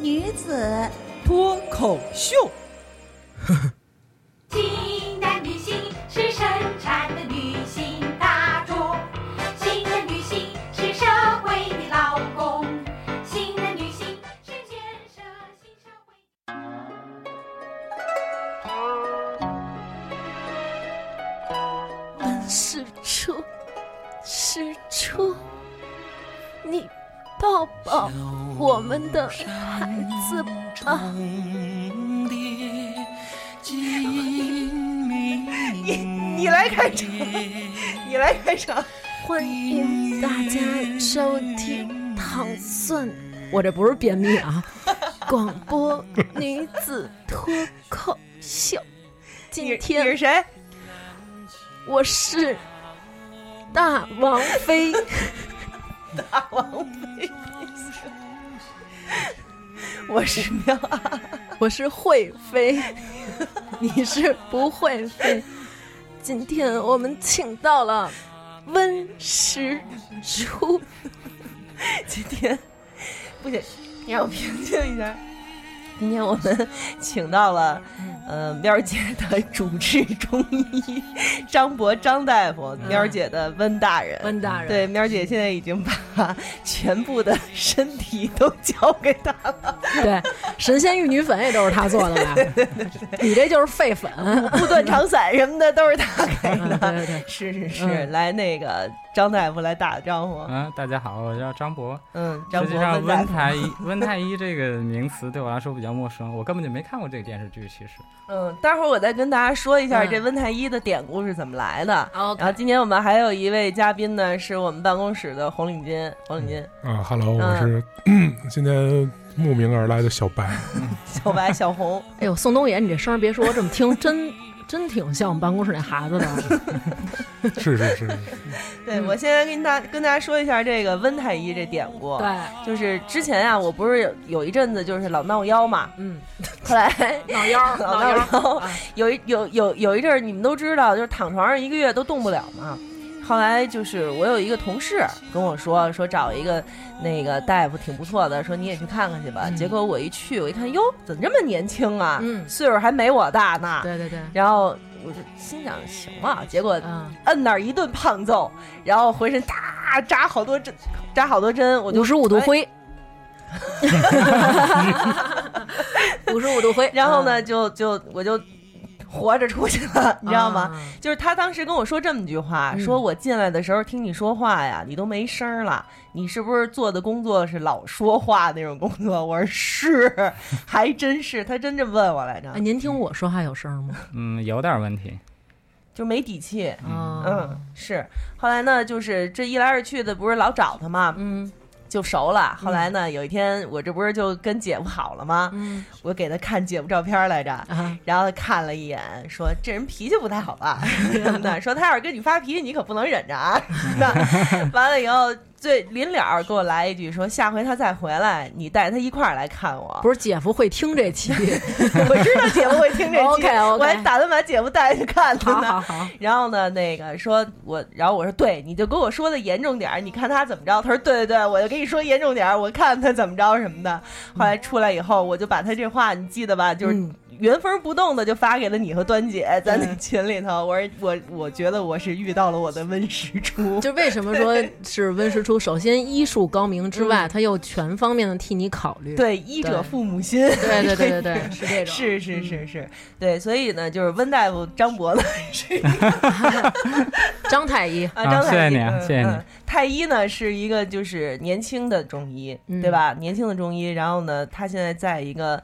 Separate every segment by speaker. Speaker 1: 女子
Speaker 2: 脱口秀。
Speaker 3: 新的旅行是生产的旅行大众，新的旅行是社会的劳工，新的旅行是建设新社会。
Speaker 4: 本是猪，是猪，你抱抱我们的孩子吧。
Speaker 5: 你
Speaker 6: 你来 开场，你来开场。
Speaker 4: 欢迎大家收听糖蒜，我这不是便秘啊， 广播女子脱口秀。
Speaker 6: 你
Speaker 4: 今
Speaker 6: 你是
Speaker 4: 天
Speaker 6: 谁？
Speaker 4: 我是大王妃，
Speaker 6: 大王 妃。我是喵啊！
Speaker 4: 我是惠 妃，你是不会妃。今天我们请到了温实初，
Speaker 6: 今天不行，你让我平静一下。今天我们请到了，呃，喵姐的主治中医张博张大夫，喵姐的温大人。
Speaker 4: 温大人
Speaker 6: 对，喵姐现在已经把 全部的身体都交给他了。
Speaker 4: 对，神仙玉女粉也都是他做的吧？你这就是废粉，嗯
Speaker 6: 护断肠散什么的都是他给的。
Speaker 4: 对对对
Speaker 6: 是是是，
Speaker 4: 嗯
Speaker 6: 来那个张大夫来打个招呼。
Speaker 5: 嗯，大家好，我叫张博。
Speaker 6: 嗯，张
Speaker 5: 实际
Speaker 6: 博
Speaker 5: 上，温
Speaker 6: 温大夫。
Speaker 5: 太医，温太医这个名词对我来说比较陌生，我根本就没看过这个电视剧。其实，
Speaker 6: 嗯，待会儿我再跟大家说一下
Speaker 4: 嗯
Speaker 6: 这温太医的典故是怎么来的。
Speaker 4: OK
Speaker 6: 然后今天我们还有一位嘉宾呢，是我们办公室的红领巾，红领巾
Speaker 7: 啊哈喽，我
Speaker 6: 嗯
Speaker 7: 是 今天慕名而来的小 白。
Speaker 6: 小白、小红。
Speaker 4: 哎呦，宋冬野，你这声儿别说，我这么听 真真挺像我们办公室那孩子的。
Speaker 7: 是是是，
Speaker 6: 对
Speaker 4: 嗯
Speaker 6: 我先来跟大跟大家说一下这个温太医这典 故。，
Speaker 4: 对，
Speaker 6: 就是之前啊，我不是有有一阵子就是老闹腰嘛，
Speaker 4: 嗯，
Speaker 6: 后来
Speaker 4: 脑腰，
Speaker 6: 老
Speaker 4: 脑腰，
Speaker 6: 腰
Speaker 4: 啊，
Speaker 6: 有一有有有一阵儿，你们都知道，就是躺床上一个月都动不了嘛。后来就是我有一个同事跟我说，说找一个那个大夫挺不错的，说你也去看看去吧。
Speaker 4: 嗯
Speaker 6: 结果我一去，我一看，哟，怎么这么年轻啊？
Speaker 4: 嗯
Speaker 6: 岁数还没我大呢。
Speaker 4: 对对对，
Speaker 6: 然后我就心想，行吧。结果
Speaker 4: 嗯，
Speaker 6: 摁那儿一顿胖揍，然后浑身哒扎好多针，扎好多针，我就
Speaker 4: 五十五度灰， 五十五度灰。
Speaker 6: 然后呢，就就我就活着出去了，
Speaker 4: 嗯，
Speaker 6: 你知道吗？
Speaker 4: 啊？
Speaker 6: 就是他当时跟我说这么句话，
Speaker 4: 嗯
Speaker 6: 说我进来的时候听你说话呀，你都没声儿了，你是不是做的工作是老说话那种工作？我说 是，还真是，他真这么问我来着
Speaker 4: 哎，，您听我说话有声吗？
Speaker 5: 嗯，有点问题。
Speaker 6: 就没底气。嗯
Speaker 4: 啊，，
Speaker 6: 是。后来呢，就是这一来二去的，不是老找他嘛，
Speaker 4: 嗯
Speaker 6: 就熟了。后来呢，有一天我这不是就跟姐夫好了吗？
Speaker 4: 嗯
Speaker 6: 我给他看姐夫照片来着，
Speaker 4: 啊，
Speaker 6: 然后看了一眼，说这人脾气不太好 吧，什么的，说他要是跟你发脾气，你可不能忍着啊。 那完了以后，最临了给我来一句说，下回他再回来，你带他一块儿来看我。
Speaker 4: 不是姐夫会听这期，
Speaker 6: 是，我知道姐夫会 听这期
Speaker 4: OK，OK
Speaker 6: 我还打算把姐夫带去看他
Speaker 4: 好
Speaker 6: 呢。
Speaker 4: 好好，
Speaker 6: 然后呢，那个说我，然后我说对，你就跟我说的严重点儿，你看他怎么着。他说对对对，我就跟你说严重点儿，我看他怎么着什么的。后来出来以后，我就把他这话你记得吧，就是
Speaker 4: 嗯
Speaker 6: 原封不动的就发给了你和端姐，在那群里头。我说我我觉得我是遇到了我的温 实初，
Speaker 4: 就为什么说是温实初？首先医术高明之外，他又全方面的替你考虑。
Speaker 6: 嗯对医者父母心，
Speaker 4: 对对对对对，是这种。
Speaker 6: 是是是
Speaker 4: 嗯
Speaker 6: 是，对，所以呢，就是温大夫张博呢是
Speaker 4: 张太医，
Speaker 6: 啊，
Speaker 5: 啊
Speaker 6: 张
Speaker 5: 谢
Speaker 6: 太
Speaker 5: 谢
Speaker 6: 医，
Speaker 5: 你啊
Speaker 6: 嗯
Speaker 5: 谢谢你
Speaker 6: 嗯太医呢是一个就是年轻的中医，
Speaker 4: 嗯
Speaker 6: 对吧？年轻的中医，然后呢，他现在在一个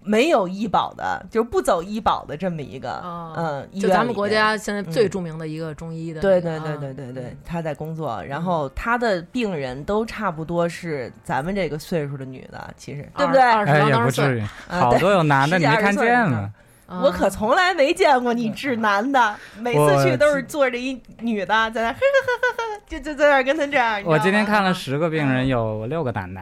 Speaker 6: 没有医保的，就是不走医保的这么一个，
Speaker 4: 哦
Speaker 6: 嗯，医
Speaker 4: 就
Speaker 6: 院
Speaker 4: 咱
Speaker 6: 里
Speaker 4: 们国
Speaker 6: 面
Speaker 4: 家现在最著名的一个啊嗯中医的，
Speaker 6: 对对对对对对，她在工作，
Speaker 4: 嗯
Speaker 6: 然后她的病人都差不多是咱们这个岁数的女的，其实对不对？
Speaker 4: 二十
Speaker 5: 哎，
Speaker 4: 到
Speaker 5: 也
Speaker 4: 二
Speaker 5: 不
Speaker 4: 十岁，
Speaker 5: 至于，
Speaker 6: 对
Speaker 5: 好多有男的你没看
Speaker 6: 十几二
Speaker 5: 见
Speaker 6: 十岁
Speaker 5: 吗？
Speaker 4: 啊
Speaker 6: 我可从来没见过
Speaker 4: 嗯
Speaker 6: 你治男的，每次去都是坐着一女的在那呵呵呵呵呵，就就在那儿跟他这样。你知道
Speaker 5: 我
Speaker 6: 吗
Speaker 5: 今天看了十个病人，有六个男的，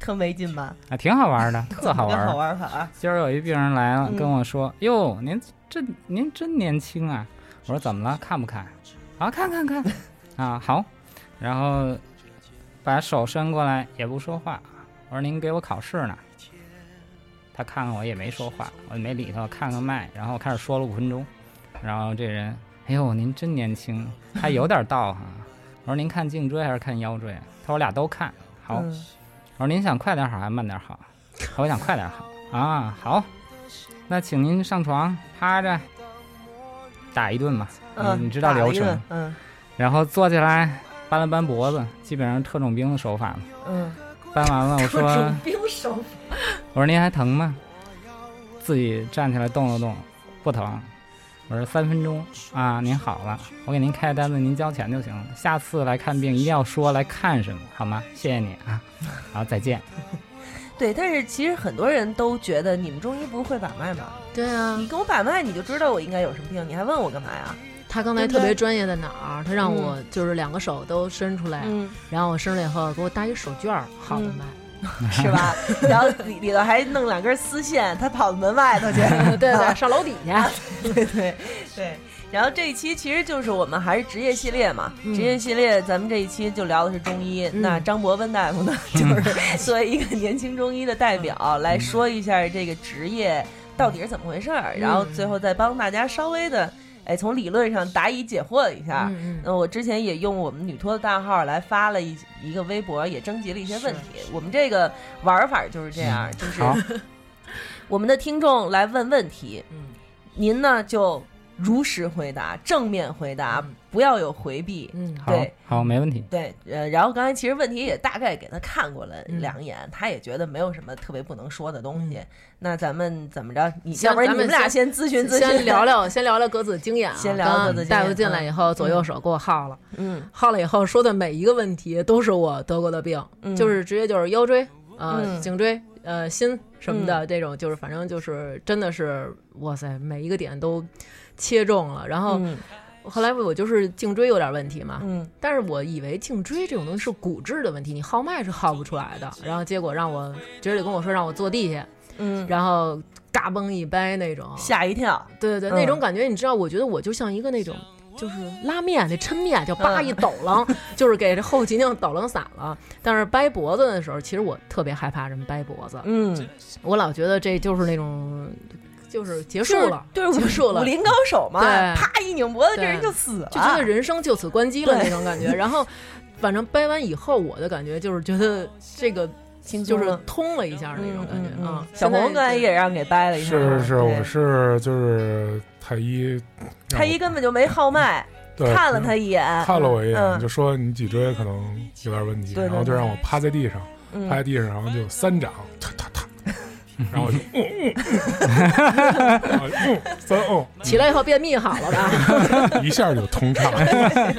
Speaker 6: 特没劲吧？
Speaker 5: 啊，挺 好玩的，特好
Speaker 6: 特
Speaker 5: 玩
Speaker 6: 好
Speaker 5: 儿。
Speaker 6: 玩法啊！
Speaker 5: 今儿有一病人来了，
Speaker 6: 嗯
Speaker 5: 跟我说：“哟，您这您真年轻啊！”我说：“怎么了？看不看？”啊，看看看，啊好，然后把手伸过来，也不说话。我说：“您给我考试呢？”他看看我也没说话，我也没理他，我看看脉，然后开始说了五分钟。然后这人，哎呦，您真年轻，还有点道哈、我说：“您看颈椎还是看腰椎？”啊他说：“我俩都看。”好，
Speaker 6: 嗯
Speaker 5: 我说您想快点好还是慢点好？我想快点好啊，好，那请您上床趴着打一顿嘛，
Speaker 6: 嗯，
Speaker 5: 你你知道流
Speaker 6: 打了一
Speaker 5: 程
Speaker 6: 顿，嗯
Speaker 5: 然后坐起来扳了扳脖子，基本上特种兵的手法嘛。
Speaker 6: 嗯，
Speaker 5: 扳完了，我说
Speaker 4: 兵手
Speaker 5: 我说您还疼吗？自己站起来动了动，不疼。我说三分钟啊，您好了，我给您开单子，您交钱就行了。下次来看病一定要说来看什么，好吗？谢谢你啊，好，再见。
Speaker 6: 对。但是其实很多人都觉得你们中医不是会把脉吗？
Speaker 4: 对啊
Speaker 6: 你，跟我把脉，你就知道我应该有什么病，你还问我干嘛呀？
Speaker 4: 他刚才特别专业在哪儿？他让我就是两个手都伸出来，
Speaker 6: 嗯，
Speaker 4: 然后我伸出来以后给我搭一手绢儿，好的嘛，
Speaker 6: 是吧？ 然后里里头还弄两根丝线，他跑到门外头去。
Speaker 4: 对对，上楼底下，
Speaker 6: 对 对对。然后这一期其实就是我们还是职业系列嘛，
Speaker 4: 嗯
Speaker 6: 职业系列咱们这一期就聊的是中医。
Speaker 4: 嗯
Speaker 6: 那张博文 大夫呢，就是作为一个年轻中医的代
Speaker 4: 嗯
Speaker 6: 表来说一下这个职业到底是怎么回事儿，
Speaker 4: 嗯
Speaker 6: 然后最后再帮大家稍微的，哎，从理论上答疑解惑一下。
Speaker 4: 嗯嗯，
Speaker 6: 那我之前也用我们女托的大号来发了一一个微博，也征集了一些问题。我们这个玩法就是这样，
Speaker 4: 嗯
Speaker 6: 就是
Speaker 5: 好，
Speaker 6: 我们的听众来问问题，
Speaker 4: 嗯，
Speaker 6: 您呢就如实回答，正面回答，不要有回避。
Speaker 4: 嗯
Speaker 5: 好
Speaker 6: 对，
Speaker 5: 好，没问题。
Speaker 6: 对，呃，然后刚才其实问题也大概给他看过了
Speaker 4: 嗯
Speaker 6: 两眼，他也觉得没有什么特别不能说的东西。那咱们怎么着？你
Speaker 4: 行
Speaker 6: 要不然
Speaker 4: 咱
Speaker 6: 你
Speaker 4: 们
Speaker 6: 们俩先咨询咨询，
Speaker 4: 先聊。聊，先聊聊各自的经验啊。
Speaker 6: 先聊各自的经验
Speaker 4: 刚大夫进来以后，左右手给我耗了，
Speaker 6: 嗯
Speaker 4: 耗了以后说的每一个问题都是我得过的病，
Speaker 6: 嗯
Speaker 4: 就是直接就是腰椎、呃
Speaker 6: 嗯
Speaker 4: 颈椎、呃心什么的这种，就是反正就是真的是哇塞，每一个点都切中了。然后
Speaker 6: 嗯
Speaker 4: 后来我就是颈椎有点问题嘛，
Speaker 6: 嗯
Speaker 4: 但是我以为颈椎这种东西是骨质的问题，你号脉是号不出来的。然后结果让我直接就跟我说让我坐地下，
Speaker 6: 嗯，
Speaker 4: 然后嘎嘣一掰那种，
Speaker 6: 吓一跳。
Speaker 4: 对对对，
Speaker 6: 嗯
Speaker 4: 那种感觉，你知道，我觉得我就像一个那种，就是拉面那抻面，就叭
Speaker 6: 嗯
Speaker 4: 一抖楞， 就是给这后脊梁抖楞散了。但是掰脖子的时候，其实我特别害怕什么掰脖子，
Speaker 6: 嗯，
Speaker 4: 我老觉得这就是那种，就是结束了，
Speaker 6: 就是就是
Speaker 4: 结束
Speaker 6: 武
Speaker 4: 了。
Speaker 6: 林高手嘛，
Speaker 4: 对
Speaker 6: 啪一拧脖子，这
Speaker 4: 对
Speaker 6: 人就死了。
Speaker 4: 就觉得人生就此关机了
Speaker 6: 啊对
Speaker 4: 那种感觉。然后，反正掰完以后，我的感觉就是觉得这个
Speaker 6: 轻松
Speaker 4: 就
Speaker 6: 了
Speaker 4: 是通了一下那种感觉
Speaker 6: 嗯嗯嗯
Speaker 4: 啊。
Speaker 6: 小红
Speaker 4: 现在
Speaker 6: 刚才也让给掰了一下，
Speaker 7: 是是是，
Speaker 6: 对
Speaker 7: 我是就是太医，
Speaker 6: 太医根本就没号脉，
Speaker 7: 对
Speaker 6: 看了他一眼，
Speaker 7: 看了我一眼，
Speaker 6: 嗯
Speaker 7: 就说你脊椎可能有点问题，
Speaker 6: 对对
Speaker 7: 然后就让我趴在地上，
Speaker 6: 嗯
Speaker 7: 趴在地上，然后就三 掌，踏踏踏，然后我就嗯 嗯嗯，然后嗯三哦，
Speaker 4: 起来以后便秘好了吧？
Speaker 7: 一下就通畅，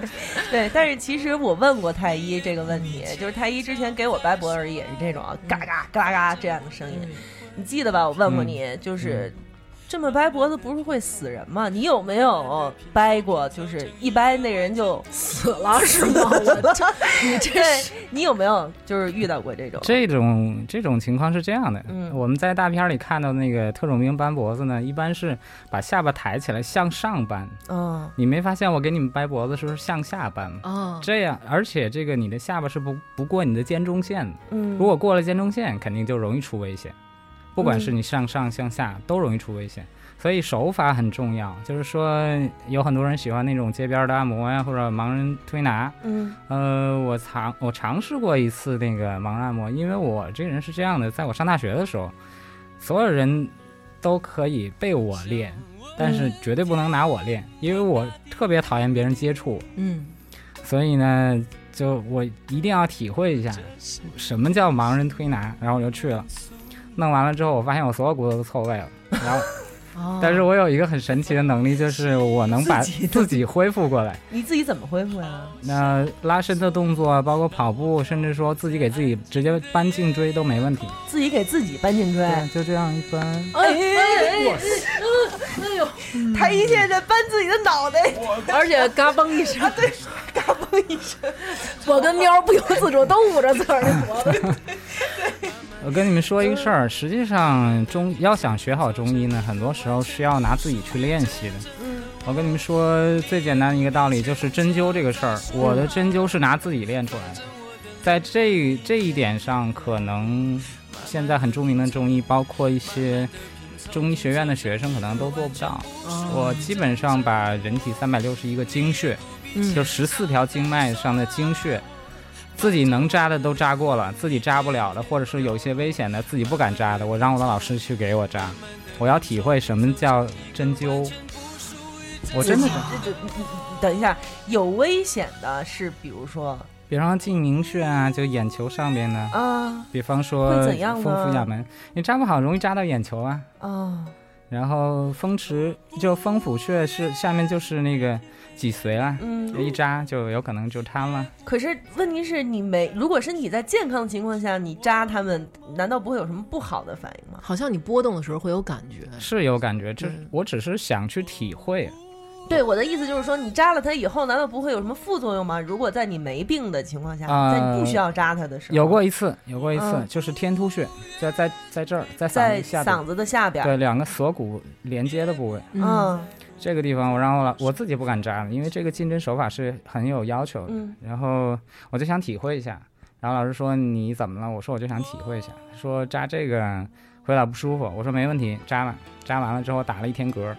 Speaker 6: 对，但是其实我问过太医这个问题，就是太医之前给我掰脖子也是这种嘎嘎嘎嘎这样的声音，你记得吧？我问过你，就是这么掰脖子不是会死人吗？你有没有掰过？就是一掰那人 就
Speaker 4: 死了是吗？我
Speaker 6: 你这你有没有就是遇到过这种？
Speaker 5: 这种这种情况是这样的，
Speaker 6: 嗯
Speaker 5: 我们在大片里看到那个特种兵扳脖子呢，一般是把下巴抬起来向上扳。
Speaker 6: 嗯
Speaker 5: 你没发现我给你们掰脖子时候是向下扳
Speaker 6: 哦
Speaker 4: 啊，
Speaker 5: 吗？这样，而且这个你的下巴是不不过你的肩中线的，
Speaker 6: 嗯
Speaker 5: 如果过了肩中线，肯定就容易出危险。不管是你向上向下，都容易出危险。所以手法很重要，就是说有很多人喜欢那种街边的按摩呀，或者盲人推拿，
Speaker 6: 嗯
Speaker 5: 呃，我尝我尝试过一次那个盲人按摩，因为我这个人是这样的，在我上大学的时候，所有人都可以被我练，但是绝对不能拿我练，因为我特别讨厌别人接触我，
Speaker 4: 嗯
Speaker 5: 所以呢，就我一定要体会一下什么叫盲人推拿，然后我就去了。弄完了之后，我发现我所有骨头都错位了，然后。
Speaker 4: 哦
Speaker 5: 但是我有一个很神奇的能力，就是我能把自己恢复过来。
Speaker 6: 你自己怎么恢复呀？
Speaker 5: 那拉伸的动作，啊包括跑步，甚至说自己给自己直接搬颈椎都没问题。
Speaker 6: 自己给自己搬颈椎。
Speaker 5: 对，就这样一搬。
Speaker 6: 哎哎呦！太医现在在搬自己的脑袋，
Speaker 4: 而且嘎嘣一声，对，
Speaker 6: 嘎嘣一声。
Speaker 4: 我跟喵儿不由自主都捂着自个儿的脖子。
Speaker 5: 我跟你们说一个事儿，实际上中要想学好中医呢，很多时候是要拿自己去练习的。我跟你们说最简单的一个道理就是针灸这个事儿，我的针灸是拿自己练出来的。在这这一点上，可能现在很著名的中医，包括一些中医学院的学生，可能都做不到。我基本上把人体三百六十一个经穴，就十四条经脉上的经穴。自己能扎的都扎过了，自己扎不了的，或者是有一些危险的自己不敢扎的，我让我的老师去给我扎，我要体会什么叫针灸。我真的
Speaker 6: 这这，等一下，有危险的是，比如说
Speaker 5: 比方说睛明穴啊，就眼球上边的；
Speaker 6: 啊
Speaker 5: 比方说
Speaker 6: 会怎样呢
Speaker 5: 风府甲门，你扎不好容易扎到眼球啊。
Speaker 6: 啊，
Speaker 5: 然后风池就风府穴是下面就是那个脊髓啦，
Speaker 6: 嗯。
Speaker 5: 一扎就有可能就瘫了。
Speaker 6: 可是问题是你没，如果身体在健康的情况下，你扎他们，难道不会有什么不好的反应吗？
Speaker 4: 好像你波动的时候会有感觉，
Speaker 5: 是有感觉，这
Speaker 4: 嗯
Speaker 5: 我只是想去体会。
Speaker 6: 对，我的意思就是说，你扎了它以后，难道不会有什么副作用吗？如果在你没病的情况下，
Speaker 5: 呃
Speaker 6: 在你不需要扎它的时候，
Speaker 5: 有过一次，有过一次，
Speaker 6: 嗯
Speaker 5: 就是天突穴，在在在这儿，在嗓
Speaker 6: 在
Speaker 5: 子下
Speaker 6: 嗓
Speaker 5: 边，
Speaker 6: 子的下边儿，
Speaker 5: 对，两个锁骨连接的部位，
Speaker 4: 嗯，
Speaker 6: 嗯
Speaker 5: 这个地方我让我老我自己不敢扎了，因为这个进针手法是很有要求的。
Speaker 6: 嗯
Speaker 5: 然后我就想体会一下，然后老师说你怎么了？我说我就想体会一下，他说扎这个会有点不舒服，我说没问题，扎吧。扎完了之后打了一天嗝，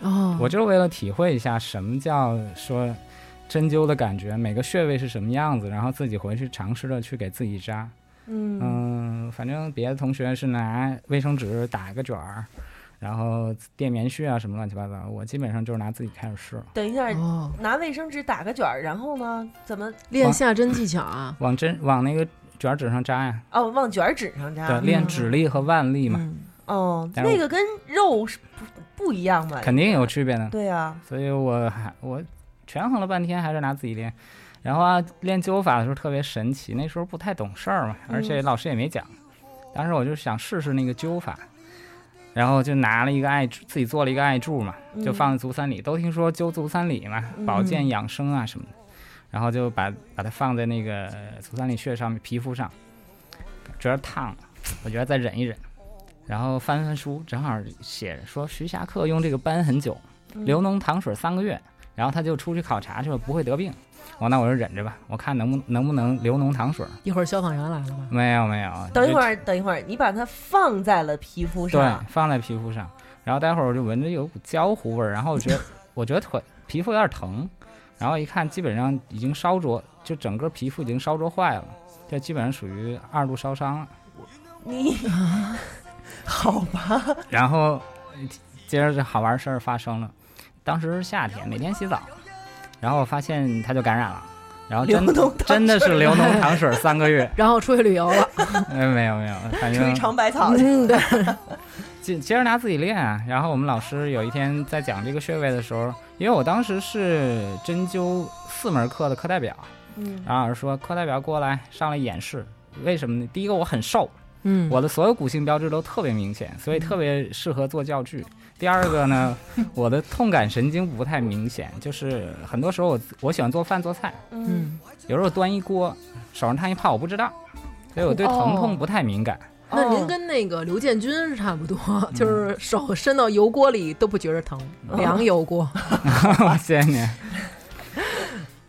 Speaker 4: 哦，
Speaker 5: 我就是为了体会一下什么叫说针灸的感觉，每个穴位是什么样子，然后自己回去尝试着去给自己扎。
Speaker 6: 嗯
Speaker 5: 嗯，反正别的同学是拿卫生纸打个卷儿，然后垫棉絮啊什么乱七八糟，我基本上就是拿自己开始试，
Speaker 6: 等一下，
Speaker 4: 哦，
Speaker 6: 拿卫生纸打个卷儿，然后呢，怎么
Speaker 4: 练下针技巧啊，
Speaker 5: 往针往那个卷儿纸上扎呀，
Speaker 6: 哦往卷儿纸上扎？嗯
Speaker 5: 对，练指力和腕力嘛，
Speaker 4: 嗯，
Speaker 6: 哦，
Speaker 5: 但是
Speaker 6: 那个跟肉是不不一样嘛？
Speaker 5: 肯定有区别的。
Speaker 6: 嗯对啊，
Speaker 5: 所以我还我权衡了半天，还是拿自己练。然后啊，练灸法的时候特别神奇，那时候不太懂事儿嘛，
Speaker 6: 嗯
Speaker 5: 而且老师也没讲。当时我就想试试那个灸法，然后就拿了一个艾柱，自己做了一个艾柱嘛，
Speaker 6: 嗯
Speaker 5: 就放在足三里。都听说灸足三里嘛，保健养生啊什么的。然后就把把它放在那个呃足三里穴上面皮肤上，觉得烫了，我觉得再忍一忍。然后翻翻书，正好写着说徐霞客用这个斑很久，流脓淌水三个月，然后他就出去考察去了，不会得病。我那我就忍着吧，我看能不能不能流脓淌水。
Speaker 4: 一会儿消防员来了吧？，
Speaker 5: 没有没有，
Speaker 6: 等一会
Speaker 5: 儿，
Speaker 6: 儿，等一会儿，你把它放在了皮肤
Speaker 5: 对
Speaker 6: 上，，
Speaker 5: 放在皮肤上，然后待会儿我就闻着有股焦糊味儿，然后我觉得我觉得腿皮肤有点疼，然后一看基本上已经烧灼，就整个皮肤已经烧灼坏了，这基本上属于二度烧伤了。
Speaker 6: 你 好吧？
Speaker 5: 然后接着这好玩事儿发生了，当时是夏天，每天洗澡，然后我发现他就感染了，然后真
Speaker 6: 流脓淌水
Speaker 5: 真的是流 脓淌水三个月
Speaker 4: 然后出去旅游了，
Speaker 5: 哎，没有没有，反
Speaker 6: 出去
Speaker 5: 正
Speaker 6: 尝百草去，
Speaker 4: 嗯，对，
Speaker 5: 接接着拿自己练啊。然后我们老师有一天在讲这个穴位的时候，因为我当时是针灸四门课的课代表，
Speaker 6: 嗯
Speaker 5: 然后老师说课代表过来上来演示，为什么呢？第一个我很瘦，
Speaker 4: 嗯，
Speaker 5: 我的所有骨性标志都特别明显，所以特别适合做教具。第二个呢，我的痛感神经不太明显，就是很多时候我我喜欢做饭做菜，
Speaker 6: 嗯
Speaker 4: 嗯，
Speaker 5: 有时候端一锅，手上烫一泡，我不知道，所以我对疼痛不太敏感。
Speaker 4: 那
Speaker 6: 哦
Speaker 4: 您跟那个刘建军是差不多，就是手伸到油锅里都不觉着疼，凉油锅，
Speaker 5: 我谢谢你。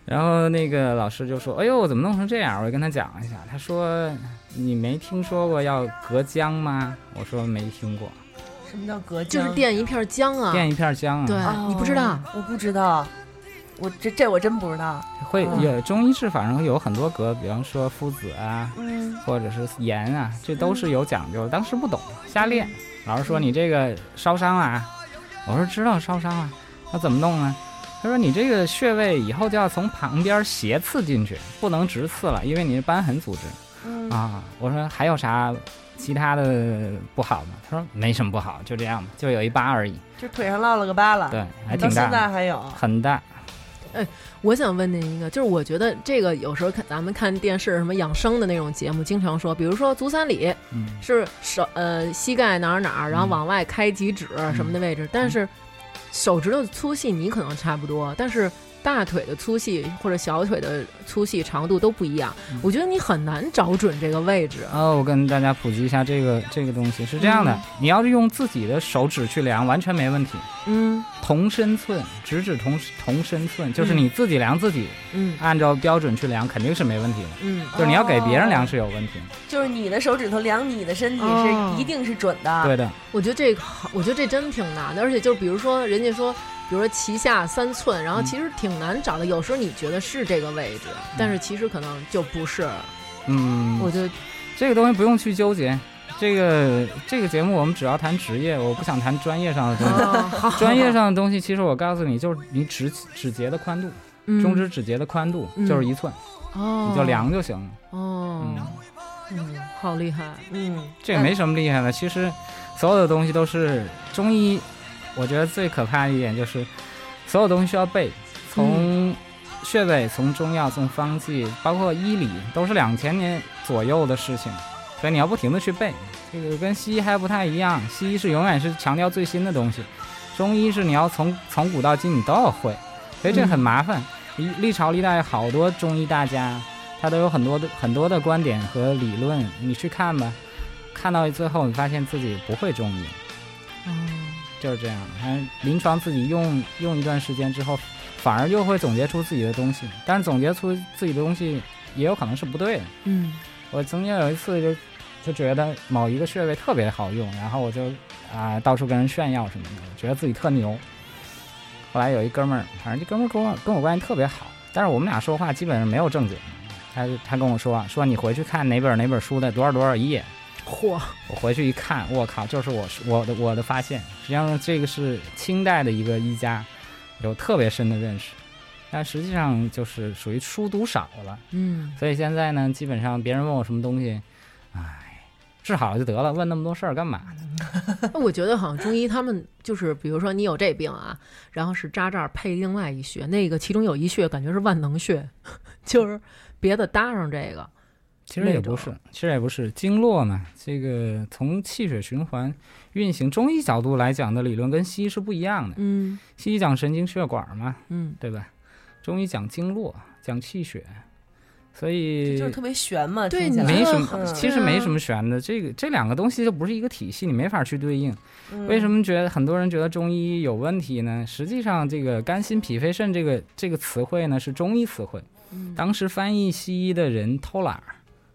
Speaker 5: 然后那个老师就说：“哎呦，怎么弄成这样？”我就跟他讲了一下，他说：“你没听说过要隔姜吗？”我说：“没听过。
Speaker 6: 什么叫隔
Speaker 4: 就是
Speaker 6: 姜
Speaker 4: 垫一片姜啊，
Speaker 5: 垫一片姜啊，
Speaker 4: 对
Speaker 6: 哦，
Speaker 4: 你不知道，
Speaker 6: 我不知道，我这这我真不知道。
Speaker 5: 会
Speaker 6: 嗯
Speaker 5: 有中医治法上有很多格，比方说附子啊，
Speaker 6: 嗯，
Speaker 5: 或者是盐啊，这都是有讲究的。当时不懂，瞎练。
Speaker 6: 嗯
Speaker 5: 老师说你这个烧伤了啊，我说知道烧伤了，那怎么弄呢？他说你这个穴位以后就要从旁边斜刺进去，不能直刺了，因为你是瘢痕组织。
Speaker 6: 嗯
Speaker 5: 啊，我说还有啥其他的不好吗？他说没什么不好，就这样吧，就有一疤而已，
Speaker 6: 就腿上落了个疤了，
Speaker 5: 对，还
Speaker 6: 啊到
Speaker 5: 挺大
Speaker 6: 现在
Speaker 5: 的，
Speaker 6: 还有。
Speaker 5: 很大，
Speaker 4: 我想问您一个，就是我觉得这个有时候看咱们看电视什么养生的那种节目，经常说，比如说足三里
Speaker 5: 嗯，
Speaker 4: 是手呃膝盖哪儿哪儿，然后往外开几指什么的位置，但是手指头粗细你可能差不多，但是大腿的粗细或者小腿的粗细长度都不一样，我觉得你很难找准这个位置。啊
Speaker 5: 哦，我跟大家普及一下这个这个东西是这样的，你要是用自己的手指去量，完全没问题。
Speaker 4: 嗯
Speaker 5: 同身寸，直指同同身寸，就是你自己量自己，
Speaker 4: 嗯
Speaker 5: 按照标准去量，肯定是没问题的。
Speaker 4: 嗯，
Speaker 5: 就是你要给别人量是有问题的，
Speaker 6: 就是你的手指头量你的身体
Speaker 4: 哦
Speaker 6: 是一定是准的，
Speaker 5: 对的。
Speaker 4: 我觉得这个好，我觉得这真挺难的，而且就是比如说人家说，比如说脐下三寸，然后
Speaker 5: 嗯
Speaker 4: 其实挺难找的。有时候你觉得是这个位置，但是其实可能就不是。
Speaker 5: 嗯，
Speaker 4: 我就
Speaker 5: 这个东西不用去纠结。这个这个节目我们只要谈职业，我不想谈专业上的 东西。
Speaker 4: 啊，
Speaker 5: 专业上的东西，其实我告诉你，就是你指指节的宽度，
Speaker 4: 嗯
Speaker 5: 中指指节的宽度
Speaker 4: 嗯
Speaker 5: 就是一寸，
Speaker 4: 哦，
Speaker 5: 你就量就行了。
Speaker 4: 哦
Speaker 5: 嗯，，
Speaker 4: 嗯，好厉害，
Speaker 6: 嗯，
Speaker 5: 这也没什么厉害的。其实所有的东西都是中医，我觉得最可怕的一点就是所有东西需要背，从穴位、从中药、从方剂，包括医理，都是两千年左右的事情，所以你要不停的去背。这个跟西医还不太一样，西医是永远是强调最新的东西，中医是你要从从古到今你都要会，所以这很麻烦。历历朝历代好多中医大家，他都有很多的很多的观点和理论，你去看吧。看到最后，你发现自己不会中医，
Speaker 4: 嗯
Speaker 5: 就是这样。反正临床自己用用一段时间之后，反而又会总结出自己的东西，但是总结出自己的东西也有可能是不对的。
Speaker 4: 嗯
Speaker 5: 我曾经有一次就就觉得某一个穴位特别好用，然后我就啊、到处跟人炫耀什么的，觉得自己特牛。后来有一哥们儿，反正这哥们儿跟我跟我关系特别好，但是我们俩说话基本上没有正经。他就他跟我说说你回去看哪本哪本书的多少多少页，
Speaker 4: 嚯，
Speaker 5: 我回去一看，我靠，就是我我的我的发现。实际上，这个是清代的一个医家，有特别深的认识，但实际上就是属于书读少了。
Speaker 4: 嗯
Speaker 5: 所以现在呢，基本上别人问我什么东西，哎，治好了就得了，问那么多事儿干嘛呢？
Speaker 4: 那我觉得好像中医他们就是，比如说你有这病啊，然后是扎这儿配另外一穴，那个其中有一穴感觉是万能穴， 就是别的搭上这个，
Speaker 5: 其实也不是，其实也不是，经络嘛，这个从气血循环运行，中医角度来讲的理论跟西医是不一样的。
Speaker 4: 嗯
Speaker 5: 西医讲神经血管嘛，
Speaker 4: 嗯
Speaker 5: 对吧？中医讲经络，讲气血，所以
Speaker 6: 就是特别悬嘛，
Speaker 4: 对
Speaker 6: 听起来
Speaker 4: 你
Speaker 5: 没
Speaker 4: 这
Speaker 5: 什
Speaker 4: 很
Speaker 5: 么，其实
Speaker 4: 对啊
Speaker 5: 没什么悬的。这个这两个东西就不是一个体系，你没法去对应。
Speaker 6: 嗯
Speaker 5: 为什么觉得很多人觉得中医有问题呢？实际上，这个肝、心、脾、肺、肾这个这个词汇呢是中医词汇，
Speaker 6: 嗯
Speaker 5: 当时翻译西医的人偷懒儿，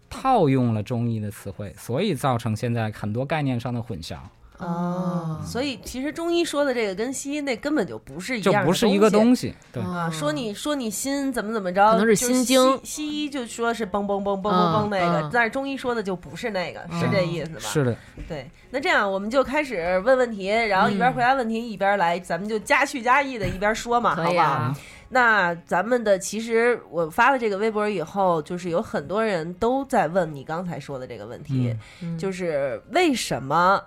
Speaker 5: 套用了中医的词汇，所以造成现在很多概念上的混淆，
Speaker 4: 嗯
Speaker 6: 哦，所以其实中医说的这个跟西医那根本就不是一
Speaker 5: 就
Speaker 6: 样的
Speaker 5: 不是一个
Speaker 6: 东西
Speaker 5: 东西。对，
Speaker 4: 嗯
Speaker 6: 啊。说你说你心怎么怎么着，
Speaker 4: 可能是
Speaker 6: 就是
Speaker 4: 心经
Speaker 6: 西西医就说是嘣嘣嘣嘣
Speaker 4: 嗯
Speaker 6: 嘣嘣那个
Speaker 4: 嗯，
Speaker 6: 但是中医说的就不是那个，是
Speaker 5: 嗯
Speaker 6: 这意思吧？
Speaker 5: 是的，
Speaker 6: 对，那这样我们就开始问问题，然后一
Speaker 4: 嗯
Speaker 6: 边回答问题一边来，咱们就加趣加意的一边说嘛，
Speaker 4: 可
Speaker 6: 好
Speaker 4: 以
Speaker 6: 不好
Speaker 4: 啊？
Speaker 6: 那咱们的其实我发了这个微博以后，就是有很多人都在问你刚才说的这个问题，
Speaker 4: 嗯
Speaker 6: 就是为什么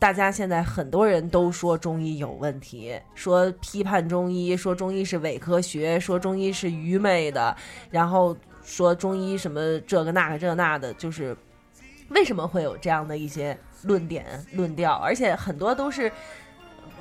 Speaker 6: 大家现在很多人都说中医有问题，说批判中医，说中医是伪科学，说中医是愚昧的，然后说中医什么这个那个这那的，就是为什么会有这样的一些论点论调，而且很多都是。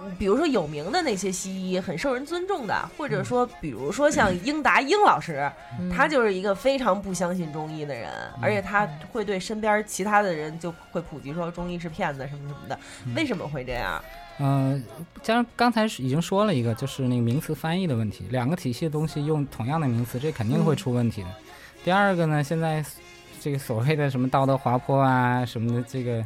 Speaker 6: 嗯比如说有名的那些西医很受人尊重的，或者说，比如说像英达英老师，
Speaker 4: 嗯
Speaker 6: 他就是一个非常不相信中医的人，而且他
Speaker 4: 嗯
Speaker 6: 会对身边其他的人就会普及说中医是骗子什么什么的。为什么会这样？
Speaker 5: 嗯，加上刚才是已经说了一个，就是那个名词翻译的问题，两个体系的东西用同样的名词，这肯定会出问题的。第二个呢，现在这个所谓的什么道德滑坡啊什么的，这个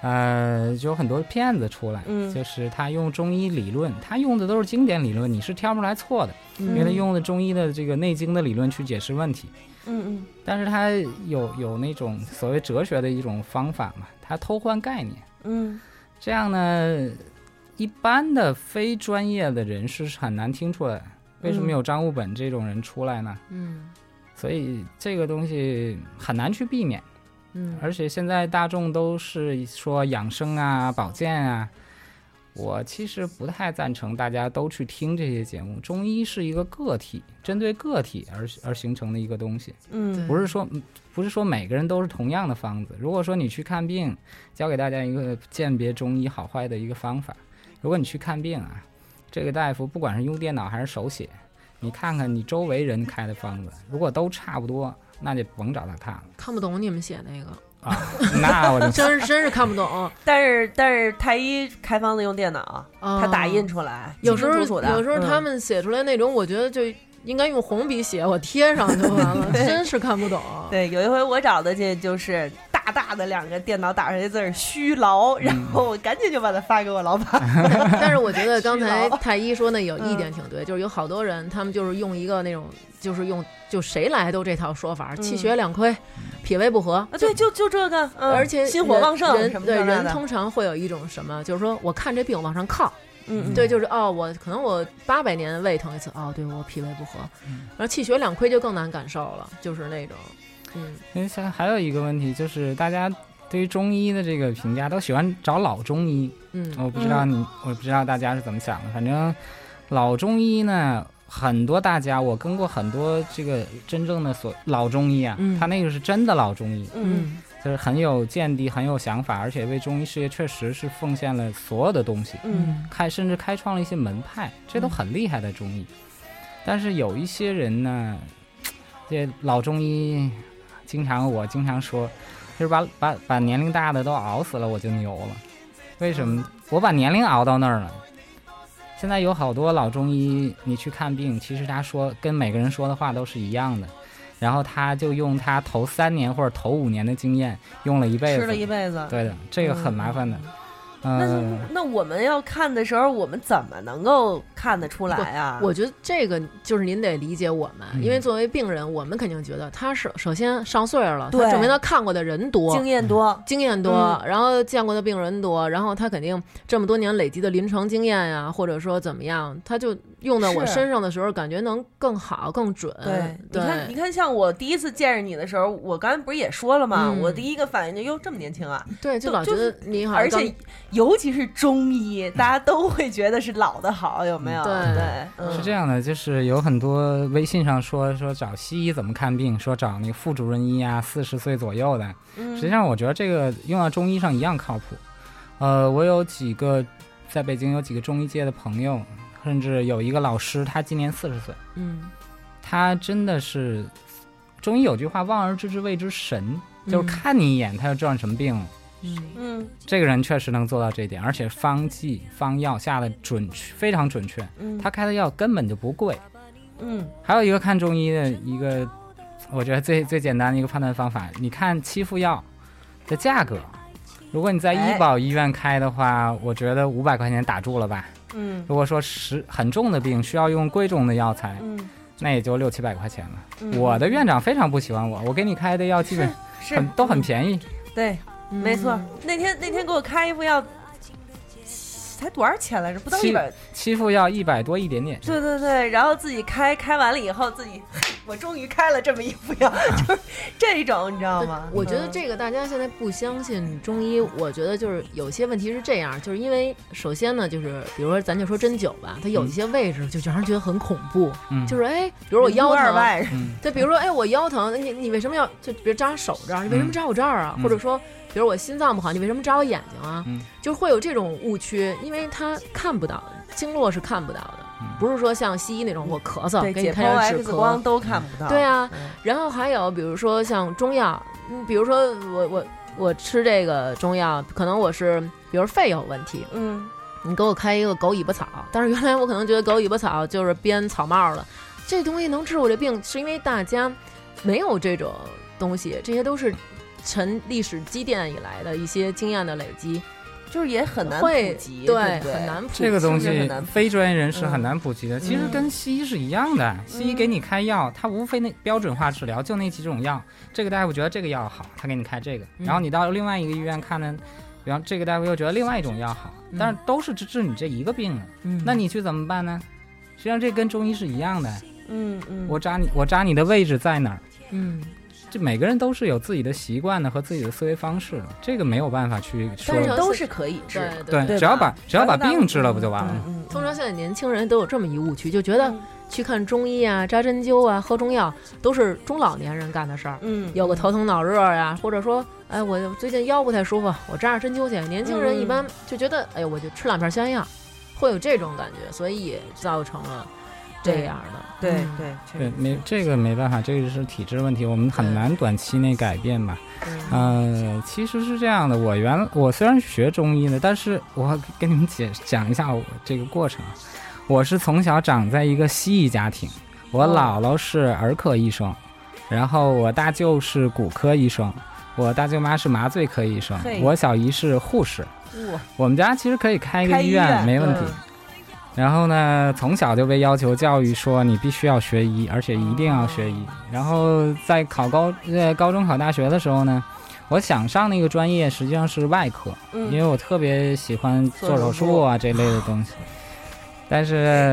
Speaker 5: 呃，就有很多骗子出来，
Speaker 6: 嗯
Speaker 5: 就是他用中医理论，他用的都是经典理论，你是挑不出来错的，因为他用的中医的这个《内经》的理论去解释问题。
Speaker 6: 嗯嗯
Speaker 5: 但是他有有那种所谓哲学的一种方法嘛，他偷换概念。
Speaker 6: 嗯
Speaker 5: 这样呢，一般的非专业的人士是很难听出来。为什么有张悟本这种人出来呢？
Speaker 4: 嗯
Speaker 5: 所以这个东西很难去避免。
Speaker 4: 嗯
Speaker 5: 而且现在大众都是说养生啊、保健啊，我其实不太赞成大家都去听这些节目。中医是一个个体，针对个体而而形成的一个东西，
Speaker 6: 嗯，
Speaker 5: 不是说不是说每个人都是同样的方子。如果说你去看病，教给大家一个鉴别中医好坏的一个方法。如果你去看病啊，这个大夫不管是用电脑还是手写，你看看你周围人开的方子，如果都差不多，那就甭找他 看了。
Speaker 4: 看不懂你们写那个，
Speaker 5: 那我就
Speaker 4: 真 是真是看不懂。
Speaker 6: 但是但是太医开方子用电脑，
Speaker 4: 啊
Speaker 6: 他打印出来，
Speaker 4: 有时候
Speaker 6: 清清楚楚的
Speaker 4: 有时候他
Speaker 6: 嗯
Speaker 4: 们写出来那种，我觉得就应该用红笔写，我贴上就完了，
Speaker 6: 对
Speaker 4: 真是看不懂。
Speaker 6: 对，有一回我找的这就是大大的两个电脑打出来的字儿“虚
Speaker 4: 嗯
Speaker 6: 劳”，然后我赶紧就把它发给我老板。
Speaker 4: 但是我觉得 刚才
Speaker 6: 虚劳
Speaker 4: 太医说那有一
Speaker 6: 嗯
Speaker 4: 点挺对，就是有好多人他们就是用一个那种，就是用就谁来都这套说法，气血两亏，
Speaker 5: 嗯
Speaker 4: 脾胃不和。
Speaker 6: 嗯啊，对，就就这个，嗯、
Speaker 4: 而且
Speaker 6: 心火
Speaker 4: 人
Speaker 6: 旺盛
Speaker 4: 人
Speaker 6: 什么
Speaker 4: 对
Speaker 6: 这那
Speaker 4: 人
Speaker 6: 的
Speaker 4: 通常会有一种什么，就是说我看这病往上靠，
Speaker 6: 嗯嗯
Speaker 4: 对，就是哦，我可能我八百年胃疼一次，哦，对我脾胃不和，然后气血两亏就更难感受了，就是那种，嗯，
Speaker 5: 那哎像还有一个问题就是，大家对于中医的这个评价都喜欢找老中医，
Speaker 4: 嗯，
Speaker 5: 我不知道你，我不知道大家是怎么想的。反正老中医呢，很多大家我跟过很多这个真正的所老中医啊，
Speaker 4: 嗯
Speaker 5: 他那个是真的老中医，
Speaker 6: 嗯
Speaker 4: 嗯
Speaker 5: 就是很有见地，很有想法，而且为中医事业确实是奉献了所有的东西。
Speaker 6: 嗯
Speaker 5: 开甚至开创了一些门派，这都很厉害的中医。但是有一些人呢，这老中医经常我经常说，就是把把把年龄大的都熬死了，我就牛了。为什么？
Speaker 6: 嗯
Speaker 5: 我把年龄熬到那儿了。现在有好多老中医，你去看病，其实他说跟每个人说的话都是一样的，然后他就用他头三年或者头五年的经验用了一辈子，
Speaker 6: 嗯吃了一辈子。
Speaker 5: 对的，这个很麻烦的。嗯、
Speaker 6: 那那我们要看的时候，我们怎么能够看得出来啊？
Speaker 4: 我觉得这个就是您得理解我们，
Speaker 5: 嗯
Speaker 4: 因为作为病人，我们肯定觉得他是首先上岁数了，
Speaker 6: 对
Speaker 4: 他证明他看过的人多
Speaker 6: 经。验嗯多，
Speaker 4: 经验多，然后见过的病人多，然后他肯定这么多年累积的临床经验呀、或者说怎么样，他就用到我
Speaker 6: 是
Speaker 4: 身上的时候，感觉能更好、更准。
Speaker 6: 对，你
Speaker 4: 嗯对，
Speaker 6: 看，你看，像我第一次见着你的时候，我刚才不是也说了吗？
Speaker 4: 嗯
Speaker 6: 我第一个反应就哟，这么年轻啊！
Speaker 4: 对，就
Speaker 6: 就
Speaker 4: 老觉
Speaker 6: 就
Speaker 4: 得你好像
Speaker 6: 而
Speaker 4: 刚
Speaker 6: 且尤其是中医，大家都会觉得是老的好，有没有？
Speaker 4: 嗯
Speaker 6: 对，
Speaker 5: 是
Speaker 6: 嗯
Speaker 5: 这样的，就是有很多微信上说说找西医怎么看病，说找那个副主任医啊，四十岁左右的。
Speaker 6: 嗯
Speaker 5: 实际上，我觉得这个用到中医上一样靠谱。呃，我有几个在北京有几个中医界的朋友，甚至有一个老师，他今年四十岁，
Speaker 4: 嗯，
Speaker 5: 他真的是中医有句话“望而知之谓之神”，就是
Speaker 4: 嗯
Speaker 5: 看你一眼他就知道你什么病了。
Speaker 6: 嗯
Speaker 5: 这个人确实能做到这一点，而且方剂方药下的准确，非常准确。
Speaker 6: 嗯
Speaker 5: 他开的药根本就不贵。
Speaker 6: 嗯
Speaker 5: 还有一个看中医的一个，我觉得最最简单的一个判断方法，你看七副药的价格。如果你在
Speaker 6: 哎
Speaker 5: 医保医院开的话，我觉得五百块钱打住了吧。
Speaker 6: 嗯
Speaker 5: 如果说十很重的病需要用贵重的药材，
Speaker 6: 嗯
Speaker 5: 那也就六七百块钱了。
Speaker 6: 嗯，
Speaker 5: 我的院长非常不喜欢我，我给你开的药基本
Speaker 6: 是
Speaker 5: 很都很便宜，
Speaker 6: 对，没错。那天那天给我开一副药，才多少钱来着？不到
Speaker 5: 七
Speaker 6: 一百。
Speaker 5: 七副药一百多一点点。
Speaker 6: 对对对，然后自己开，开完了以后自己，我终于开了这么一副 药，就是这种，你知道
Speaker 4: 对
Speaker 6: 吗？
Speaker 4: 我觉得
Speaker 6: 嗯
Speaker 4: 这个大家现在不相信中医，我觉得就是有些问题是这样，就是因为首先呢，就是比如说咱就说针灸吧，它有一些位置就让人觉得很恐怖，
Speaker 5: 嗯，
Speaker 4: 就是哎，比如我腰
Speaker 6: 二
Speaker 4: 疼，
Speaker 6: 外人
Speaker 4: 对，比如说哎我腰疼，你你为什么要就比如扎手这儿，你为什么扎我这儿啊？
Speaker 5: 嗯
Speaker 4: 或者说比如我心脏不好，你为什么扎我眼睛啊？
Speaker 5: 嗯
Speaker 4: 就是会有这种误区，因为他看不到经络是看不到的，
Speaker 5: 嗯
Speaker 4: 不是说像西医那种我咳嗽
Speaker 6: 对
Speaker 4: 给你
Speaker 6: 解
Speaker 4: 开
Speaker 6: 剖
Speaker 4: 点啊止
Speaker 6: X
Speaker 4: 咳
Speaker 6: 光都看不到。
Speaker 4: 对啊
Speaker 6: 嗯，
Speaker 4: 然后还有比如说像中药，嗯，比如说我我我吃这个中药，可能我是比如肺有问题，
Speaker 6: 嗯，
Speaker 4: 你给我开一个狗尾巴草，但是原来我可能觉得狗尾巴草就是编草帽了，这东西能治我这病，是因为大家没有这种东西，这些都是。陈历史积淀以来的一些经验的累积，
Speaker 6: 就是也很难普
Speaker 4: 会
Speaker 6: 及，
Speaker 4: 对
Speaker 6: 对不对
Speaker 4: 很。难普及
Speaker 5: 这个东
Speaker 6: 是很
Speaker 5: 西
Speaker 6: 难普及
Speaker 5: 非专业人士很难普及的，其实跟西医是一样的。西医给你开药，它无非那标准化治疗，就那几种药。这个大夫觉得这个药好，他给你开这个，
Speaker 4: 嗯
Speaker 5: 然后你到另外一个医院看呢，然后这个大夫又觉得另外一种药好，但是都是治治你这一个病啊，
Speaker 4: 嗯
Speaker 5: 那你去怎么办呢？实际上这跟中医是一样的，
Speaker 6: 嗯嗯，
Speaker 5: 我扎你，我扎你的位置在哪儿？
Speaker 4: 嗯，
Speaker 5: 这每个人都是有自己的习惯的和自己的思维方式的，这个没有办法去说
Speaker 4: 但。是
Speaker 6: 都是可以治的。
Speaker 4: 对
Speaker 6: 对
Speaker 5: 只要
Speaker 6: 吧
Speaker 5: 把只要把
Speaker 6: 咱们
Speaker 5: 病治了不就完了吗？
Speaker 6: 嗯，
Speaker 4: 通常现在年轻人都有这么一误区，就觉得去看中医啊、扎针灸啊、喝中药都是中老年人干的事儿。
Speaker 6: 嗯，
Speaker 4: 有个头疼脑热呀、或者说，哎，我最近腰不太舒服，我扎着针灸去。年轻
Speaker 5: 嗯
Speaker 4: 人一般就觉得，哎呦，我就吃两片消炎药，会有这种感觉，所以也造成了这样的。
Speaker 6: 对
Speaker 4: 嗯
Speaker 6: 对，确
Speaker 5: 对
Speaker 6: 实，
Speaker 5: 没这个没办法，这个是体制问题，我们很难短期内改变吧。呃，其实是这样的，我原我虽然是学中医的，但是我跟你们解讲一下我这个过程啊。我是从小长在一个西医家庭，我
Speaker 6: 哦
Speaker 5: 姥姥是儿科医生，然后我大舅是骨科医生，我大舅妈是麻醉科医生
Speaker 6: 嘿，
Speaker 5: 我小姨是护士。
Speaker 6: 哇，
Speaker 5: 我们家其实可以开一个
Speaker 6: 开
Speaker 5: 医
Speaker 6: 医院
Speaker 5: 没问题。然后呢，从小就被要求教育说你必须要学医，而且一定要学医。然后在考高呃高中考大学的时候呢，我想上那个专业实际上是外科，
Speaker 6: 嗯
Speaker 5: 因为我特别喜欢做手术啊这类的东西。但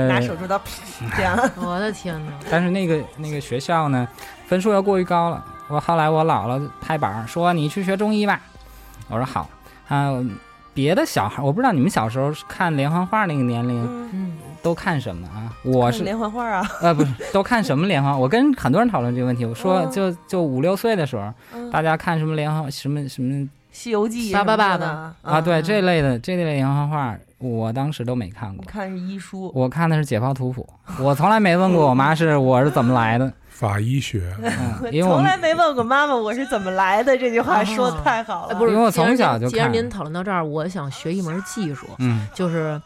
Speaker 6: 拿手
Speaker 5: 是
Speaker 6: 术刀劈这样，
Speaker 4: 嗯我的天哪！
Speaker 5: 但是那个那个学校呢，分数又过于高了。我后来我姥姥拍板儿说你去学中医吧，我说好啊。别的小孩，我不知道你们小时候是看连环画那个年龄
Speaker 6: 嗯，
Speaker 4: 嗯，
Speaker 5: 都看什么啊？我是
Speaker 6: 连环画啊，
Speaker 5: 呃，不是，都看什么连环？我跟很多人讨论这个问题，我说
Speaker 6: 嗯
Speaker 5: 就就五六岁的时候，
Speaker 6: 嗯
Speaker 5: 大家看什么连环什么什么
Speaker 6: 《西游记》
Speaker 4: 爸爸爸爸
Speaker 6: 呢
Speaker 5: 啊，对这类的这类的连环画，我当时都没看过
Speaker 6: 你。看是医书，
Speaker 5: 我看的是《解剖图谱》，我从来没问过我妈是我是怎么来的，
Speaker 7: 法医学，
Speaker 5: 嗯，因为
Speaker 6: 呃
Speaker 5: 我
Speaker 6: 从
Speaker 5: 们
Speaker 6: 来没问过妈妈我是怎么来的，这句话说
Speaker 4: 啊
Speaker 6: 得太好
Speaker 4: 哎，
Speaker 6: 了。
Speaker 4: 不是，
Speaker 5: 因为我从小就
Speaker 4: 既然您既然
Speaker 5: 看
Speaker 4: 您讨论到这儿，我想学一门技术，
Speaker 5: 嗯
Speaker 4: 就是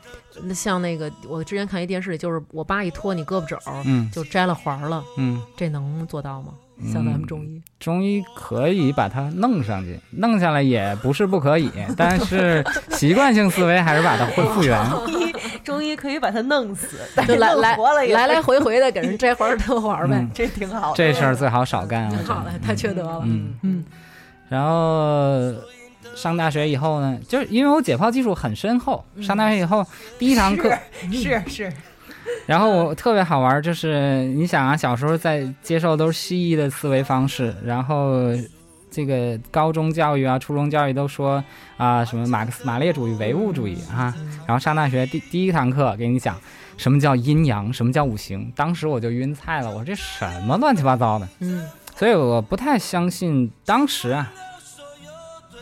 Speaker 4: 那像那个我之前看一电视里，就是我爸一托你胳膊肘儿，
Speaker 5: 嗯
Speaker 4: 就摘了环儿了，
Speaker 5: 嗯，
Speaker 4: 这能做到吗？像咱们中医，
Speaker 5: 中医可以把它弄上去，弄下来也不是不可以，但是习惯性思维还是把它会复原。
Speaker 6: 中医中医可以把它弄 死， 但
Speaker 4: 就是来来
Speaker 6: 弄活了也
Speaker 4: 来来回回的给人摘环儿脱环儿呗。
Speaker 5: 嗯
Speaker 6: 这挺好的。
Speaker 5: 这事儿最好少干，我觉
Speaker 4: 好
Speaker 5: 得。
Speaker 4: 嘞，太缺德了。
Speaker 5: 嗯
Speaker 4: 嗯，
Speaker 5: 然后上大学以后呢，就是因为我解剖技术很深厚，上大学以后第一堂课，
Speaker 6: 是是，
Speaker 5: 然后我特别好玩儿，就是你想啊，小时候在接受都是西医的思维方式，然后这个高中教育啊、初中教育都说啊、什么马克思马列主义、唯物主义啊，然后上大学第第一堂课给你讲什么叫阴阳，什么叫五行，当时我就晕菜了，我说这什么乱七八糟的。
Speaker 4: 嗯，
Speaker 5: 所以我不太相信当时啊，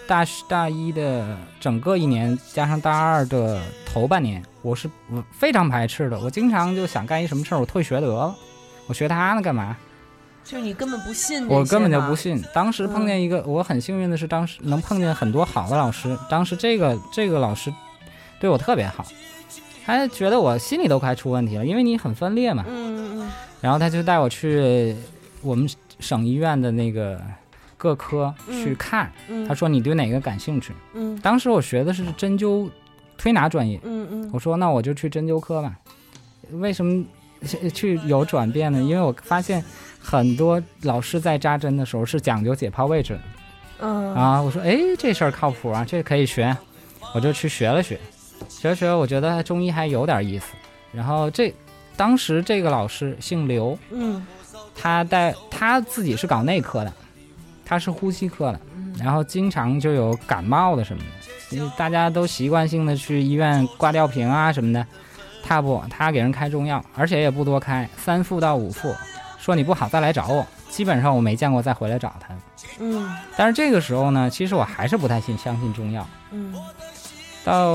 Speaker 5: 大学大一的整个一年，加上大二的头半年，我是我非常排斥的。我经常就想干一什么事儿，我退学得了，我学它呢干嘛？
Speaker 6: 就是你根本不信这些嘛，
Speaker 5: 我根本就不信。当时碰见一个，我很幸运的是，当时能碰见很多好的老师。当时这个这个老师对我特别好，他觉得我心里都快出问题了，因为你很分裂嘛。
Speaker 6: 嗯。嗯嗯，
Speaker 5: 然后他就带我去我们省医院的那个各科去看，
Speaker 6: 嗯
Speaker 5: 他说你对哪个感兴趣？
Speaker 6: 嗯
Speaker 5: 当时我学的是针灸推拿专业，
Speaker 6: 嗯嗯
Speaker 5: 我说那我就去针灸科吧。为什么去去有转变呢？因为我发现很多老师在扎针的时候是讲究解剖位置的
Speaker 6: 嗯
Speaker 5: 啊，我说哎这事儿靠谱啊，这可以学，我就去学了学，学了学我觉得中医还有点意思。然后这当时这个老师姓刘，
Speaker 6: 嗯
Speaker 5: 他带他自己是搞内科的，他是呼吸科的，然后经常就有感冒的什么的，因为大家都习惯性的去医院挂吊瓶啊什么的，他不，他给人开中药，而且也不多开，三副到五副，说你不好再来找我。基本上我没见过再回来找他。
Speaker 6: 嗯
Speaker 5: 但是这个时候呢，其实我还是不太信相信中药。
Speaker 6: 嗯
Speaker 5: 到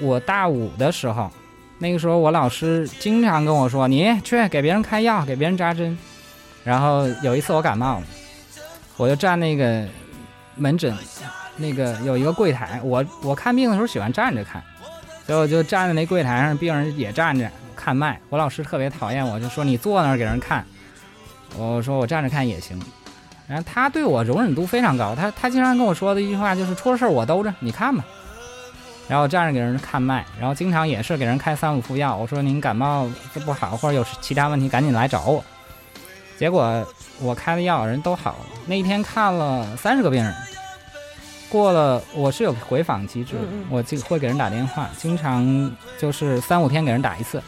Speaker 5: 我大五的时候，那个时候我老师经常跟我说：“你去给别人开药，给别人扎针。”然后有一次我感冒了，我就站那个门诊，那个有一个柜台，我我看病的时候喜欢站着看，所以我就站在那柜台上，病人也站着看脉。我老师特别讨厌我，就说你坐那儿给人看。我说我站着看也行。然后他对我容忍度非常高，他他经常跟我说的一句话就是出了事儿我兜着，你看吧。然后站着给人看脉，然后经常也是给人开三五副药。我说您感冒这不好，或者有其他问题，赶紧来找我。结果我开的药人都好了。那一天看了三十个病人，过了我是有回访机制的，
Speaker 6: 嗯嗯
Speaker 5: 我就会给人打电话，经常就是三五啊天给人打一次。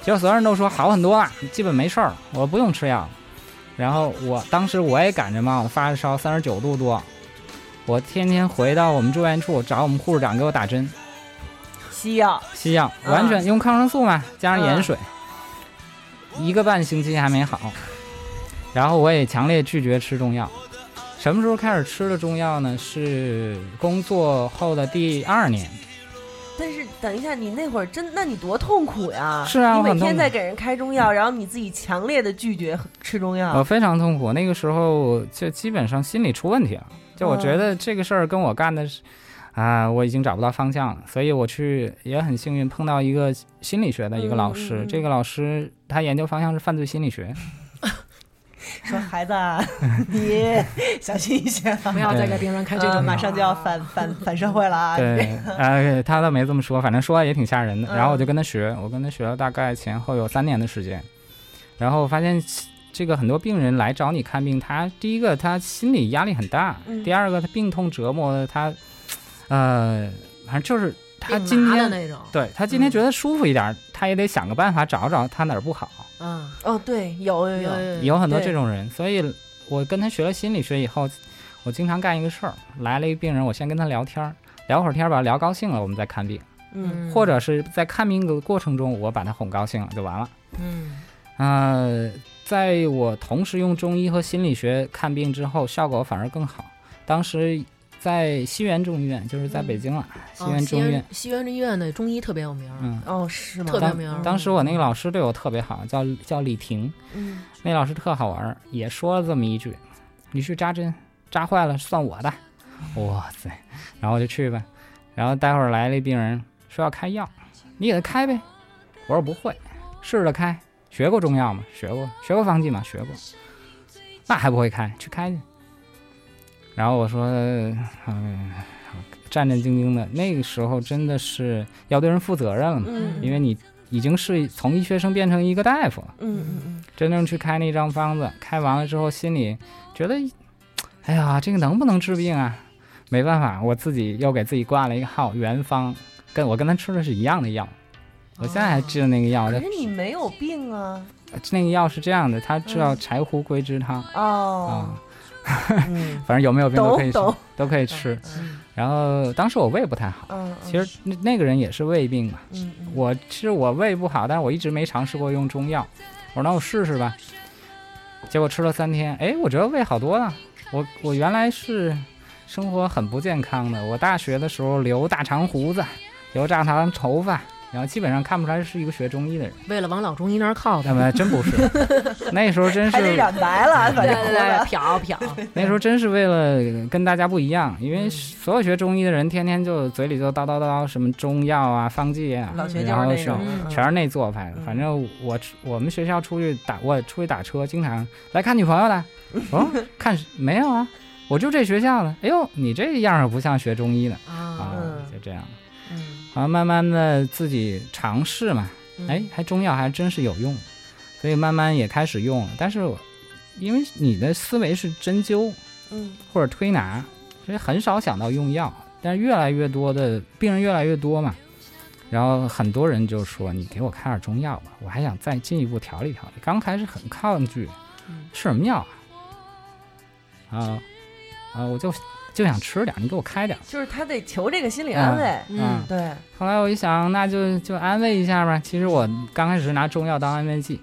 Speaker 5: 结果所有人都说好很多了，基本没事儿了，我不用吃药了。然后我当时我也赶着嘛，我发烧三十九度多，我天天回到我们住院处找我们护士长给我打针，
Speaker 6: 西药，
Speaker 5: 西药，
Speaker 6: 嗯
Speaker 5: 完全用抗生素嘛，加上
Speaker 6: 嗯
Speaker 5: 盐水，一个半星期还没好。然后我也强烈拒绝吃中药。什么时候开始吃的中药呢？是工作后的第二年。
Speaker 6: 但是等一下，你那会儿真，那你多痛苦呀！
Speaker 5: 是啊
Speaker 6: 你
Speaker 5: 我很
Speaker 6: 每天
Speaker 5: 痛苦
Speaker 6: 在给人开中药，然后你自己强烈的拒绝吃中药。
Speaker 5: 我非常痛苦，那个时候就基本上心里出问题了，就我
Speaker 6: 嗯
Speaker 5: 觉得这个事儿跟我干的是，啊、我已经找不到方向了，所以我去也很幸运碰到一个心理学的一个老师，
Speaker 6: 嗯嗯嗯
Speaker 5: 这个老师他研究方向是犯罪心理学，
Speaker 6: 说孩子 啊，你小心一些啊，
Speaker 4: 不要再给别人开这种
Speaker 6: 呃
Speaker 4: 药
Speaker 6: 马上就要反反反社会了啊！
Speaker 5: 嗯对， 呃，他倒没这么说，反正说也挺吓人的。
Speaker 6: 嗯
Speaker 5: 然后我就跟他学，我跟他学了大概前后有三年的时间，然后我发现这个很多病人来找你看病，他第一个他心理压力很大，
Speaker 6: 嗯
Speaker 5: 第二个他病痛折磨他，呃，反正就是他
Speaker 4: 挺
Speaker 5: 今
Speaker 4: 麻的
Speaker 5: 天
Speaker 4: 那种，
Speaker 5: 对他
Speaker 6: 嗯
Speaker 5: 今天觉得舒服一点儿，他也得想个办法找找他哪儿不好。
Speaker 4: 嗯，
Speaker 6: 哦，对，有有有，
Speaker 4: 有
Speaker 5: 有很多
Speaker 6: 对
Speaker 5: 这种人，所以我跟他学了心理学以后，我经常干一个事儿，来了一个病人，我先跟他聊天儿，聊会儿天儿吧，聊高兴了，我们再看病，
Speaker 6: 嗯，
Speaker 5: 或者是在看病的过程中，我把他哄高兴了就完了。
Speaker 4: 嗯
Speaker 5: 呃，在我同时用中医和心理学看病之后，效果反而更好。当时在西园中医院，就是在北京了，西
Speaker 4: 哦
Speaker 5: 园中医院。
Speaker 4: 西园医院的中医特别有名儿，
Speaker 5: 嗯，
Speaker 6: 哦，是吗？
Speaker 4: 特别有
Speaker 5: 当
Speaker 4: 名儿。嗯
Speaker 5: 当时我那个老师对我特别好，叫叫李婷，
Speaker 6: 嗯，
Speaker 5: 那老师特好玩儿，也说了这么一句：“你去扎针，扎坏了算我的。”哇塞！然后我就去呗。然后待会儿来了一病人说要开药，你给他开呗。我说不会，试着开。学过中药吗？学过，学过方剂吗？学过。那还不会开，去开去。然后我说，嗯、战战兢兢的。那个时候真的是要对人负责任了嘛，
Speaker 6: 嗯
Speaker 5: 因为你已经是从医学生变成一个大夫了。
Speaker 6: 嗯嗯嗯，
Speaker 5: 真正去开那张方子，开完了之后心里觉得，哎呀，这个能不能治病啊？没办法，我自己又给自己挂了一个号，原方，跟我跟他吃的是一样的药。我现在还记得那个药，
Speaker 6: 哦可
Speaker 5: 那
Speaker 6: 是你没有病啊！
Speaker 5: 那个药是这样的，它叫柴胡归枝汤
Speaker 6: 嗯哦
Speaker 5: 啊，，
Speaker 6: 嗯，
Speaker 5: 反正有没有病都可以吃
Speaker 6: 懂懂，
Speaker 5: 都可以吃。
Speaker 6: 嗯
Speaker 5: 然后当时我胃不太好，
Speaker 6: 嗯，
Speaker 5: 其实那那个人也是胃病嘛，
Speaker 6: 嗯，嗯
Speaker 5: 我其实我胃不好，但是我一直没尝试过用中药。我说那我试试吧，结果吃了三天，哎，我觉得胃好多了。我我原来是生活很不健康的，我大学的时候留大长胡子，留大长头发，然后基本上看不出来是一个学中医的人。
Speaker 4: 为了往老中医那儿靠
Speaker 5: 那
Speaker 4: 的，
Speaker 5: 么真不是，那时候真
Speaker 6: 还得
Speaker 5: 是
Speaker 6: 染白了，把
Speaker 4: 对
Speaker 6: 这
Speaker 4: 对
Speaker 6: 胡
Speaker 4: 对，
Speaker 6: 子，
Speaker 4: 漂 漂，
Speaker 5: 那时候真是为了跟大家不一样，因为
Speaker 4: 嗯
Speaker 5: 所有学中医的人天天就嘴里就叨叨叨什么中药啊、方剂啊，
Speaker 6: 老学究
Speaker 5: 然后
Speaker 6: 那种
Speaker 4: 是，
Speaker 6: 嗯
Speaker 5: 全是内做派的。
Speaker 6: 嗯
Speaker 5: 反正我出我们学校出去打，我出去打车，经常来看女朋 友的。哦，看谁没有啊？我就这学校的。哎呦，你这样儿不像学中医的啊
Speaker 4: 啊，
Speaker 6: 嗯，
Speaker 5: 就这样。
Speaker 6: 嗯
Speaker 5: 然后慢慢的自己尝试嘛，
Speaker 4: 嗯
Speaker 5: 哎，还中药还真是有用，所以慢慢也开始用了。但是我因为你的思维是针灸
Speaker 6: 嗯
Speaker 5: 或者推拿，所以很少想到用药。但是越来越多的病人越来越多嘛，然后很多人就说：“你给我开点中药吧，我还想再进一步调理调理。”刚开始很抗拒，吃什么药啊？啊啊，我就就想吃点儿，你给我开点儿。啊
Speaker 6: 就是他得求这个心理安慰，
Speaker 4: 嗯
Speaker 6: 对，
Speaker 5: 后来我一想，那就就安慰一下吧。其实我刚开始是拿中药当安慰剂，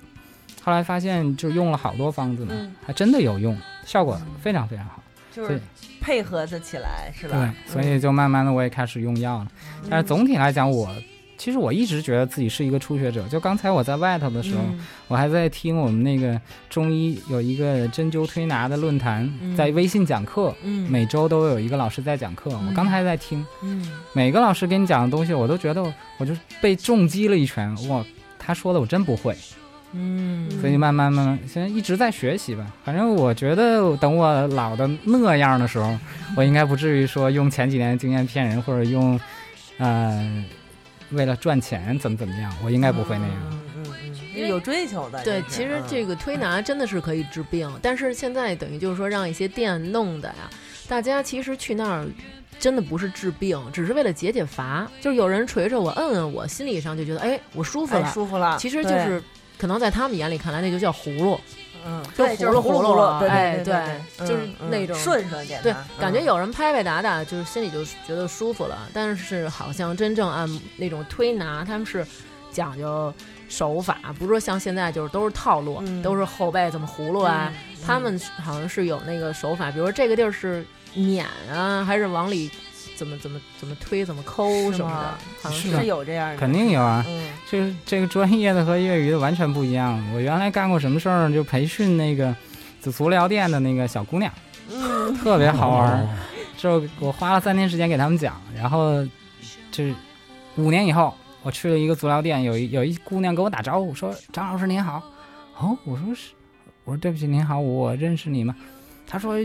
Speaker 5: 后来发现就用了好多方子呢，
Speaker 6: 嗯
Speaker 5: 还真的有用，效果非常非常好。
Speaker 6: 就是配合的起来，是吧？嗯
Speaker 5: 所以就慢慢的我也开始用药了。
Speaker 4: 嗯
Speaker 5: 但是总体来讲，我其实我一直觉得自己是一个初学者。就刚才我在外头的时候，
Speaker 4: 嗯
Speaker 5: 我还在听我们那个中医有一个针灸推拿的论坛，
Speaker 4: 嗯
Speaker 5: 在微信讲课，
Speaker 4: 嗯
Speaker 5: 每周都有一个老师在讲课。我刚才还在听，
Speaker 4: 嗯
Speaker 5: 每个老师给你讲的东西，我都觉得我我就被重击了一拳。哇，他说的我真不会，
Speaker 4: 嗯，
Speaker 5: 所以慢慢慢慢，现在一直在学习吧。反正我觉得，等我老的那样的时候，我应该不至于说用前几年的经验骗人，或者用，呃，为了赚钱怎么怎么样，我应该不会那样。
Speaker 6: 嗯嗯嗯，
Speaker 4: 因
Speaker 6: 因
Speaker 4: 为
Speaker 6: 为有追求的。
Speaker 4: 对，
Speaker 6: 这是
Speaker 4: 其实
Speaker 5: 嗯
Speaker 4: 这个推拿真的是可以治病，但是现在等于就是说让一些店弄的呀，大家其实去那儿。真的不是治病，只是为了解解乏。就是有人捶捶我、摁摁我，心理上就觉得哎，我舒服
Speaker 6: 哎
Speaker 4: 了。
Speaker 6: 舒服了，
Speaker 4: 其实就
Speaker 6: 对
Speaker 4: 是可能在他们眼里看来，那就叫葫芦，
Speaker 6: 嗯，
Speaker 4: 就
Speaker 6: 对，
Speaker 4: 葫
Speaker 6: 是
Speaker 4: 芦
Speaker 6: 葫
Speaker 4: 芦
Speaker 6: 芦
Speaker 4: 了，
Speaker 6: 对
Speaker 4: 哎，
Speaker 6: 对对，对
Speaker 4: 就是
Speaker 6: 嗯
Speaker 4: 那
Speaker 6: 嗯
Speaker 4: 种
Speaker 6: 顺顺点
Speaker 4: 对，
Speaker 6: 的，嗯
Speaker 4: 感觉有人拍拍打打，就是心里就觉得舒服了。但是好像真正按那种推拿，他们是讲究手法，不是说像现在就是都是套路，
Speaker 6: 嗯
Speaker 4: 都是后背怎么葫芦啊。他们好像是有那个手法，比如说这个地儿是捻啊，还是往里怎么怎么怎么推、怎么抠
Speaker 6: 是
Speaker 4: 什么
Speaker 6: 吗
Speaker 4: 的，
Speaker 7: 嗯
Speaker 4: 好像
Speaker 5: 是
Speaker 4: 是
Speaker 5: 吧
Speaker 6: 是有这样的，
Speaker 5: 肯定有啊。
Speaker 6: 嗯，
Speaker 5: 就是这个专业的和业余的完全不一样。我原来干过什么事儿呢？就培训那个足足疗店的那个小姑娘，
Speaker 6: 嗯
Speaker 5: 特别好玩儿。 就我花了三天时间给他们讲，然后就是五年以后，我去了一个足疗店，有一有一姑娘给我打招呼说：“张老师您好。”哦，我说是，我说对不起您好，我认识你吗？她说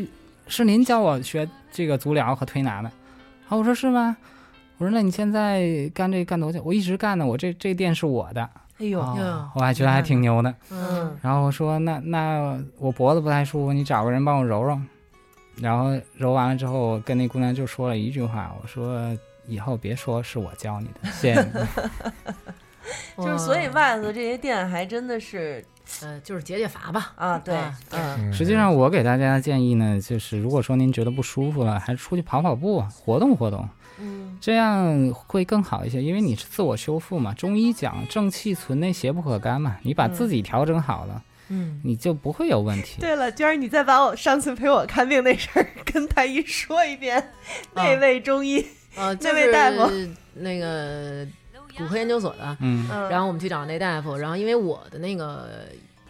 Speaker 5: 是您教我学这个足疗和推拿的。好，我说是吗？我说那你现在干这干多久？我一直干呢，我这这店是我的。
Speaker 6: 哎呦，
Speaker 5: 哦
Speaker 4: 呀、
Speaker 5: 我还觉得还挺牛的。
Speaker 6: 嗯
Speaker 5: 然后我说那那我脖子不太舒服，你找个人帮我揉揉。然后揉完了之后，我跟那姑娘就说了一句话，我说以后别说是我教你的，谢谢你。
Speaker 6: 嗯就是所以外头这些店还真的是
Speaker 4: 呃，就是解解乏吧。
Speaker 6: 啊，对
Speaker 4: 啊，
Speaker 6: 嗯，
Speaker 7: 嗯
Speaker 5: 实际上，我给大家的建议呢，就是如果说您觉得不舒服了，还是出去跑跑步，啊活动活动，
Speaker 6: 嗯，
Speaker 5: 这样会更好一些。因为你是自我修复嘛，中医讲正气存内，邪不可干嘛，你把
Speaker 6: 嗯
Speaker 5: 自己调整好了，
Speaker 4: 嗯，
Speaker 5: 你就不会有问题。
Speaker 6: 对了，娟儿，你再把我上次陪我看病那事儿跟太医说一遍。
Speaker 4: 嗯
Speaker 6: 那位中医，
Speaker 4: 呃，就
Speaker 6: 那位大夫
Speaker 4: 是那个骨科研究所的，
Speaker 5: 嗯
Speaker 6: 嗯，
Speaker 4: 然
Speaker 6: 后
Speaker 4: 后我们去找那大夫，然后因为我的那个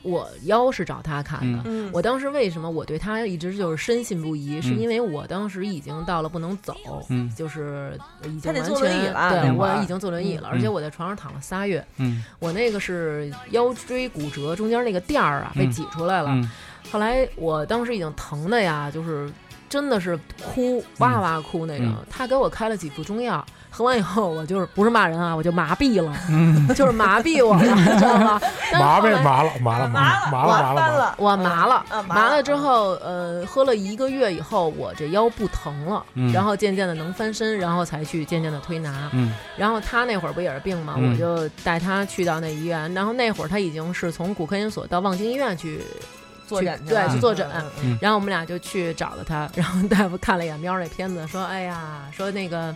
Speaker 4: 我腰是找他看的。
Speaker 6: 嗯，
Speaker 4: 我当时为什么我对他一直就是深信不疑，是因为我当时已经到了不能走，
Speaker 5: 嗯
Speaker 4: 就是已
Speaker 6: 他
Speaker 4: 经
Speaker 6: 得
Speaker 4: 完
Speaker 6: 坐轮椅
Speaker 4: 全
Speaker 6: 了
Speaker 4: 对
Speaker 5: 那会
Speaker 4: 我
Speaker 6: 儿
Speaker 4: 已经坐轮椅了，
Speaker 5: 嗯
Speaker 4: 而且我在床上躺了仨月，
Speaker 5: 嗯
Speaker 4: 我那个是腰椎骨折，中间那个垫儿啊被
Speaker 5: 嗯
Speaker 4: 挤出来了，
Speaker 5: 嗯
Speaker 4: 后来我当时已经疼的呀，就是真的是哭，哇哇哭那种。
Speaker 5: 嗯
Speaker 4: 他给我开了几副中药，喝完以后我就是不是骂人啊，我就麻痹了，
Speaker 5: 嗯
Speaker 4: 就是麻痹我了，知道吗？但是
Speaker 7: 麻
Speaker 4: 后
Speaker 7: 呗
Speaker 4: 来
Speaker 7: 麻了麻了麻了麻了麻了麻
Speaker 6: 完
Speaker 7: 了，
Speaker 6: 了，
Speaker 4: 我麻了，
Speaker 6: 啊麻了
Speaker 4: 麻了之后，呃，喝了一个月以后，我这腰不疼了，
Speaker 5: 嗯
Speaker 4: 然后渐渐的能翻身，然后才去渐渐的推拿。
Speaker 5: 嗯
Speaker 4: 然后他那会儿不也是病嘛，
Speaker 5: 嗯
Speaker 4: 我就带他去到那医院，然后那会儿他已经是从骨科研究所到望京医院去
Speaker 6: 嗯坐诊去
Speaker 4: 对
Speaker 6: 了
Speaker 4: 去坐诊啊
Speaker 6: 嗯
Speaker 4: 然后我们俩就去找了他，然后大夫看了一眼喵儿那片子，说：“哎呀，说那个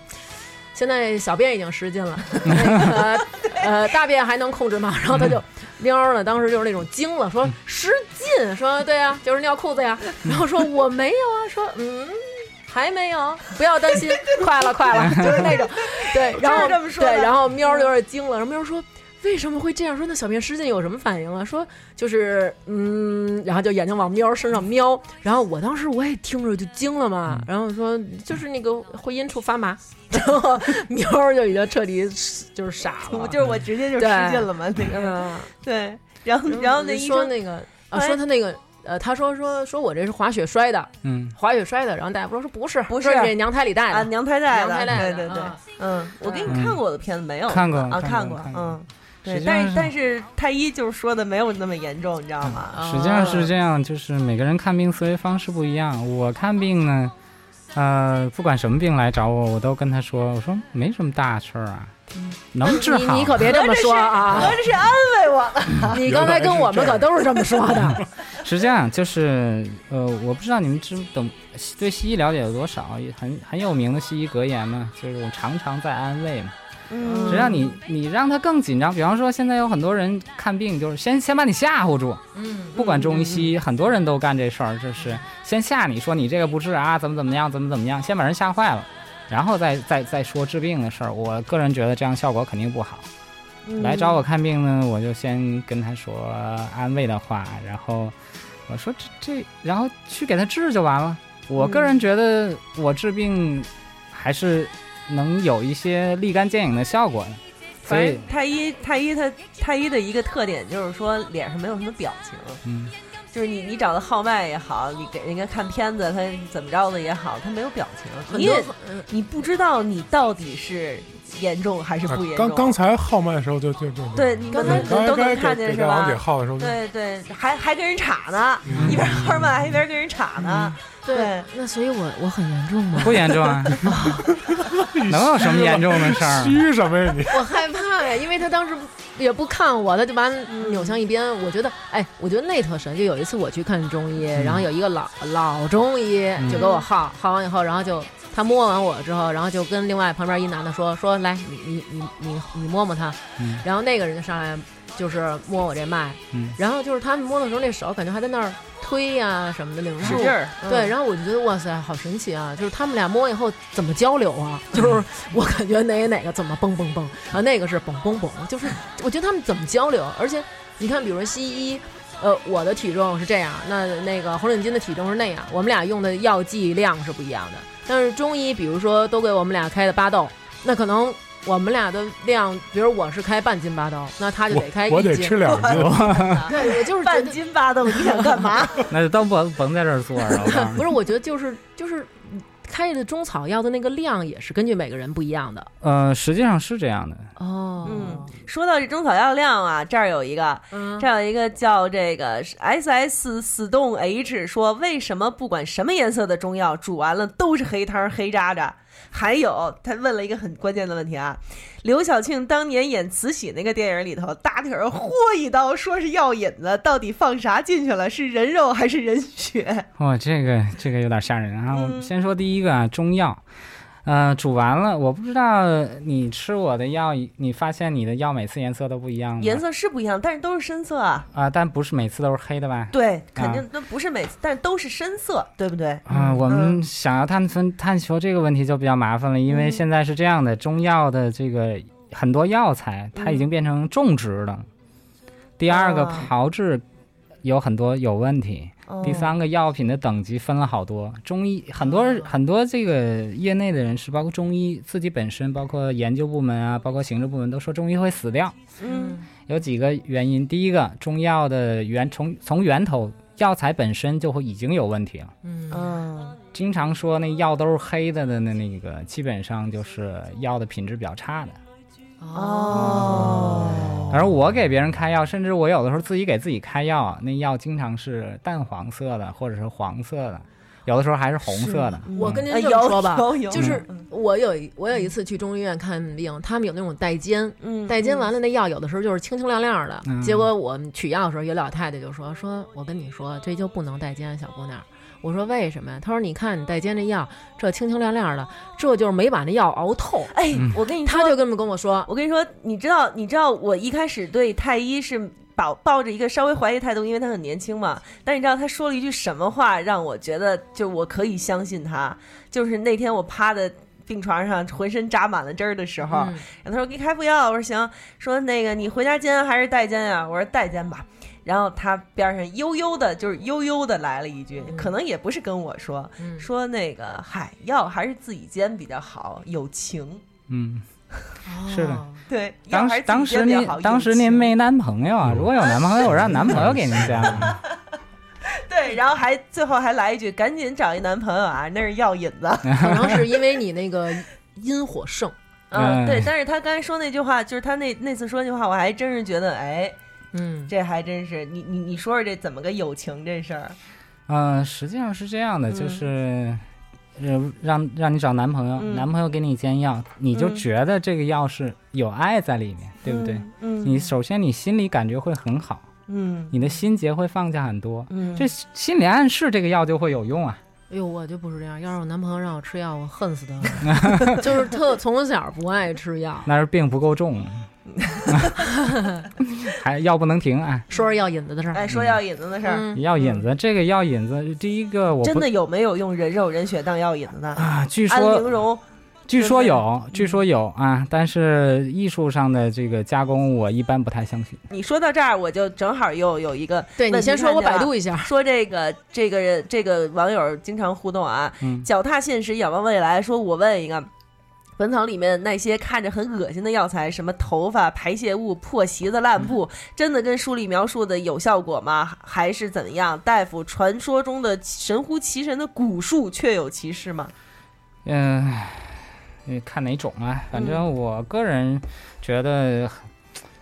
Speaker 4: 现在小便已经失 禁了，那个呃大便还能控制吗？”然后他
Speaker 6: 嗯
Speaker 4: 就喵儿呢，当时就是那种惊了，说：“失禁？说对呀、啊就是尿裤子呀。”
Speaker 6: 嗯
Speaker 4: 然后说：“我没有啊。”说：“嗯。”还没有，不要 担心，快了，快了，就是那种， 对，然后
Speaker 6: 就是这么说的嗯
Speaker 4: 对，然后喵儿有点惊了，然后喵儿说为什么会这样？说那小便失禁有什么反应啊？说就是嗯，然后就眼睛往喵儿身上瞄，然后我当时我也听着就惊了嘛，然后说就是那个会阴处发麻， 然后喵儿就已经彻底就是傻
Speaker 6: 我
Speaker 4: 了，
Speaker 6: 就是我直接就失禁了嘛，那个
Speaker 4: 嗯，
Speaker 6: 对，然后 然后那医
Speaker 4: 说
Speaker 6: 生哎
Speaker 4: 那个
Speaker 6: 后
Speaker 4: 啊，
Speaker 6: 来
Speaker 4: 说他那个呃，他说说说我这是滑雪摔的，
Speaker 5: 嗯
Speaker 4: 滑雪摔的，然后大夫说说不是，
Speaker 6: 不
Speaker 4: 说
Speaker 6: 是
Speaker 4: 你这娘胎里带的，
Speaker 6: 啊娘胎带
Speaker 4: 娘胎带
Speaker 6: 的，
Speaker 4: 的，
Speaker 6: 对对对，
Speaker 4: 啊
Speaker 6: 嗯，我给你
Speaker 5: 嗯
Speaker 6: 看过我的片子没有？
Speaker 5: 看过
Speaker 6: 啊，看
Speaker 5: 看
Speaker 6: 过
Speaker 5: 过，看过
Speaker 6: 嗯，
Speaker 5: 实
Speaker 6: 对，
Speaker 5: 际
Speaker 6: 但
Speaker 5: 上
Speaker 6: 是但是太医就是说的没有那么严重，你知道吗？
Speaker 5: 实际上嗯是这样，就是每个人看病思维方式不一样。我看病呢，呃，不管什么病来找我，我都跟他说，我说没什么大事儿啊，能治
Speaker 4: 嗯你
Speaker 5: 好。
Speaker 4: 你可别这么说啊！
Speaker 6: 合着是安慰我了，
Speaker 4: 你刚才跟我们可都是这么说的。
Speaker 5: 是这样，就是呃，我不知道你们知不懂对西医了解有多少，也很很有名的西医格言嘛，就是我常常在安慰嘛。
Speaker 6: 嗯
Speaker 5: 实际上你你让他更紧张，比方说现在有很多人看病就是先先把你吓唬住，
Speaker 4: 嗯，
Speaker 5: 不管中医西医，很多人都干这事儿，就是先吓你说你这个不治啊，怎么怎么样，怎么怎么样，先把人吓坏了，然后再再再说治病的事儿。我个人觉得这样效果肯定不好。
Speaker 4: 嗯
Speaker 5: 来找
Speaker 6: 嗯
Speaker 5: 我看病呢，我就先跟他说安慰的话，然后我说这这，然后去给他治就完了。我个人觉得我治病还是能有一些立竿见影的效果的，所
Speaker 6: 反
Speaker 5: 以
Speaker 6: 正太医太医他太医的一个特点就是说脸上没有什么表情，
Speaker 5: 嗯，
Speaker 6: 就是你你找他号脉也好，你给人家看片子他怎么着的也好，他没有表情，你
Speaker 4: 你嗯
Speaker 6: 也你不知道你到底是严重还是
Speaker 7: 啊
Speaker 6: 不严重。
Speaker 7: 刚刚才号脉的时候就就就
Speaker 6: 对你刚才
Speaker 7: 对刚
Speaker 6: 都能
Speaker 7: 才
Speaker 6: 看见
Speaker 7: 给给
Speaker 6: 是
Speaker 7: 大王
Speaker 6: 吧
Speaker 7: 姐？号的时候就
Speaker 6: 对对，还还跟人吵呢，
Speaker 7: 嗯
Speaker 6: 一边号脉还一边跟人吵呢。对
Speaker 4: 对，那所以我我很严重 吗？
Speaker 5: 不严 重啊，能有什么严重的事儿？啊
Speaker 7: 虚什么呀你？
Speaker 4: 我害怕呀，因为他当时也不看我，他就把扭向一边。我觉得，哎，我觉得那特神。就有一次我去看中医，然后有一个老老中医就给我耗耗完以后，然后就他摸完我之后，然后就跟另外旁边一男的说说来，你你你你你摸摸他。
Speaker 5: 嗯
Speaker 4: 然后那个人就上来就是摸我这脉，
Speaker 5: 嗯
Speaker 4: 然后就是他们摸的时候，那手感觉还在那儿推呀、什么的那种。然后
Speaker 6: 嗯使劲儿，
Speaker 7: 嗯
Speaker 4: 对，然后我就觉得哇塞，好神奇啊！就是他们俩摸以后怎么交流啊？ 就是我感觉哪个哪个怎么蹦蹦蹦，啊，那个是蹦蹦蹦，就是我觉得他们怎么交流？而且你看，比如说西医，呃，我的体重是这样，那那个红领巾的体重是那样，我们俩用的药剂量是不一样的。但是中医，比如说都给我们俩开的巴豆，那可能我们俩的量，比如我是开半斤巴豆，那他就得开
Speaker 7: 我
Speaker 4: 一斤。
Speaker 7: 我得吃两斤，
Speaker 4: 啊我就是觉
Speaker 6: 半
Speaker 4: 得
Speaker 6: 斤八豆，你想干嘛？
Speaker 5: 那就都甭甭在这儿坐着了。我告诉你
Speaker 4: 不是，我觉得就是就是开的中草药的那个量也是根据每个人不一样的
Speaker 5: 呃，实际上是这样的，
Speaker 4: 哦
Speaker 6: 嗯，说到这中草药量啊，这儿有一个，
Speaker 4: 嗯
Speaker 6: 这儿有一个叫这个 S S 死冻 H 说，为什么不管什么颜色的中药煮完了都是黑汤儿黑渣渣？还有，他问了一个很关键的问题啊，刘晓庆当年演慈禧那个电影里头，大腿儿豁一刀，说是药引子，到底放啥进去了？是人肉还是人血？
Speaker 5: 哇，这个这个有点吓人啊！我
Speaker 6: 嗯
Speaker 5: 先说第一个啊，中药，呃，煮完了，我不知道你吃我的药，你发现你的药每次颜色都不一样
Speaker 4: 嗯
Speaker 5: 吗？
Speaker 6: 颜色是不一样，但是都是深色啊。
Speaker 5: 啊、但不是每次都是黑的吧？
Speaker 6: 对，肯
Speaker 4: 啊
Speaker 6: 定那不是每次，但是都是深色，对不对？
Speaker 5: 啊、我
Speaker 6: 嗯嗯
Speaker 5: 们想要探分探求这个问题就比较麻烦了，因为现在是这样的，中药的这个很多药材它
Speaker 6: 嗯
Speaker 5: 已经变成种植了。第二个
Speaker 6: 哦
Speaker 5: 炮制有很多有问题，
Speaker 6: 哦
Speaker 5: 第三个药品的等级分了好多，中医很多很多这个业内的人士，包括中医自己本身，包括研究部门啊，包括行政部门都说中医会死掉，
Speaker 6: 嗯
Speaker 5: 有几个原因。第一个，中药的源从从源头药材本身就会已经有问题了。
Speaker 6: 嗯
Speaker 5: 经常说那药都是黑的的那那个，基本上就是药的品质比较差的。
Speaker 4: 哦
Speaker 6: 哦
Speaker 5: 而我给别人开药，甚至我有的时候自己给自己开药，啊那药经常是淡黄色的，或者是黄色的，有的时候还是红色的。
Speaker 4: 我跟您
Speaker 6: 哎
Speaker 4: 这么
Speaker 6: 有
Speaker 4: 说吧，
Speaker 6: 有有
Speaker 4: 就是
Speaker 6: 嗯
Speaker 4: 我有一我有一次去中医院看病，他们有那种代煎，
Speaker 6: 嗯
Speaker 4: 代煎完了那药有的时候就是清清亮亮的。
Speaker 5: 嗯
Speaker 4: 结果我们取药的时候，有老太太就说：“说我跟你说，这就不能代煎，小姑娘。”我说：“为什么呀？”她说：“你看你代煎这药，这清清亮亮的，这就是没把那药熬透。
Speaker 6: 哎，我跟”你
Speaker 4: 她
Speaker 6: 说，
Speaker 4: 就这么跟我说，
Speaker 6: 我跟你说，你知道，你知道，我一开始对太医是抱抱着一个稍微怀疑态度，因为他很年轻嘛。但你知道他说了一句什么话，让我觉得就我可以相信他。就是那天我趴在病床上，浑身扎满了针儿的时候，
Speaker 4: 嗯
Speaker 6: 然后他说给你开副药，我说行，说那个你回家煎还是代煎啊？我说代煎吧。然后他边上悠悠的，就是悠悠的来了一句，
Speaker 5: 嗯
Speaker 6: 可能也不是跟我说，
Speaker 4: 嗯
Speaker 6: 说那个嗨，药还是自己煎比较好，有情。
Speaker 5: 嗯，是的。
Speaker 4: 哦
Speaker 6: 对，药
Speaker 5: 当
Speaker 6: 还是
Speaker 5: 时
Speaker 6: 自己
Speaker 5: 当时
Speaker 6: 煎比较
Speaker 5: 您
Speaker 6: 好有
Speaker 5: 当时您
Speaker 6: 情
Speaker 5: 没男朋友啊？如果有男朋友，我让男朋友给您加。
Speaker 6: 对，然后还最后还来一句，赶紧找一男朋友啊，那是药引子。
Speaker 5: 嗯
Speaker 4: 可能是因为你那个阴火盛，
Speaker 6: 嗯，
Speaker 5: 嗯
Speaker 6: 对，但是他刚才说那句话，就是他那那次说那句话，我还真是觉得，哎，
Speaker 4: 嗯，
Speaker 6: 这还真是你你你说说这怎么个友情这事儿？
Speaker 5: 嗯，实际上是这样的，
Speaker 6: 嗯
Speaker 5: 就是，呃，让让你找男朋友，
Speaker 6: 嗯
Speaker 5: 男朋友给你煎药，你就
Speaker 6: 嗯
Speaker 5: 觉得这个药是有爱在里面，对不对？
Speaker 6: 嗯？嗯，
Speaker 5: 你首先你心里感觉会很好，
Speaker 6: 嗯
Speaker 5: 你的心结会放下很多，
Speaker 6: 嗯，
Speaker 5: 这心理暗示这个药就会有用啊。
Speaker 4: 哎呦，我就不是这样。要是我男朋友让我吃药，我恨死他 了。就是特从小不爱吃药，
Speaker 5: 那是病不 够重，还药不能停啊。
Speaker 4: 说说药引子的事儿。
Speaker 6: 哎，说药引子的事儿，
Speaker 4: 嗯，
Speaker 5: 药引子，这个药引子，第一个我
Speaker 6: 真
Speaker 5: 不
Speaker 6: 的有没有用人肉人血当药引子的？
Speaker 5: 啊，据
Speaker 6: 安陵
Speaker 5: 说
Speaker 6: 容，
Speaker 5: 据
Speaker 6: 对
Speaker 5: 说
Speaker 6: 对
Speaker 5: 有，据
Speaker 6: 嗯
Speaker 5: 说有啊，但是艺术上的这个加工，我一般不太相信。
Speaker 6: 你说到这儿，我就正好又有一个
Speaker 4: 对你
Speaker 6: 问题
Speaker 4: 先说，我
Speaker 6: 看见啊
Speaker 4: 百
Speaker 6: 了
Speaker 4: 度一下。
Speaker 6: 说这个这个人这个网友经常互动啊，
Speaker 5: 嗯
Speaker 6: 脚踏现实，仰望未来。说我问一个，本草里面那些看着很恶心的药材，什么头发、排泄物、破席子、烂布，
Speaker 5: 嗯
Speaker 6: 真的跟书里描述的有效果吗？还是怎么样？大夫，传说中的神乎其神的蛊术确有其事吗？
Speaker 5: 嗯、呃看哪种啊？反
Speaker 6: 嗯
Speaker 5: 正我个人觉得，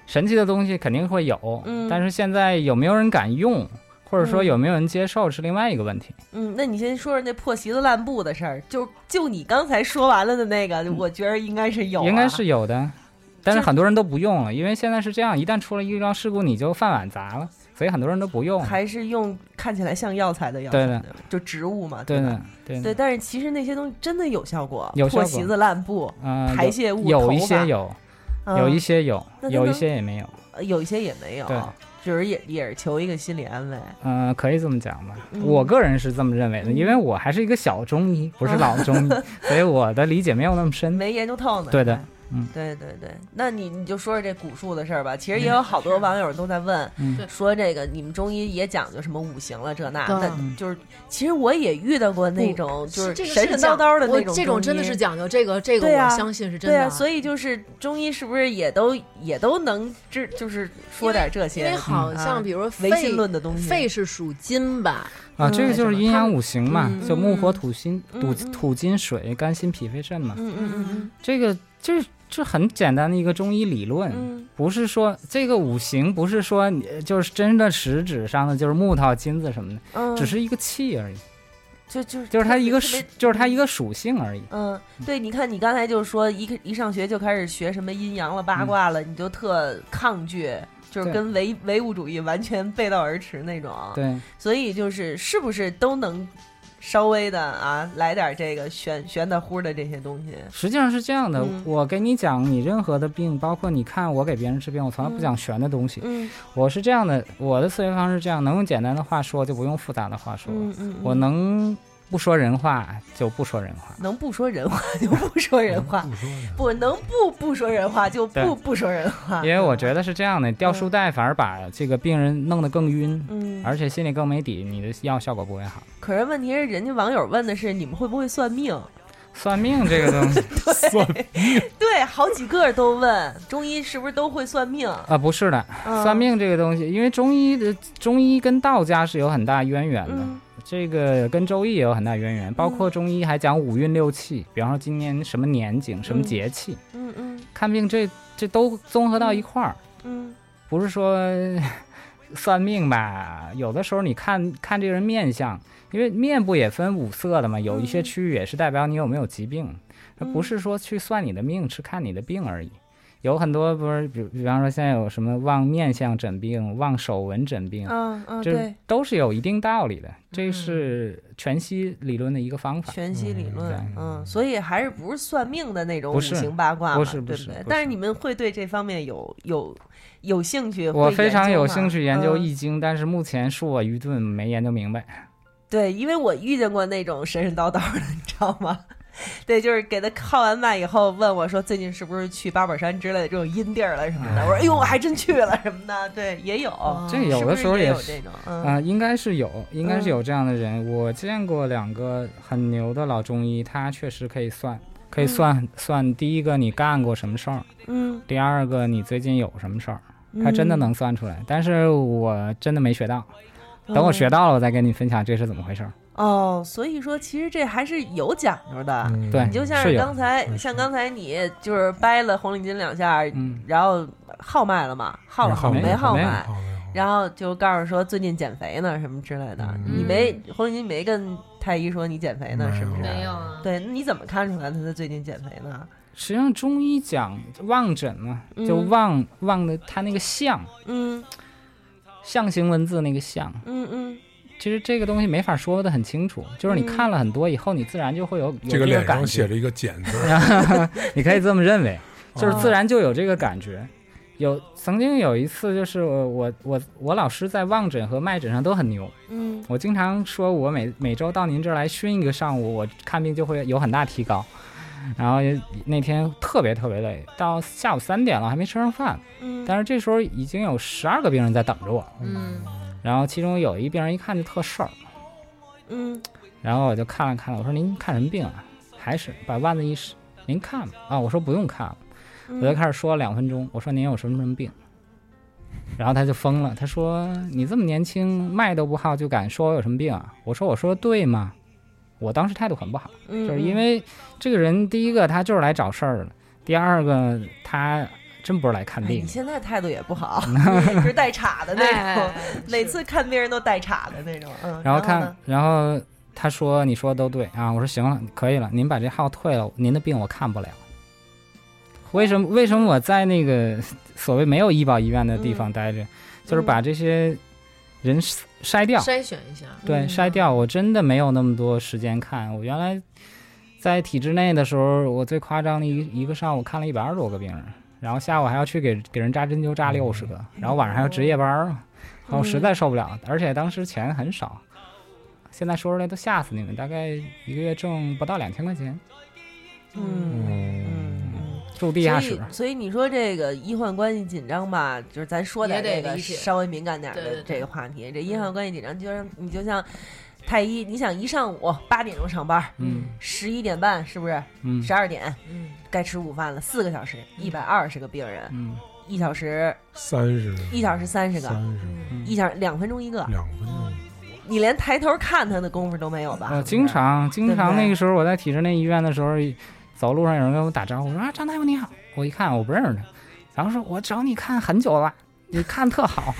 Speaker 5: 神奇的东西肯定会有，
Speaker 6: 嗯
Speaker 5: 但是现在有没有人敢用，或者说
Speaker 6: 嗯
Speaker 5: 有没有人接受是另外一个问题。
Speaker 6: 嗯，那你先说说那破席子烂布的事儿，就就你刚才说完了的那个，我觉得应该是有、啊，
Speaker 5: 嗯应该是有的。但是
Speaker 6: 这
Speaker 5: 很多人都不用了，因为现在是这样，一旦出了医疗事故，你就饭碗砸了，所以很多人都不用。
Speaker 6: 还是用看起来像药材的药材
Speaker 5: 对
Speaker 6: 的
Speaker 5: 的，
Speaker 6: 就植物嘛，
Speaker 5: 对
Speaker 6: 吧
Speaker 5: 呢？，对
Speaker 6: 对，
Speaker 5: 呢，
Speaker 6: 但是其实那些东西真的有效果，
Speaker 5: 有效
Speaker 6: 破
Speaker 5: 果
Speaker 6: 席子烂布，
Speaker 5: 嗯，
Speaker 6: 排泄物
Speaker 5: 有有一
Speaker 6: 头发
Speaker 5: 些有，
Speaker 6: 嗯
Speaker 5: 有一些有，
Speaker 6: 那它
Speaker 5: 有一
Speaker 6: 能
Speaker 5: 些也没有。
Speaker 6: 呃有一些也没有
Speaker 5: 对，
Speaker 6: 就是也也是求一个心理安慰。
Speaker 5: 嗯，可以这么讲吧，
Speaker 6: 嗯
Speaker 5: 我个人是这么认为的，因为我还是一个小中医，不是老 中医，所以我的理解没有那么深。
Speaker 6: 哦没研究透呢。
Speaker 5: 对的
Speaker 6: 还，
Speaker 5: 嗯
Speaker 6: 对对对。那你你就说说这古术的事儿吧。其实也有好多网友都在问，
Speaker 5: 嗯
Speaker 4: 对
Speaker 6: 说这个你们中医也讲究什么五行了这那，
Speaker 4: 对
Speaker 6: 那就是其实我也遇到过那种就是
Speaker 4: 这个
Speaker 6: 神
Speaker 4: 是
Speaker 6: 神叨叨的
Speaker 4: 讲我
Speaker 6: 那种，
Speaker 4: 这种真的是。讲究这个，这个
Speaker 6: 对啊
Speaker 4: 我相信是真
Speaker 6: 对
Speaker 4: 的啊。
Speaker 6: 啊，所以就是中医是不是也都也都能治，就是说点这
Speaker 4: 因为
Speaker 6: 些
Speaker 4: 好
Speaker 6: 嗯
Speaker 4: 像比如说
Speaker 6: 唯
Speaker 4: 肺，
Speaker 6: 心论的东西？
Speaker 4: 肺是属金吧？
Speaker 5: 啊，这个就是阴阳五行嘛
Speaker 4: 嗯，
Speaker 5: 就木火土金
Speaker 6: 嗯
Speaker 5: 土
Speaker 6: 嗯
Speaker 5: 土金水肝心脾肺肾嘛，
Speaker 6: 嗯嗯嗯
Speaker 5: 这个这这很简单的一个中医理论，
Speaker 6: 嗯
Speaker 5: 不是说这个五行不是说你就是真的实质上的就是木头金子什么的，
Speaker 6: 嗯，
Speaker 5: 只是一个气而已，
Speaker 6: 就就
Speaker 5: 就是它一个
Speaker 6: 特
Speaker 5: 属
Speaker 6: 别
Speaker 5: 就是它一个属性而已。
Speaker 6: 嗯，对，你看你刚才就说一一上学就开始学什么阴阳了、八卦了，你就特抗拒，就是
Speaker 5: 嗯对
Speaker 6: 跟唯唯物主义完全背道而驰那种。
Speaker 5: 对，
Speaker 6: 所以就是是不是都能稍微的啊来点这个玄玄的乎的这些东西？
Speaker 5: 实际上是这样的，
Speaker 6: 嗯
Speaker 5: 我给你讲你任何的病，包括你看我给别人治病，我从来不讲玄的东西，
Speaker 6: 嗯
Speaker 5: 我是这样的，我的思维方式是这样，能用简单的话说就不用复杂的话说，
Speaker 6: 嗯嗯，
Speaker 5: 我能不说人话就不说人话。
Speaker 6: 能不说人话就不说人话，
Speaker 7: 不说了
Speaker 6: 不能不不说人话就不
Speaker 5: 嗯对
Speaker 6: 不说人话。
Speaker 5: 因为我觉得是这样的，掉书袋反而把这个病人弄得更晕，
Speaker 6: 嗯，
Speaker 5: 而且心里更没底，你的药效果不会好。
Speaker 6: 可是问题是，人家网友问的是你们会不会算命？
Speaker 5: 算命这个 东西
Speaker 7: 算
Speaker 6: 对，好几个都问中医是不是都会算命？
Speaker 5: 啊，不是的，
Speaker 6: 嗯
Speaker 5: 算命这个东西，因为中医的中医跟道家是有很大渊源的，
Speaker 6: 嗯
Speaker 5: 这个跟周易也有很大渊源，包括中医还讲五运六气，比方说今年什么年景、什么
Speaker 6: 嗯
Speaker 5: 节气，
Speaker 6: 嗯嗯
Speaker 5: 看病这这都综合到一块儿，
Speaker 6: 嗯
Speaker 5: 不是说 算命吧，有的时候你看看这个人面相，因为面部也分五色的嘛，有一些
Speaker 6: 嗯
Speaker 5: 区域也是代表你有没有疾病，它不
Speaker 6: 嗯
Speaker 5: 是说去算你的命，是看你的病而已。有很多不是，比比方说现在有什么望面相诊病、望手纹诊病，
Speaker 6: 嗯嗯，
Speaker 5: 这
Speaker 6: 对，嗯
Speaker 5: 都是啊有一定道理的。这是全息理论的一个方法。
Speaker 6: 全息理论
Speaker 5: 嗯，
Speaker 6: 嗯，所以还是不是算命的那种五
Speaker 5: 不是
Speaker 6: 行八卦嘛，
Speaker 5: 不是
Speaker 6: 对
Speaker 5: 不是
Speaker 6: 对
Speaker 5: 不是
Speaker 6: 但是你们会对这方面有有有兴趣？
Speaker 5: 我
Speaker 6: 会
Speaker 5: 非常
Speaker 6: 研究
Speaker 5: 有
Speaker 6: 吗
Speaker 5: 兴趣研究《
Speaker 6: 嗯
Speaker 5: 易经》，但是目前恕我愚钝，没研究明白。
Speaker 6: 对，因为我遇见过那种神神叨叨的，你知道吗？ 对，就是给他号完脉以后，问我说最近是不是去八宝山之类的这种阴地儿了什么的。我说哎呦，我还真去了什么的。对，也有，
Speaker 5: 这嗯哦有
Speaker 6: 哦是
Speaker 5: 的
Speaker 6: 不
Speaker 5: 时候
Speaker 6: 是也有
Speaker 5: 是
Speaker 6: 这种，嗯
Speaker 5: 啊、应该是有，应该是
Speaker 6: 嗯
Speaker 5: 有这样的人。我见过两个很牛的老中医，他确实可以算，可以算、算第一个你干过什么事儿，
Speaker 6: 嗯，
Speaker 5: 第二个你最近有什么事儿，
Speaker 6: 嗯
Speaker 5: 他真的能算出来。但是我真的没学到，等我
Speaker 6: 嗯
Speaker 5: 学到了，我再跟你分享这是怎么回事儿。
Speaker 6: 哦，所以说其实这还是有讲究的。
Speaker 7: 了，
Speaker 5: 对
Speaker 6: 啊你就像
Speaker 5: 嗯是
Speaker 6: 是
Speaker 5: 有
Speaker 6: 刚才，
Speaker 7: 嗯
Speaker 6: 像刚才你就是掰了红领巾两下，
Speaker 5: 嗯
Speaker 6: 然后号脉了嘛，号了
Speaker 7: 号
Speaker 6: 号
Speaker 7: 脉
Speaker 6: 没号
Speaker 5: 没
Speaker 6: 脉，
Speaker 7: 好嘞好嘞
Speaker 6: 然后就告诉说最近减肥呢什么之类的。
Speaker 7: 嗯
Speaker 6: 你没红领巾没跟太医说你减肥呢，
Speaker 7: 没
Speaker 6: 是不是？
Speaker 7: 有没有
Speaker 4: 啊，
Speaker 6: 对，那你怎么看出来他最近减肥呢？
Speaker 5: 实际上中医讲望诊嘛，就
Speaker 6: 嗯
Speaker 5: 望望的他那个象，
Speaker 6: 嗯
Speaker 5: 象形文字那个象，
Speaker 6: 嗯嗯，
Speaker 5: 其实这个东西没法说的很清楚，就是你
Speaker 6: 嗯
Speaker 5: 看了很多以后，你自然就会有有
Speaker 7: 这个脸
Speaker 5: 感觉
Speaker 7: 上写着一个“减”字，
Speaker 5: 你可以这么认为，就是
Speaker 7: 哦
Speaker 5: 自然就有这个感觉。有曾经有一次，就是我我我我老师在望诊和脉诊上都很牛，
Speaker 6: 嗯，
Speaker 5: 我经常说我每每周到您这儿来熏一个上午，我看病就会有很大提高。然后也那天特别特别累，到下午三点了还没吃上饭，
Speaker 6: 嗯
Speaker 5: 但是这时候已经有十二个病人在等着我了。
Speaker 4: 嗯，
Speaker 5: 然后其中有一病人一看就特事儿，
Speaker 6: 嗯
Speaker 5: 然后我就看了看，我说您看什么病啊？还是把腕子一伸，您看吧。啊，我说不用看了。我就
Speaker 6: 嗯
Speaker 5: 开始说了两分钟，我说您有什么什么病，然后他就疯了，他说你这么年轻，脉都不好就敢说我有什么病啊？我说我说的对吗？我当时态度很不好，
Speaker 6: 嗯，
Speaker 5: 就是因为这个人，第一个他就是来找事儿的，第二个他真不是来看
Speaker 6: 哎
Speaker 5: 病
Speaker 6: 你，现在态度也不 好，就是带岔的
Speaker 4: 哎
Speaker 6: 那种，每次看别人都带岔的那种。嗯，
Speaker 5: 然后
Speaker 6: 后
Speaker 5: 看
Speaker 6: 呢，
Speaker 5: 然后他说你说的都对啊，我说行了，可以了，您把这号退了，您的病我看不了。为什么为什么我在那个所谓没有医保医院的地方待着，就是把这些人筛筛掉，
Speaker 4: 筛选一下，
Speaker 6: 嗯
Speaker 5: 对，筛掉。我真的没有那么多时间看。我原来在体制内的时候，我最夸张的一一个上午看了一百二十多个病人，然后下午还要去给给人扎针灸
Speaker 6: 嗯
Speaker 5: 扎六十个，然后晚上还要值夜班儿，啊然后实在受不了。而且当时钱很少，现在说出来都吓死你们，大概一个月挣不到两千块钱，
Speaker 6: 嗯嗯，
Speaker 5: 住地
Speaker 6: 所
Speaker 5: 下
Speaker 6: 以
Speaker 5: 室。
Speaker 6: 所以你说这个医患关系紧张吧，就是咱说
Speaker 4: 也
Speaker 6: 点这
Speaker 4: 得
Speaker 6: 个
Speaker 4: 理解
Speaker 6: 稍微敏感点儿
Speaker 4: 对
Speaker 6: 的
Speaker 4: 对对嗯
Speaker 6: 这个话题。这医患关系紧张，就像你就像太医，你想一上午八点钟上班，
Speaker 5: 嗯
Speaker 6: 十一点半是不是？
Speaker 5: 嗯
Speaker 6: 十二点
Speaker 4: 嗯，
Speaker 6: 该吃午饭了，四个小时，一百二十个病人，
Speaker 5: 嗯
Speaker 6: 一小时
Speaker 7: 三十，
Speaker 6: 一小时三十个，嗯
Speaker 7: 三
Speaker 4: 嗯
Speaker 7: 十，
Speaker 6: 一小时两分钟一
Speaker 5: 嗯
Speaker 6: 个，
Speaker 7: 两分钟。
Speaker 6: 你连抬头看他的功夫都没有吧？
Speaker 5: 我啊经常经
Speaker 6: 对不
Speaker 5: 常
Speaker 6: 对
Speaker 5: 那个时候我在体制内医院的时候，走路上有人跟我打招呼，我说啊张大夫你好，我一看我不认识他，然后说我找你看很久了，你看特好，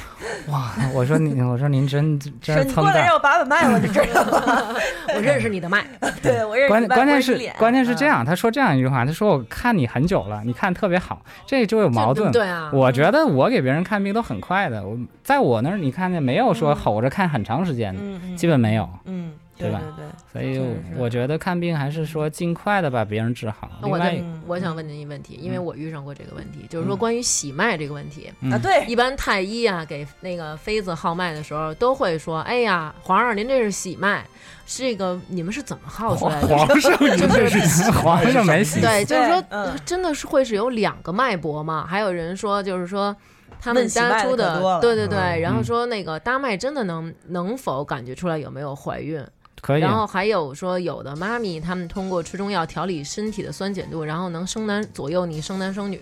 Speaker 5: 哇，我说你我说您真真
Speaker 6: 说
Speaker 5: 是
Speaker 6: 你
Speaker 5: 蹭
Speaker 6: 过来
Speaker 5: 蛋
Speaker 6: 让，我把把脉，我就知道 了。
Speaker 4: 我认识你的脉，
Speaker 6: 对，我认识
Speaker 5: 关
Speaker 6: 你脉
Speaker 5: 关
Speaker 6: 我
Speaker 5: 键
Speaker 6: 认识
Speaker 5: 是
Speaker 6: 你脸
Speaker 5: 关键是
Speaker 6: 嗯
Speaker 5: 这样，他说这样一句话，他说我看你很久了，你看特别好，这就有矛盾。
Speaker 4: 对啊，
Speaker 5: 我觉得我给别人看病都很快的，我在我那儿你看见没有说吼着看很长时间的，
Speaker 6: 嗯嗯
Speaker 5: 基本没有，
Speaker 6: 嗯，
Speaker 5: 对
Speaker 6: 对
Speaker 5: 吧
Speaker 6: 对对，
Speaker 5: 所以
Speaker 4: 是是
Speaker 5: 我觉得看病还是说尽快的把别人治好。
Speaker 4: 那
Speaker 5: 另
Speaker 4: 我
Speaker 5: 外
Speaker 4: 再
Speaker 5: 一个，
Speaker 6: 嗯
Speaker 4: 我想问您一个问题，因为我遇上过这个问题，就是说关于喜脉这个问题。
Speaker 5: 嗯
Speaker 6: 啊，对，
Speaker 4: 一般太医啊，给那个妃子号脉的时候，都会说：“哎呀，皇上您这是喜脉，这个你们是怎么号 出来的？”
Speaker 7: 皇上，您这是
Speaker 5: 皇上没洗，
Speaker 4: 对，就是说
Speaker 6: 对，嗯
Speaker 4: 真的是会是有两个脉搏吗？还有人说，就是说。他们
Speaker 6: 问喜
Speaker 4: 搭
Speaker 6: 脉
Speaker 4: 出
Speaker 6: 的可多
Speaker 4: 的，
Speaker 6: 了
Speaker 4: 对对对，
Speaker 7: 嗯
Speaker 4: 然后
Speaker 5: 嗯
Speaker 4: 说那个搭脉真的能能否感觉出来有没有怀孕？
Speaker 5: 可以
Speaker 4: 然，后还有说有的妈咪她们通过吃中药调理身体的酸碱度，然后能生男左右你生男生女。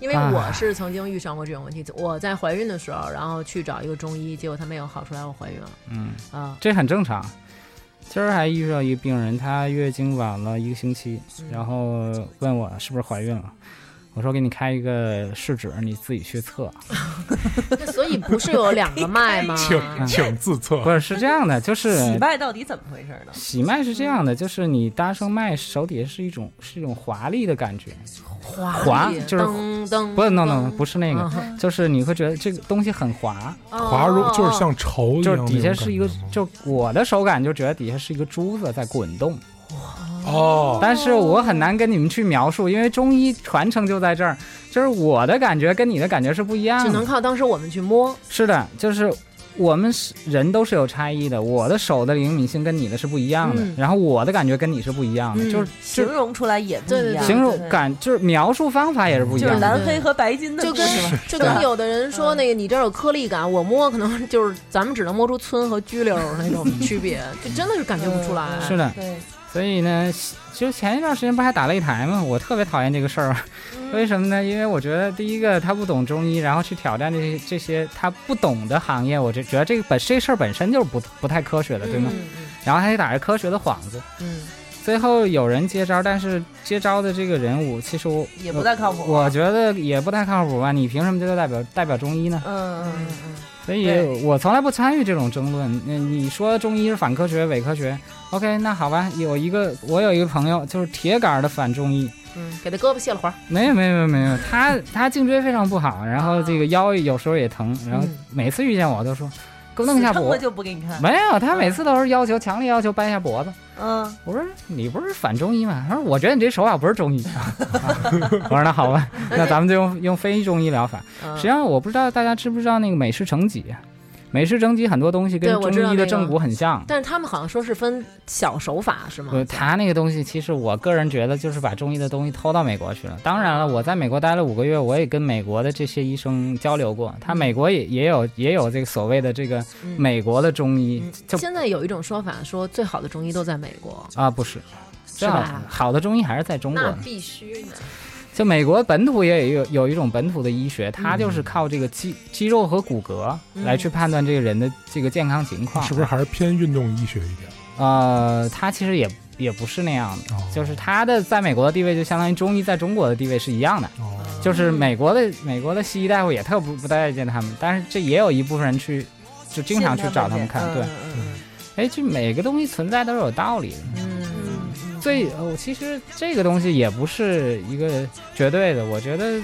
Speaker 4: 因为
Speaker 5: 啊
Speaker 4: 我是曾经遇上过这种问题，我在怀孕的时候，然后去找一个中医，结果他没有好出来，我怀孕了
Speaker 5: 嗯，
Speaker 4: 啊。
Speaker 5: 这很正常。今儿还遇到一个病人，她月经晚了一个星期，然后问我是不是怀孕了。我说给你开一个试纸，你自己去测。
Speaker 7: 哦
Speaker 4: 那所以不是有两个脉 吗？
Speaker 6: 嗯
Speaker 7: 请请自测
Speaker 5: 不。是是这样的，就是
Speaker 6: 喜脉到底怎么回事呢？
Speaker 5: 喜脉是这样的，就是你搭上脉，手底下是一种是一种华丽的感觉，
Speaker 4: 滑
Speaker 5: 就是
Speaker 4: 噔噔，
Speaker 5: 不是，no no，不是那个，
Speaker 4: 嗯
Speaker 5: 就是你会觉得这个东西很滑，
Speaker 7: 华如就是
Speaker 4: 哦
Speaker 7: 像绸一
Speaker 5: 就
Speaker 7: 样
Speaker 5: 是
Speaker 7: 那
Speaker 5: 底
Speaker 7: 种感觉吗，
Speaker 5: 下是一个，就我的手感就觉得底下是一个珠子在滚动，
Speaker 7: 哦，
Speaker 5: 但是我很难跟你们去描述，因为中医传承就在这儿，就是我的感觉跟你的感觉是不一样
Speaker 4: 哦只
Speaker 5: 的。
Speaker 4: 能靠当时我们去摸，
Speaker 5: 是的，就是我们是人都是有差异的，我的手的灵敏性跟你的是不一样的，
Speaker 4: 嗯
Speaker 5: 然后我的感觉跟你是不一样的，
Speaker 4: 嗯
Speaker 5: 啊就是
Speaker 6: 形
Speaker 5: 就
Speaker 6: 容出来也不
Speaker 4: 对对
Speaker 6: 一
Speaker 4: 对
Speaker 6: 样，
Speaker 5: 形
Speaker 6: 对
Speaker 5: 容
Speaker 6: 对
Speaker 5: 感就是描述方法也是不一
Speaker 6: 就是
Speaker 5: 样的。
Speaker 6: 蓝黑和白金的
Speaker 4: 就
Speaker 6: 故
Speaker 4: 跟
Speaker 6: 事嘛，
Speaker 4: 就跟有的
Speaker 5: 嗯
Speaker 4: 人说那个你这儿有颗粒感，我摸可能就是咱们只能摸出皴和拘溜儿那种区 别，就真的是感觉不出来。
Speaker 5: 嗯
Speaker 4: 嗯
Speaker 5: 是的，
Speaker 6: 对，
Speaker 5: 所以呢，就前一段时间不还打擂台吗？我特别讨厌这个事儿，
Speaker 4: 嗯
Speaker 5: 为什么呢？因为我觉得第一个他不懂中医，然后去挑战这些这些他不懂的行业，我就觉得这个本这事儿本身就是不不太科学的，对吗？然后他还打着科学的幌子，
Speaker 4: 嗯，
Speaker 5: 最后有人接招，但是接招的这个人物其实我
Speaker 6: 也不太靠谱。
Speaker 5: 我觉得也不太靠谱吧？你凭什么就代表代表中医呢？
Speaker 6: 嗯嗯嗯嗯，
Speaker 5: 所以
Speaker 6: 对
Speaker 5: 我从来不参与这种争论。嗯，你说中医是反科学、伪科学，OK，那好吧。有一个我有一个朋友就是铁杆儿的反中医，
Speaker 4: 嗯，给他胳膊卸了环儿，
Speaker 5: 没有没有没有没有，他他颈椎非常不好，然后这个腰有时候也疼，然后
Speaker 4: 嗯
Speaker 5: 每次遇见我都说给我弄一下
Speaker 6: 死撑
Speaker 5: 脖
Speaker 6: 了
Speaker 5: 子。
Speaker 6: 就不给你看。
Speaker 5: 没有，他每次都是要求强烈要求掰一下脖子。
Speaker 6: 嗯，
Speaker 5: 我说你不是反中医吗？他说我觉得你这手法不是中医。 啊我说那好吧，那咱们就用用非中医疗法。实际
Speaker 4: 嗯，
Speaker 5: 上，我不知道大家知不知道那个美式整脊，美式整脊很多东西
Speaker 4: 对
Speaker 5: 跟
Speaker 4: 我
Speaker 5: 中
Speaker 4: 知道
Speaker 5: 医
Speaker 4: 那
Speaker 5: 的
Speaker 4: 个
Speaker 5: 正骨很像。
Speaker 4: 但是他们好像说是分小手法是吗？
Speaker 5: 呃，他那个东西，其实我个人觉得就是把中医的东西偷到美国去了。当然了，我在美国待了五个月，我也跟美国的这些医生交流过，他美国也也有也有这个所谓的这个
Speaker 4: 嗯
Speaker 5: 美国的中医，就
Speaker 4: 现在有一种说法说最好的中医都在美国，
Speaker 5: 啊不是，
Speaker 4: 是
Speaker 5: 最好
Speaker 4: 吧？
Speaker 5: 好的中医还是在中国
Speaker 4: 那
Speaker 5: 呢。
Speaker 4: 必须的，
Speaker 5: 就美国本土也有有一种本土的医学，它
Speaker 7: 嗯
Speaker 5: 就是靠这个肌肌肉和骨骼来去判断这个人的这个健康情况，
Speaker 7: 是不是还是偏运动医学一点？
Speaker 5: 呃，它其实也也不是那样的，
Speaker 7: 哦
Speaker 5: 就是它的在美国的地位就相当于中医在中国的地位是一样的，
Speaker 7: 哦，
Speaker 5: 就是美国的美国的西医大夫也特不不待见他们，但是这也有一部分人去就经常去找他们看，对
Speaker 6: 嗯，嗯嗯
Speaker 5: 哎，这每个东西存在都是有道理的，
Speaker 4: 嗯，
Speaker 6: 嗯
Speaker 5: 最呃我其实这个东西也不是一个绝对的，我觉得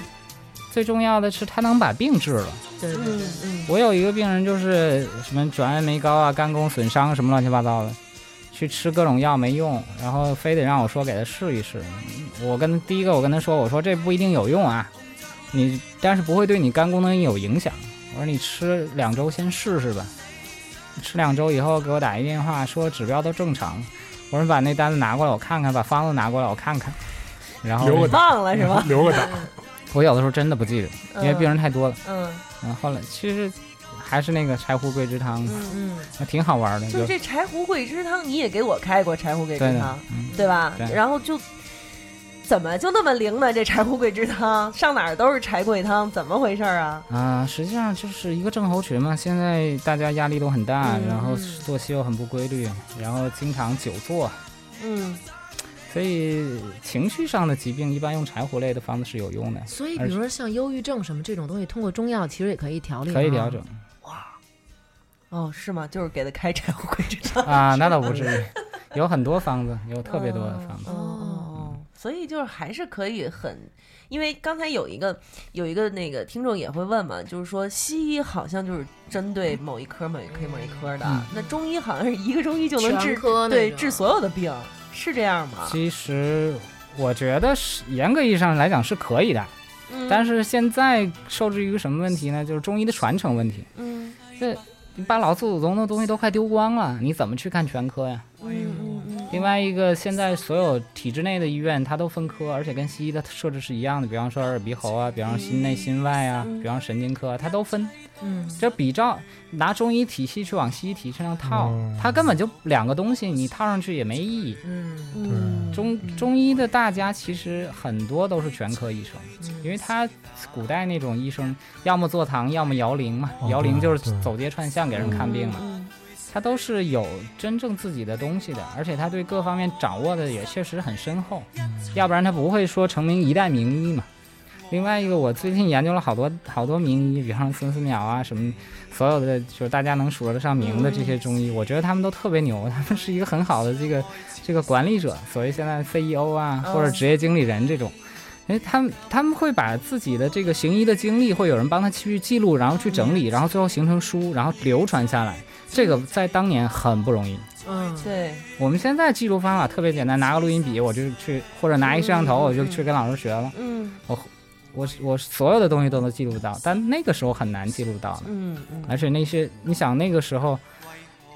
Speaker 5: 最重要的是它能把病治了。
Speaker 4: 对对对，
Speaker 6: 嗯
Speaker 5: 我有一个病人就是什么转氨酶高啊、肝功损伤什么乱七八糟的，去吃各种药没用，然后非得让我说给他试一试。我跟第一个我跟他说，我说这不一定有用啊，你但是不会对你肝功能有影响。我说你吃两周先试试吧，吃两周以后给我打一电话说指标都正常。我说你把那单子拿过来我看看，把方子拿过来我看看。然后
Speaker 7: 留个
Speaker 6: 嗯忘了是吧？
Speaker 7: 留个档，
Speaker 4: 嗯
Speaker 5: 我有的时候真的不记得，因为
Speaker 6: 嗯
Speaker 5: 病人太多了。
Speaker 6: 嗯
Speaker 5: 然后后来其实还是那个柴胡桂枝汤，
Speaker 6: 嗯，
Speaker 5: 还挺好玩的。
Speaker 6: 就是
Speaker 5: 有
Speaker 6: 这柴胡桂枝汤，你也给我开过柴胡桂枝
Speaker 5: 对的
Speaker 6: 汤，，
Speaker 5: 嗯，
Speaker 6: 对吧？
Speaker 5: 对
Speaker 6: 然后就怎么就那么灵呢？这柴胡桂枝汤上哪儿都是柴桂汤，怎么回事儿啊？
Speaker 5: 啊、实际上就是一个症候群嘛。现在大家压力都很大，
Speaker 6: 嗯
Speaker 5: 然后作息又很不规律，然后经常久坐，
Speaker 6: 嗯，
Speaker 5: 所以情绪上的疾病一般用柴胡类的方子是有用的，
Speaker 4: 所以比如说像忧郁症什么这种东西，通过中药其实也可以调理，啊
Speaker 5: 可以
Speaker 6: 啊
Speaker 5: 调整。
Speaker 6: 哦，是吗？就是给他开柴胡桂枝汤。
Speaker 5: 啊，那 倒不至于，有很多方子，有特别多的方子。
Speaker 6: 哦哦，所以就是还是可以很，因为刚才有一个有一个那个听众也会问嘛，就是说西医好像就是针对某一科某一科某一科的，那中医好像是一个中医就能
Speaker 4: 全
Speaker 6: 治
Speaker 4: 科那
Speaker 6: 对
Speaker 4: 种
Speaker 6: 治所有的病，是这样吗？
Speaker 5: 其实我觉得是严格意义上来讲是可以的，
Speaker 6: 嗯
Speaker 5: 但是现在受制于一个什么问题呢？就是中医的传承问题。
Speaker 6: 嗯
Speaker 5: 这你把老祖宗的东西都快丢光了，你怎么去看全科呀？
Speaker 6: 嗯嗯
Speaker 5: 另外一个，现在所有体制内的医院它都分科，而且跟西医的设置是一样的，比方说耳鼻喉啊，比方说心内心外啊，比方说神经科啊，它都分。
Speaker 4: 嗯，
Speaker 5: 这比照拿中医体系去往西医体系上套
Speaker 7: 嗯，
Speaker 5: 它根本就两个东西，你套上去也没意义。
Speaker 4: 嗯
Speaker 6: 嗯，
Speaker 5: 中中医的大家其实很多都是全科医生，
Speaker 6: 嗯
Speaker 5: 因为他古代那种医生要么坐堂，要么摇铃嘛，
Speaker 7: 哦
Speaker 5: 摇铃就是
Speaker 7: 对
Speaker 5: 走街串巷给人看病嘛。他都是有真正自己的东西的，而且他对各方面掌握的也确实很深厚，要不然他不会说成名一代名医嘛。另外一个，我最近研究了好多好多名医，比方说孙思邈啊，什么所有的就是大家能数得上名的这些中医，我觉得他们都特别牛，他们是一个很好的这个这个管理者，所谓现在 CEO 啊，
Speaker 6: 哦
Speaker 5: 或者职业经理人这种。哎，他们他们会把自己的这个行医的经历，会有人帮他去记录，然后去整理，然后最后形成书，然后流传下来。这个在当年很不容易。
Speaker 4: 嗯，
Speaker 6: 对，
Speaker 5: 我们现在记录方法特别简单，拿个录音笔，我就去，或者拿一摄像头，我就去跟老师学了。
Speaker 6: 嗯
Speaker 5: 我我所有的东西都能记录到，但那个时候很难记录到的。
Speaker 6: 嗯嗯
Speaker 5: 而且那些，你想那个时候，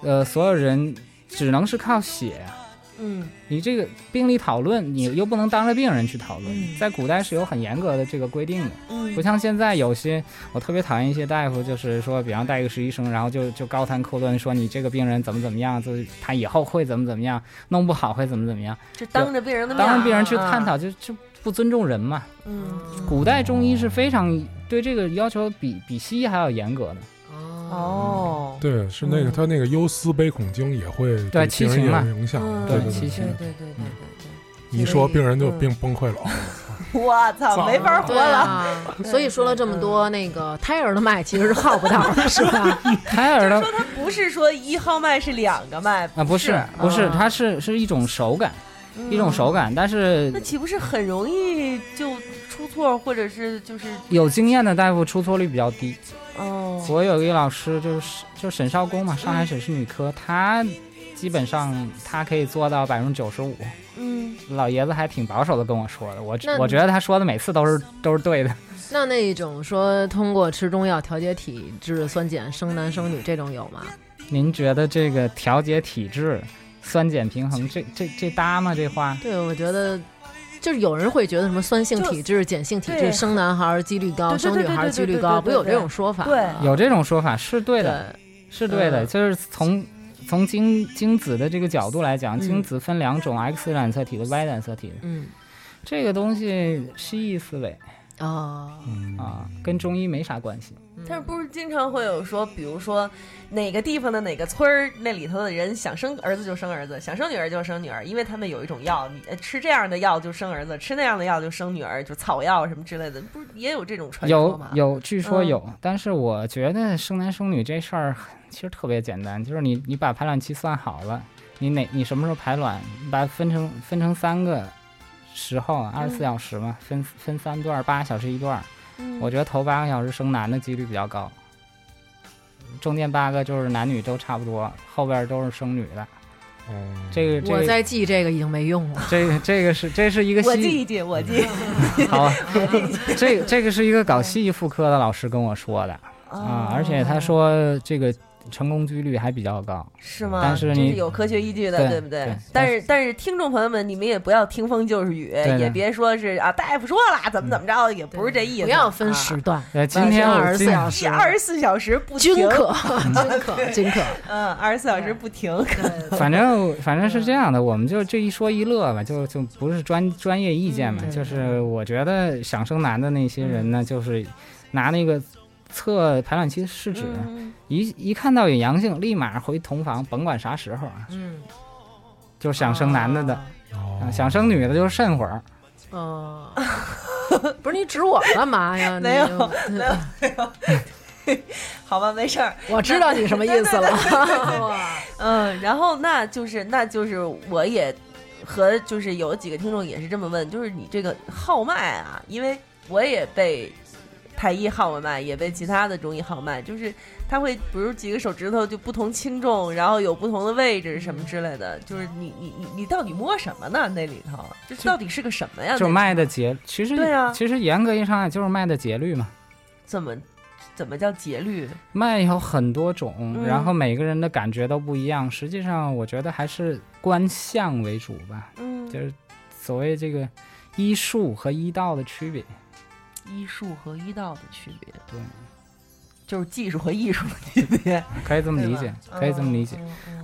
Speaker 5: 呃，所有人只能是靠写啊，
Speaker 6: 嗯
Speaker 5: 你这个病例讨论，你又不能当着病人去讨论，
Speaker 6: 嗯
Speaker 5: 在古代是有很严格的这个规定的，
Speaker 6: 嗯，
Speaker 5: 不像现在有些我特别讨厌一些大夫，就是说，比方带一个实习生，然后就就高谈阔论说你这个病人怎么怎么样，就是他以后会怎么怎么样，弄不好会怎么怎么样，
Speaker 6: 就当着病人的面，
Speaker 5: 当着病人去探，讨就就不尊重人嘛。
Speaker 6: 嗯
Speaker 5: 古代中医是非常对这个要求比比西医还要严格 的，
Speaker 4: 哦，
Speaker 6: 哦，
Speaker 7: 对，是那
Speaker 4: 嗯
Speaker 7: 个他那个忧思悲恐惊也会
Speaker 5: 对
Speaker 7: 病
Speaker 5: 七
Speaker 7: 人
Speaker 5: 情
Speaker 7: 也
Speaker 5: 嘛
Speaker 7: 有影响
Speaker 6: 嗯，
Speaker 7: 对
Speaker 5: 对
Speaker 7: 对
Speaker 5: 七
Speaker 7: 对
Speaker 5: 情
Speaker 7: 对，
Speaker 6: 对对对
Speaker 7: 你一说病人就
Speaker 6: 嗯
Speaker 7: 病崩溃了，
Speaker 6: 对，我操，没法活
Speaker 4: 对
Speaker 6: 了，
Speaker 4: 啊，所以说了这么
Speaker 6: 嗯
Speaker 4: 多，那个胎儿的脉其实是耗不到 的，是吧？
Speaker 5: 胎儿的
Speaker 6: 不是说一号脉是两个脉
Speaker 5: 啊不是不是，
Speaker 4: 啊
Speaker 5: 它是是一种手感，一种手感，但是
Speaker 6: 嗯那岂不是很容易就出错，或者是就是
Speaker 5: 有经验的大夫出错率比较低。
Speaker 6: 哦，
Speaker 5: 我有一个老师就是就沈少恭嘛，上海沈氏女
Speaker 6: 嗯
Speaker 5: 科，她基本上她可以做到百分之九十五。
Speaker 6: 嗯，
Speaker 5: 老爷子还挺保守的跟我说的，我
Speaker 4: 那
Speaker 5: 我觉得他说的每次都是都是对的。
Speaker 4: 那那种说通过吃中药调节体质、酸碱生男生女这种有吗？
Speaker 5: 您觉得这个调节体质、酸碱平衡，这这这搭吗？这话
Speaker 4: 对，我觉得。就是有人会觉得什么酸性体质、碱性体质，
Speaker 6: 对
Speaker 4: 生男孩儿几率高，
Speaker 6: 对对
Speaker 4: 生
Speaker 6: 对
Speaker 4: 女孩儿
Speaker 6: 对
Speaker 4: 几
Speaker 6: 对
Speaker 4: 率
Speaker 6: 对
Speaker 4: 高，
Speaker 6: 对
Speaker 4: 不有
Speaker 6: 对
Speaker 4: 这种说法
Speaker 6: 对
Speaker 4: 吗？
Speaker 5: 有这种说法是对的，
Speaker 4: 对
Speaker 5: 是对的，
Speaker 4: 啊嗯
Speaker 5: 就是从。从精精子的这个角度来讲，
Speaker 4: 嗯
Speaker 5: 精子分两种，X 染色体和 Y 染色体。
Speaker 4: 嗯，
Speaker 5: 这个东西西医思维
Speaker 4: 哦，
Speaker 5: 啊，跟中医没啥关系。
Speaker 6: 但是不是经常会有说，比如说哪个地方的哪个村儿那里头的人想生儿子就生儿子，想生女儿就生女儿，因为他们有一种药，
Speaker 5: 嗯
Speaker 6: 你呃吃这样的药就生儿子，吃那样的药就生女儿，就草药什么之类的，不是也有这种传说嗯
Speaker 5: 有
Speaker 6: 吗？
Speaker 5: 有，据说有，但是我觉得生男生女这事儿其实特别简单，就是你你把排卵期算好了，你哪你什么时候排卵，你把它分成分成三个时候，二
Speaker 6: 嗯
Speaker 5: 十四小时嘛，分分三段，八个小时一段。我觉得头八个小时生男的几率比较高，中间八个就是男女都差不多，后边都是生女的。
Speaker 7: 嗯
Speaker 5: 这个这
Speaker 4: 我
Speaker 5: 个
Speaker 4: 在记这个已经没用了。
Speaker 5: 这个这个是这是一个
Speaker 6: 我
Speaker 5: 西
Speaker 6: 记一记，我记
Speaker 5: 好，这个这个是一个
Speaker 6: 嗯
Speaker 5: 搞戏妇科的老师跟我说的
Speaker 6: 哦
Speaker 5: 啊，而且他说这个成功几率还比较高。
Speaker 6: 是吗？
Speaker 5: 嗯但是
Speaker 6: 这
Speaker 5: 你
Speaker 6: 是有科学依据的，
Speaker 5: 对
Speaker 6: 对不对
Speaker 5: 对？
Speaker 6: 但是但是，听众朋友们，你们也不要听风就是雨，
Speaker 5: 对嗯
Speaker 6: 也别说是啊，大夫说了怎么怎么着，也不是这意思。
Speaker 4: 不要分时段，
Speaker 5: 呃，今天
Speaker 4: 二
Speaker 5: 我
Speaker 4: 十四
Speaker 5: 今
Speaker 4: 小时
Speaker 6: 一，二十四小时不停，
Speaker 4: 均可， 均可，均可。
Speaker 6: 嗯，二十四小时不停。
Speaker 5: 反正反正是这样的，我们就这一说一乐吧，就就不是专专业意见嘛，就是我觉得想生男的那些人呢，就是拿那个测排卵期试纸，
Speaker 6: 嗯
Speaker 5: 一一看到有阳性，立马回同房，甭管啥时候啊，
Speaker 4: 嗯，
Speaker 5: 就是想生男的的，啊
Speaker 7: 哦
Speaker 5: 想生女的就慎会儿，
Speaker 4: 哦，不是你指我干嘛 呀？
Speaker 6: 没有
Speaker 4: 你
Speaker 6: 没有没有，好吧，没事儿。
Speaker 4: 我知道你什么意思了。哇
Speaker 6: 嗯，然后那就是那就是我也和就是有几个听众也是这么问，就是你这个号脉啊，因为我也被太医号过脉，也被其他的中医号脉，就是他会比如几个手指头就不同轻重，然后有不同的位置什么之类的，就是你你你你到底摸什么呢？那里头这到底是个什么呀？
Speaker 5: 就是
Speaker 6: 那
Speaker 5: 脉的节，其实
Speaker 6: 啊对啊
Speaker 5: 其实严格意义上来就是脉的节律嘛。
Speaker 6: 怎么怎么叫节律？
Speaker 5: 脉有很多种，
Speaker 6: 嗯
Speaker 5: 然后每个人的感觉都不一样。实际上，我觉得还是观相为主吧，
Speaker 6: 嗯
Speaker 5: 就是所谓这个医术和医道的区别。
Speaker 6: 医术和医道的区别，
Speaker 5: 对，
Speaker 6: 就是技术和艺术的区别。
Speaker 5: 可以这么理解，
Speaker 6: 嗯
Speaker 5: 可以这么理解。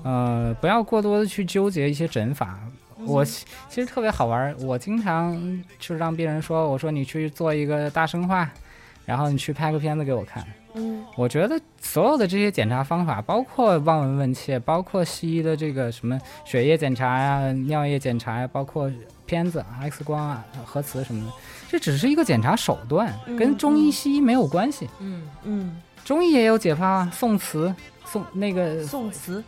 Speaker 5: 呃，不要过多的去纠结一些诊法。呃
Speaker 6: 嗯
Speaker 5: 我其其实特别好玩儿，我经常就是让病人说，我说你去做一个大生化，然后你去拍个片子给我看。
Speaker 6: 嗯，
Speaker 5: 我觉得所有的这些检查方法，包括望闻问切，包括西医的这个什么血液检查呀、尿液检查呀，包括片子、X 光啊、核磁什么的，这只是一个检查手段，跟中医、西医没有关系。
Speaker 4: 嗯，
Speaker 6: 嗯，
Speaker 5: 中医也有解剖啊，宋词、宋那个
Speaker 6: 嗯宋词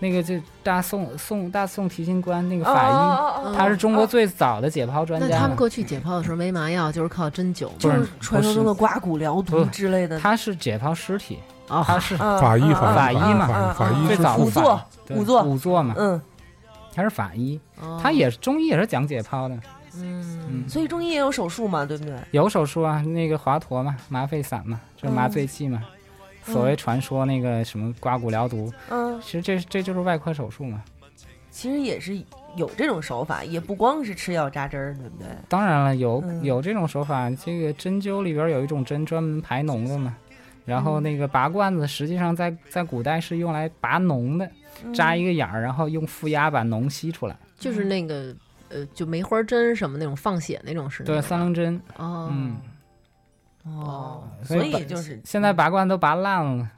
Speaker 5: 那个就大宋宋大宋提刑官那个
Speaker 6: 哦
Speaker 5: 法医，
Speaker 6: 哦哦哦
Speaker 5: 他是中国最早的解剖专
Speaker 4: 那
Speaker 5: 家
Speaker 4: 他
Speaker 5: 嘛。
Speaker 4: 们过去解剖的时候没麻药，就是靠针灸
Speaker 5: 不
Speaker 4: 吗。
Speaker 5: 是
Speaker 6: 就是传说中的刮骨疗毒
Speaker 5: 不
Speaker 6: 之类的，
Speaker 5: 他是解剖尸体，
Speaker 4: 哦
Speaker 5: 他是
Speaker 6: 嗯
Speaker 7: 法医
Speaker 6: 嗯
Speaker 7: 法
Speaker 5: 啊法
Speaker 7: 医
Speaker 5: 医嘛嗯
Speaker 7: 法医
Speaker 5: 最
Speaker 7: 是
Speaker 5: 早的
Speaker 6: 哦仵 作
Speaker 5: 法对
Speaker 6: 仵作
Speaker 5: 仵作嘛，
Speaker 6: 嗯，
Speaker 5: 他是法医。
Speaker 4: 哦
Speaker 5: 他也是中医也是讲解剖的，
Speaker 4: 嗯
Speaker 6: 所以中医也有手术嘛，对不对？
Speaker 5: 有手术啊，那个华佗嘛，麻沸散嘛，就是麻醉剂嘛。所谓传说那个什么刮骨疗毒，
Speaker 6: 嗯，
Speaker 5: 其实这这就是外科手术嘛。
Speaker 6: 其实也是有这种手法，也不光是吃药扎针儿，对不对？
Speaker 5: 当然了，有
Speaker 6: 嗯
Speaker 5: 有这种手法，这个针灸里边有一种针专门排脓的嘛。然后那个拔罐子，实际上在在古代是用来拔脓的，
Speaker 6: 嗯
Speaker 5: 扎一个眼儿，然后用负压把脓吸出来。
Speaker 4: 就是那个呃，就梅花针什么那种放血那种是那
Speaker 5: 对，
Speaker 4: 种
Speaker 5: 三棱针。
Speaker 4: 哦，
Speaker 5: 嗯，
Speaker 6: 哦，
Speaker 5: 所
Speaker 6: 所
Speaker 5: 以
Speaker 6: 以就是
Speaker 5: 现在拔罐都拔烂了，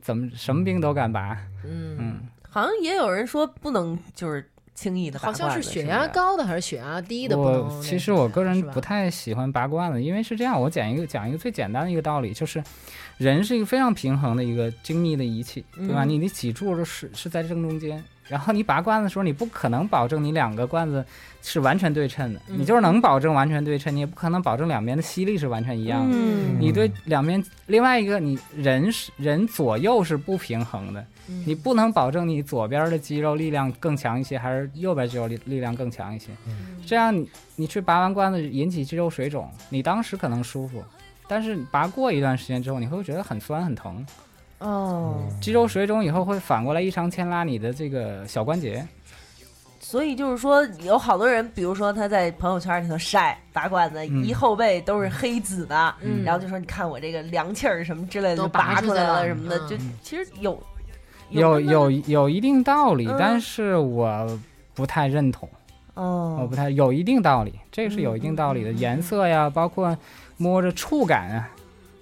Speaker 5: 怎么什么病都敢拔？
Speaker 4: 嗯，
Speaker 5: 嗯，
Speaker 6: 好像也有人说不能就是轻易的，
Speaker 4: 好像是血压。高的还是血压低的不能那
Speaker 5: 我
Speaker 4: 个。
Speaker 5: 其实我个人
Speaker 4: 是吧
Speaker 5: 不太喜欢拔罐子，因为是这样，我讲一个讲一个最简单的一个道理，就是人是一个非常平衡的一个精密的仪器，对
Speaker 4: 嗯
Speaker 5: 吧？你的脊柱是是在正中间，然后你拔罐子的时候，你不可能保证你两个罐子是完全对称的，
Speaker 4: 嗯
Speaker 5: 你就是能保证完全对称，你也不可能保证两边的吸力是完全一样的。
Speaker 6: 嗯
Speaker 5: 你对两边，另外一个你人是人左右是不平衡的，
Speaker 4: 嗯
Speaker 5: 你不能保证你左边的肌肉力量更强一些，还是右边肌肉力力量更强一些。这样你你去拔完罐子引起肌肉水肿，你当时可能舒服，但是拔过一段时间之后，你会觉得很酸很疼。
Speaker 6: 哦，
Speaker 5: 肌肉水肿以后会反过来异常牵拉你的这个小关节，
Speaker 6: 所以就是说，有好多人，比如说他在朋友圈里头晒拔罐子，
Speaker 5: 嗯
Speaker 6: 一后背都是黑紫的，
Speaker 4: 嗯
Speaker 6: 然后就说你看我这个凉气儿什么之类的
Speaker 4: 都
Speaker 6: 就
Speaker 4: 拔
Speaker 6: 拔
Speaker 4: 出
Speaker 6: 出
Speaker 4: 来
Speaker 6: 来
Speaker 4: 了
Speaker 6: 了什么的，
Speaker 4: 嗯
Speaker 6: 就其实有
Speaker 5: 有
Speaker 6: 那么
Speaker 5: 有有一定道理
Speaker 6: 嗯，
Speaker 5: 但是我不太认同。我
Speaker 6: 哦
Speaker 5: 不太有一定道理，这个是有一定道理的。颜色呀，包括摸着触感啊，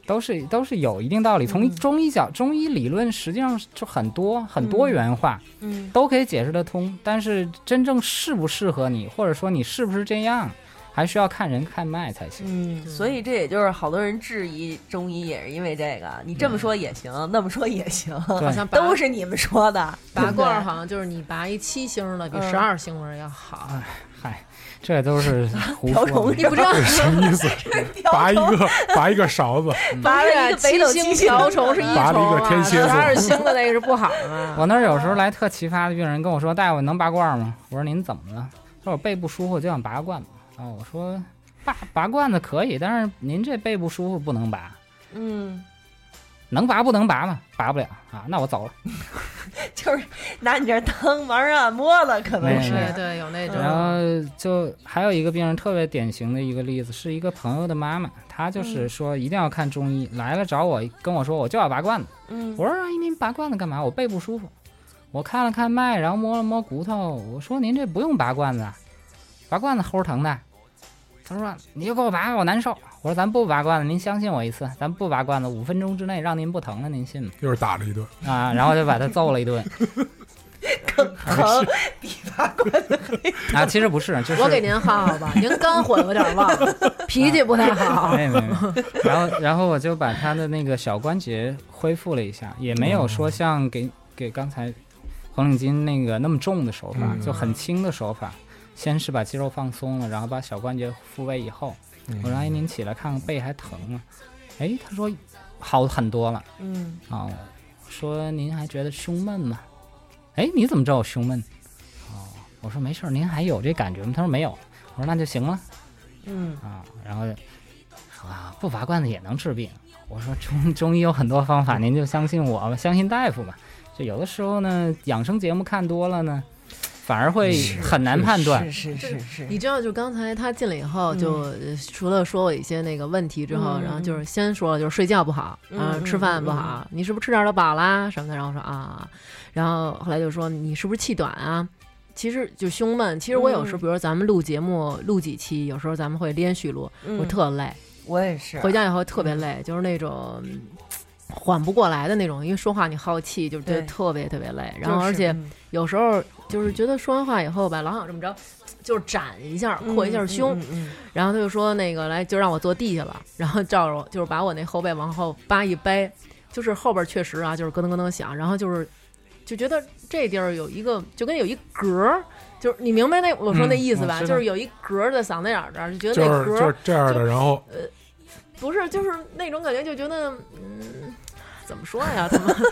Speaker 5: 都是都是有一定道理。从中医角，中医理论实际上就很多很多元化，
Speaker 6: 嗯
Speaker 5: 都可以解释得通。但是真正适不适合你，或者说你是不是这样，还需要看人看脉才行。
Speaker 6: 嗯，所以这也就是好多人质疑中医也是因为这个，你这
Speaker 5: 嗯
Speaker 6: 么说也行，那么说也行，
Speaker 4: 嗯好像拔
Speaker 6: 都是你们说的，
Speaker 4: 拔罐
Speaker 5: 嗯
Speaker 4: 儿，
Speaker 6: 对
Speaker 4: 好像就是你拔一七星儿的比
Speaker 6: 嗯
Speaker 4: 十二星儿的要好。
Speaker 5: 哎嗨，这都是胡
Speaker 6: 瓢
Speaker 5: 说
Speaker 6: 虫
Speaker 5: 的。
Speaker 4: 你不知道
Speaker 7: 什么 意思？
Speaker 6: 不对
Speaker 7: 拔一个拔一个勺子，
Speaker 6: 拔了一个北斗
Speaker 4: 七星
Speaker 6: 七星
Speaker 4: 瓢虫是一
Speaker 7: 拔了一
Speaker 4: 虫
Speaker 7: 个
Speaker 4: 啊，
Speaker 7: 天蝎
Speaker 4: 十
Speaker 7: 座
Speaker 4: 二星的那个是不好啊的。
Speaker 5: 我那儿有时候来特奇葩的病人跟我说：“大夫，能拔罐儿吗？”我说：“您怎么了？”他说：“我背不舒服，就想拔罐子。”啊，我说：“拔拔罐子可以，但是您这背不舒服不能拔，
Speaker 6: 嗯，
Speaker 5: 能拔不能拔嘛？拔不了啊，那我走了。
Speaker 6: 就是拿你这当玩儿按摩了，可
Speaker 7: 哎
Speaker 6: 能
Speaker 5: 没
Speaker 6: 是
Speaker 5: 没
Speaker 4: 对对，有那种
Speaker 5: 然后就还有一个病人特别典型的一个例子，是一个朋友的妈妈，她就是说一定要看中医，来了找我跟我说我就要拔罐子。
Speaker 6: 嗯
Speaker 5: 我说阿姨您拔罐子干嘛？我背不舒服。我看了看脉，然后摸了摸骨头，我说您这不用拔罐子啊，拔罐子齁疼的。他说你就给我拔，我难受。我说咱不拔罐子，您相信我一次，咱不拔罐子，五分钟之内让您不疼了，您信吗？
Speaker 7: 又是打了一顿。
Speaker 5: 啊，然后就把他揍了一顿。
Speaker 6: 疼，比拔罐子
Speaker 5: 啊，其实不是，就是
Speaker 4: 我给您耗耗吧，您肝火有 点旺，脾气不太
Speaker 7: 哎
Speaker 4: 好。
Speaker 5: 没有没有，没有然后然后我就把他的那个小关节恢复了一下，也没有说像给给刚才黄领巾那个那么重的手法，
Speaker 7: 嗯
Speaker 5: 就很轻的手法。先是把肌肉放松了，然后把小关节复位以后，
Speaker 7: 嗯
Speaker 5: 我说：“哎，您起来看看背还疼吗？”哎，他说好很多了。
Speaker 6: 嗯，
Speaker 5: 啊，我说您还觉得胸闷吗？哎，你怎么知道我胸闷？哦，我说没事儿，您还有这感觉吗？他说没有。我说那就行了。
Speaker 6: 嗯
Speaker 5: 啊，然后说啊，不拔罐子也能治病。我说中 中医有很多方法，您就相信我吧，相信大夫吧。就有的时候呢，养生节目看多了呢，反而会很难判断。
Speaker 6: 是是是
Speaker 4: 你知道，就刚才他进来以后，就呃除了说我一些那个问题之后，
Speaker 6: 嗯
Speaker 4: 然后就是先说了，就是睡觉不好，
Speaker 6: 嗯
Speaker 4: 啊
Speaker 6: 嗯
Speaker 4: 吃饭不好，你是不是吃点儿都饱啦什么的？然后我说啊，然后后来就说你是不是气短啊？其实就胸闷。其实我有时候，
Speaker 6: 嗯
Speaker 4: 比如咱们录节目录几期，有时候咱们会连续录，我
Speaker 6: 嗯
Speaker 4: 特累，
Speaker 6: 我也是，
Speaker 4: 回家以后特别累，就是那种嗯缓不过来的那种，因为说话你耗气，就觉得
Speaker 6: 对
Speaker 4: 特别特别累。
Speaker 6: 就是
Speaker 4: 然后而且
Speaker 6: 嗯
Speaker 4: 有时候就是觉得说完话以后吧，老想这么着，就是展一下，扩一下胸。
Speaker 6: 嗯嗯
Speaker 4: 然后他就说那个来，就让我坐地下了，然后照着我就是把我那后背往后扒一掰，就是后边确实啊，就是咯噔咯噔响，然后就是就觉得这地儿有一个就跟有一格儿。就是你明白那我说那
Speaker 5: 嗯
Speaker 4: 意思
Speaker 5: 我
Speaker 4: 吧，
Speaker 5: 知道
Speaker 4: 就是有一格儿在嗓子眼儿这儿，就觉得
Speaker 7: 就
Speaker 4: 那
Speaker 7: 是
Speaker 4: 格儿
Speaker 7: 就是这样的，然后
Speaker 4: 不是，就是那种感觉，就觉得，嗯，怎么说呀？怎么嗯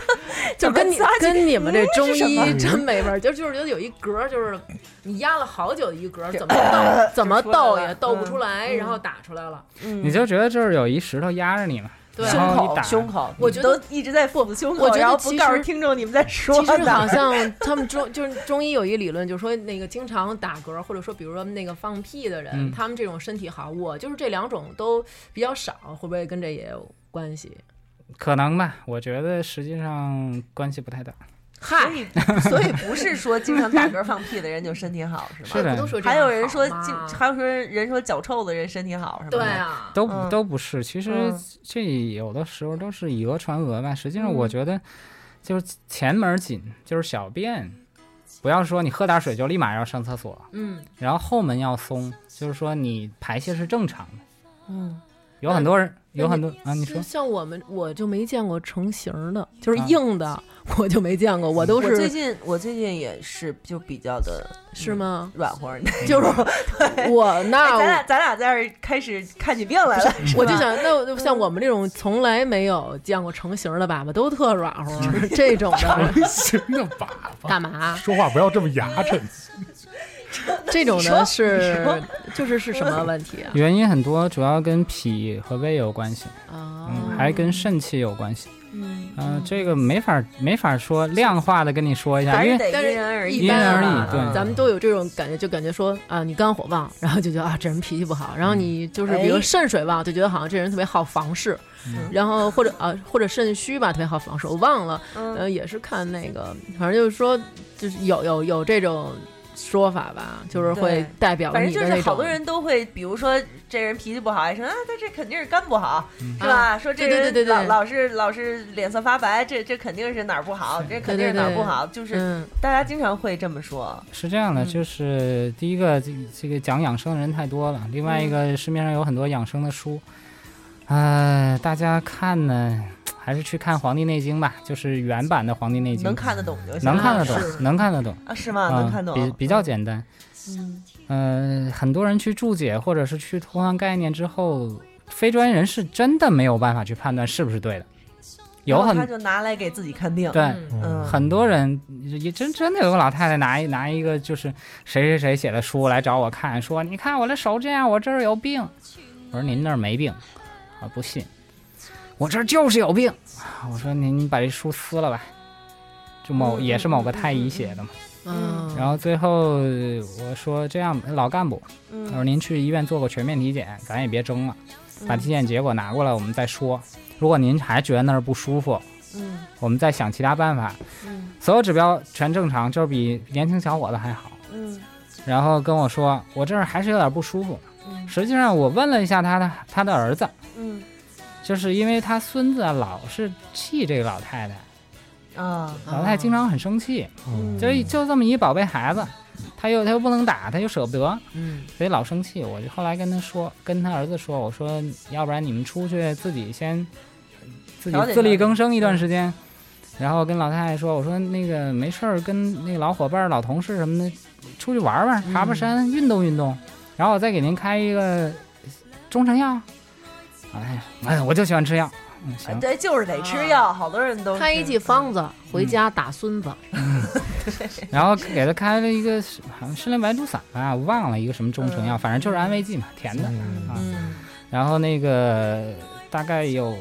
Speaker 4: 就
Speaker 6: 怎么
Speaker 4: 跟你
Speaker 6: 仨 就
Speaker 4: 跟你们这中
Speaker 6: 是什
Speaker 4: 医真没法儿， 就就是觉得有一格儿，就是你压了好久的一格儿，怎么 斗怎么
Speaker 6: 就出来
Speaker 4: 斗
Speaker 6: 了
Speaker 4: 也斗不出来，
Speaker 6: 嗯
Speaker 4: 然后打出来了。
Speaker 6: 嗯
Speaker 5: 你就觉得这儿有一石头压着你嘛，
Speaker 4: 对
Speaker 5: 然
Speaker 6: 胸
Speaker 5: 后一
Speaker 6: 口
Speaker 5: 打
Speaker 6: 胸口，
Speaker 4: 我觉得
Speaker 6: 你都一直在腹胸口，
Speaker 4: 我觉得
Speaker 6: 然后
Speaker 4: 其
Speaker 6: 不
Speaker 4: 实
Speaker 6: 告诉听众你们在说
Speaker 4: 其实好
Speaker 6: 呢。
Speaker 4: 像他们中就是中医有一理论，就是说那个经常打嗝儿，或者说比如说那个放屁的人，
Speaker 5: 嗯
Speaker 4: 他们这种身体好。我就是这两种都比较少，会不会跟这也有关系？
Speaker 5: 可能吧？我觉得实际上关系不太大。
Speaker 4: 嗨，
Speaker 6: 所以不是说经常打嗝放屁的人就身体好是
Speaker 5: 是
Speaker 6: 吗？
Speaker 5: 的
Speaker 4: 不都说这
Speaker 6: 还
Speaker 4: 样
Speaker 6: 有人
Speaker 4: 好
Speaker 6: 说
Speaker 4: 吗
Speaker 6: 经，还有说人说脚臭的人身体好是吗？
Speaker 4: 对 啊，
Speaker 5: 都
Speaker 6: 嗯
Speaker 5: 不都不是，其实
Speaker 6: 嗯
Speaker 5: 这有的时候都是以讹传讹吧。实际上，
Speaker 6: 嗯
Speaker 5: 我觉得就是前门紧，就是小便，不要说你喝点水就立马要上厕所，
Speaker 4: 嗯。
Speaker 5: 然后后门要松，就是说你排泄是正常的。
Speaker 6: 嗯，
Speaker 5: 有很多人，
Speaker 4: 那
Speaker 5: 有
Speaker 4: 你
Speaker 5: 很多啊，你
Speaker 4: 就
Speaker 5: 说
Speaker 4: 像我们，我就没见过成型儿的，就是
Speaker 5: 啊
Speaker 4: 硬的， 我就没见过，我都
Speaker 6: 我
Speaker 4: 是
Speaker 6: 最近我最近也是就比较的
Speaker 4: 是吗？
Speaker 6: 软和 儿，
Speaker 5: 嗯
Speaker 4: 就是我那
Speaker 6: 哎咱俩
Speaker 4: 啊我
Speaker 6: 咱俩在这儿开始看起病来了，是
Speaker 4: 我就
Speaker 6: 吧嗯
Speaker 4: 想，那我像我们这种从来没有见过成型儿的粑粑，都特软和 儿，这种的
Speaker 7: 行的 吧，
Speaker 4: 干嘛？
Speaker 7: 说话不要这么牙碜。
Speaker 4: 这种
Speaker 6: 说
Speaker 4: 的是就是是什么问题啊？
Speaker 5: 原因很多，主要跟脾和胃有关系， 嗯，还跟肾气有关系。
Speaker 6: 嗯，
Speaker 5: 嗯，这个没法没法说量化的跟你说一下，
Speaker 6: 还
Speaker 5: 因
Speaker 6: 是得
Speaker 5: 为
Speaker 4: 但是
Speaker 6: 因人而
Speaker 4: 一
Speaker 6: 异嗯
Speaker 5: 因人
Speaker 4: 般
Speaker 5: 而
Speaker 4: 啊
Speaker 5: 异对
Speaker 4: 咱们都有这种感觉，就感觉说啊，你肝火旺，然后就觉得啊，这人脾气不好，
Speaker 5: 嗯
Speaker 4: 然后你就是比如
Speaker 6: 哎嗯
Speaker 4: 肾水旺，就觉得好像这人特别好房事，
Speaker 5: 嗯
Speaker 4: 然后或者啊或者肾虚吧，特别好房事，我忘了，
Speaker 6: 嗯
Speaker 4: 呃，也是看那个，反正就是说，就是有有有这种说法吧，就是会
Speaker 6: 嗯对
Speaker 4: 代表
Speaker 6: 反正
Speaker 4: 你
Speaker 6: 就
Speaker 4: 的
Speaker 6: 是
Speaker 4: 那
Speaker 6: 好
Speaker 4: 种
Speaker 6: 多。人都会，比如说这人脾气不好，还说啊，他这肯定是肝不好，是吧？
Speaker 4: 啊
Speaker 6: 说这
Speaker 4: 对对
Speaker 6: 人
Speaker 4: 对对对
Speaker 6: 老老是老是脸色发白，这这肯定是哪儿不好，这肯定是哪儿不好，就是
Speaker 4: 嗯，
Speaker 6: 大家经常会这么说。
Speaker 5: 是
Speaker 6: 嗯
Speaker 5: 这样的，就是第一个，这这个讲养生的人太多了；
Speaker 6: 嗯
Speaker 5: 另外一个，市面上有很多养生的书，呃，大家看呢，还是去看《黄帝内经》吧，就是原版的《黄帝内经》，
Speaker 6: 能看得懂就行，
Speaker 5: 能看得
Speaker 4: 啊
Speaker 5: 懂，能看得懂，
Speaker 6: 啊？是吗？
Speaker 5: 嗯
Speaker 6: 能看懂，
Speaker 5: 比比较简单。
Speaker 6: 嗯
Speaker 5: 呃，很多人去注解或者是去偷换概念之后，非专业人士真的没有办法去判断是不是对的，有
Speaker 6: 然后
Speaker 5: 很
Speaker 6: 哦他就拿来给自己看病，
Speaker 5: 对。
Speaker 6: 嗯，
Speaker 5: 很多人也真真的有个老太太拿一拿一个就是谁谁谁写的书来找我看，说你看我这手这样，我这儿有病。我说您那儿没病，我不信，我这儿就是有病。我说您把这书撕了吧，就某也是某个太医写的嘛。
Speaker 4: 嗯
Speaker 5: 然后最后我说这样，老干部，我说
Speaker 6: 嗯，
Speaker 5: 您去医院做个全面体检，咱也别争了，把体检结果拿过来我们再说。如果您还觉得那儿不舒服，
Speaker 6: 嗯
Speaker 5: 我们再想其他办法。
Speaker 6: 嗯
Speaker 5: 所有指标全正常，就是比年轻小伙子还好。
Speaker 6: 嗯
Speaker 5: 然后跟我说，我这儿还是有点不舒服。
Speaker 6: 嗯
Speaker 5: 实际上，我问了一下他的他的儿子，
Speaker 6: 嗯
Speaker 5: 就是因为他孙子啊老是气这个老太太，
Speaker 6: 啊，
Speaker 5: 老太太经常很生气，
Speaker 7: 嗯
Speaker 5: 就就这么一宝贝孩子，他又他又不能打，他又舍不得，
Speaker 4: 嗯
Speaker 5: 所以老生气。我就后来跟他说，跟他儿子说，我说要不然你们出去自己先自己
Speaker 6: 调解
Speaker 5: 自
Speaker 6: 调
Speaker 5: 力
Speaker 6: 解
Speaker 5: 更生一段时间。然后跟老太太说，我说那个没事儿，跟那个老伙伴儿、老同事什么的出去玩玩，爬
Speaker 6: 嗯
Speaker 5: 爬山，运动运动。然后我再给您开一个中成药。哎呀，哎呀，我就喜欢吃药。嗯，行
Speaker 6: 啊，对，就是得吃药，好多人都
Speaker 4: 开一
Speaker 6: 是
Speaker 4: 剂方子
Speaker 5: 嗯
Speaker 4: 回家打孙子，
Speaker 5: 然后给他开了一个是好像是那白术散吧，我忘了一个什么中成药，
Speaker 6: 嗯
Speaker 5: 反正就是安慰剂嘛，甜的啊。然后那个大概有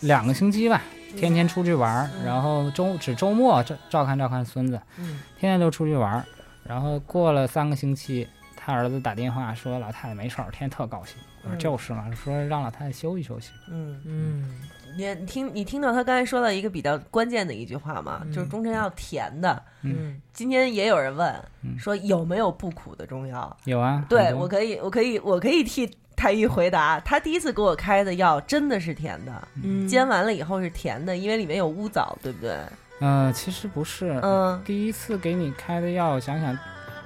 Speaker 5: 两个星期吧，
Speaker 6: 嗯
Speaker 5: 天天出去玩儿，然后周只周末照照看照看孙子，
Speaker 6: 嗯
Speaker 5: 天天都出去玩儿。然后过了三个星期，他儿子打电话说老太太没事儿，天天特高兴。我说就是嘛，说让老太太休息休息。
Speaker 6: 嗯。
Speaker 4: 嗯，
Speaker 6: 你你听你听到他刚才说到一个比较关键的一句话嘛，就是中成药甜的。
Speaker 4: 嗯，
Speaker 6: 今天也有人问、
Speaker 5: 嗯
Speaker 6: 说有没有不苦的中药？
Speaker 5: 有啊，
Speaker 6: 对
Speaker 5: 很多
Speaker 6: 我可以，我可以，我可以替太医回答。他第一次给我开的药真的是甜的，
Speaker 4: 嗯
Speaker 6: 煎完了以后是甜的，因为里面有乌枣，对不对？
Speaker 5: 嗯，其实不是，
Speaker 6: 嗯，
Speaker 5: 第一次给你开的药，想想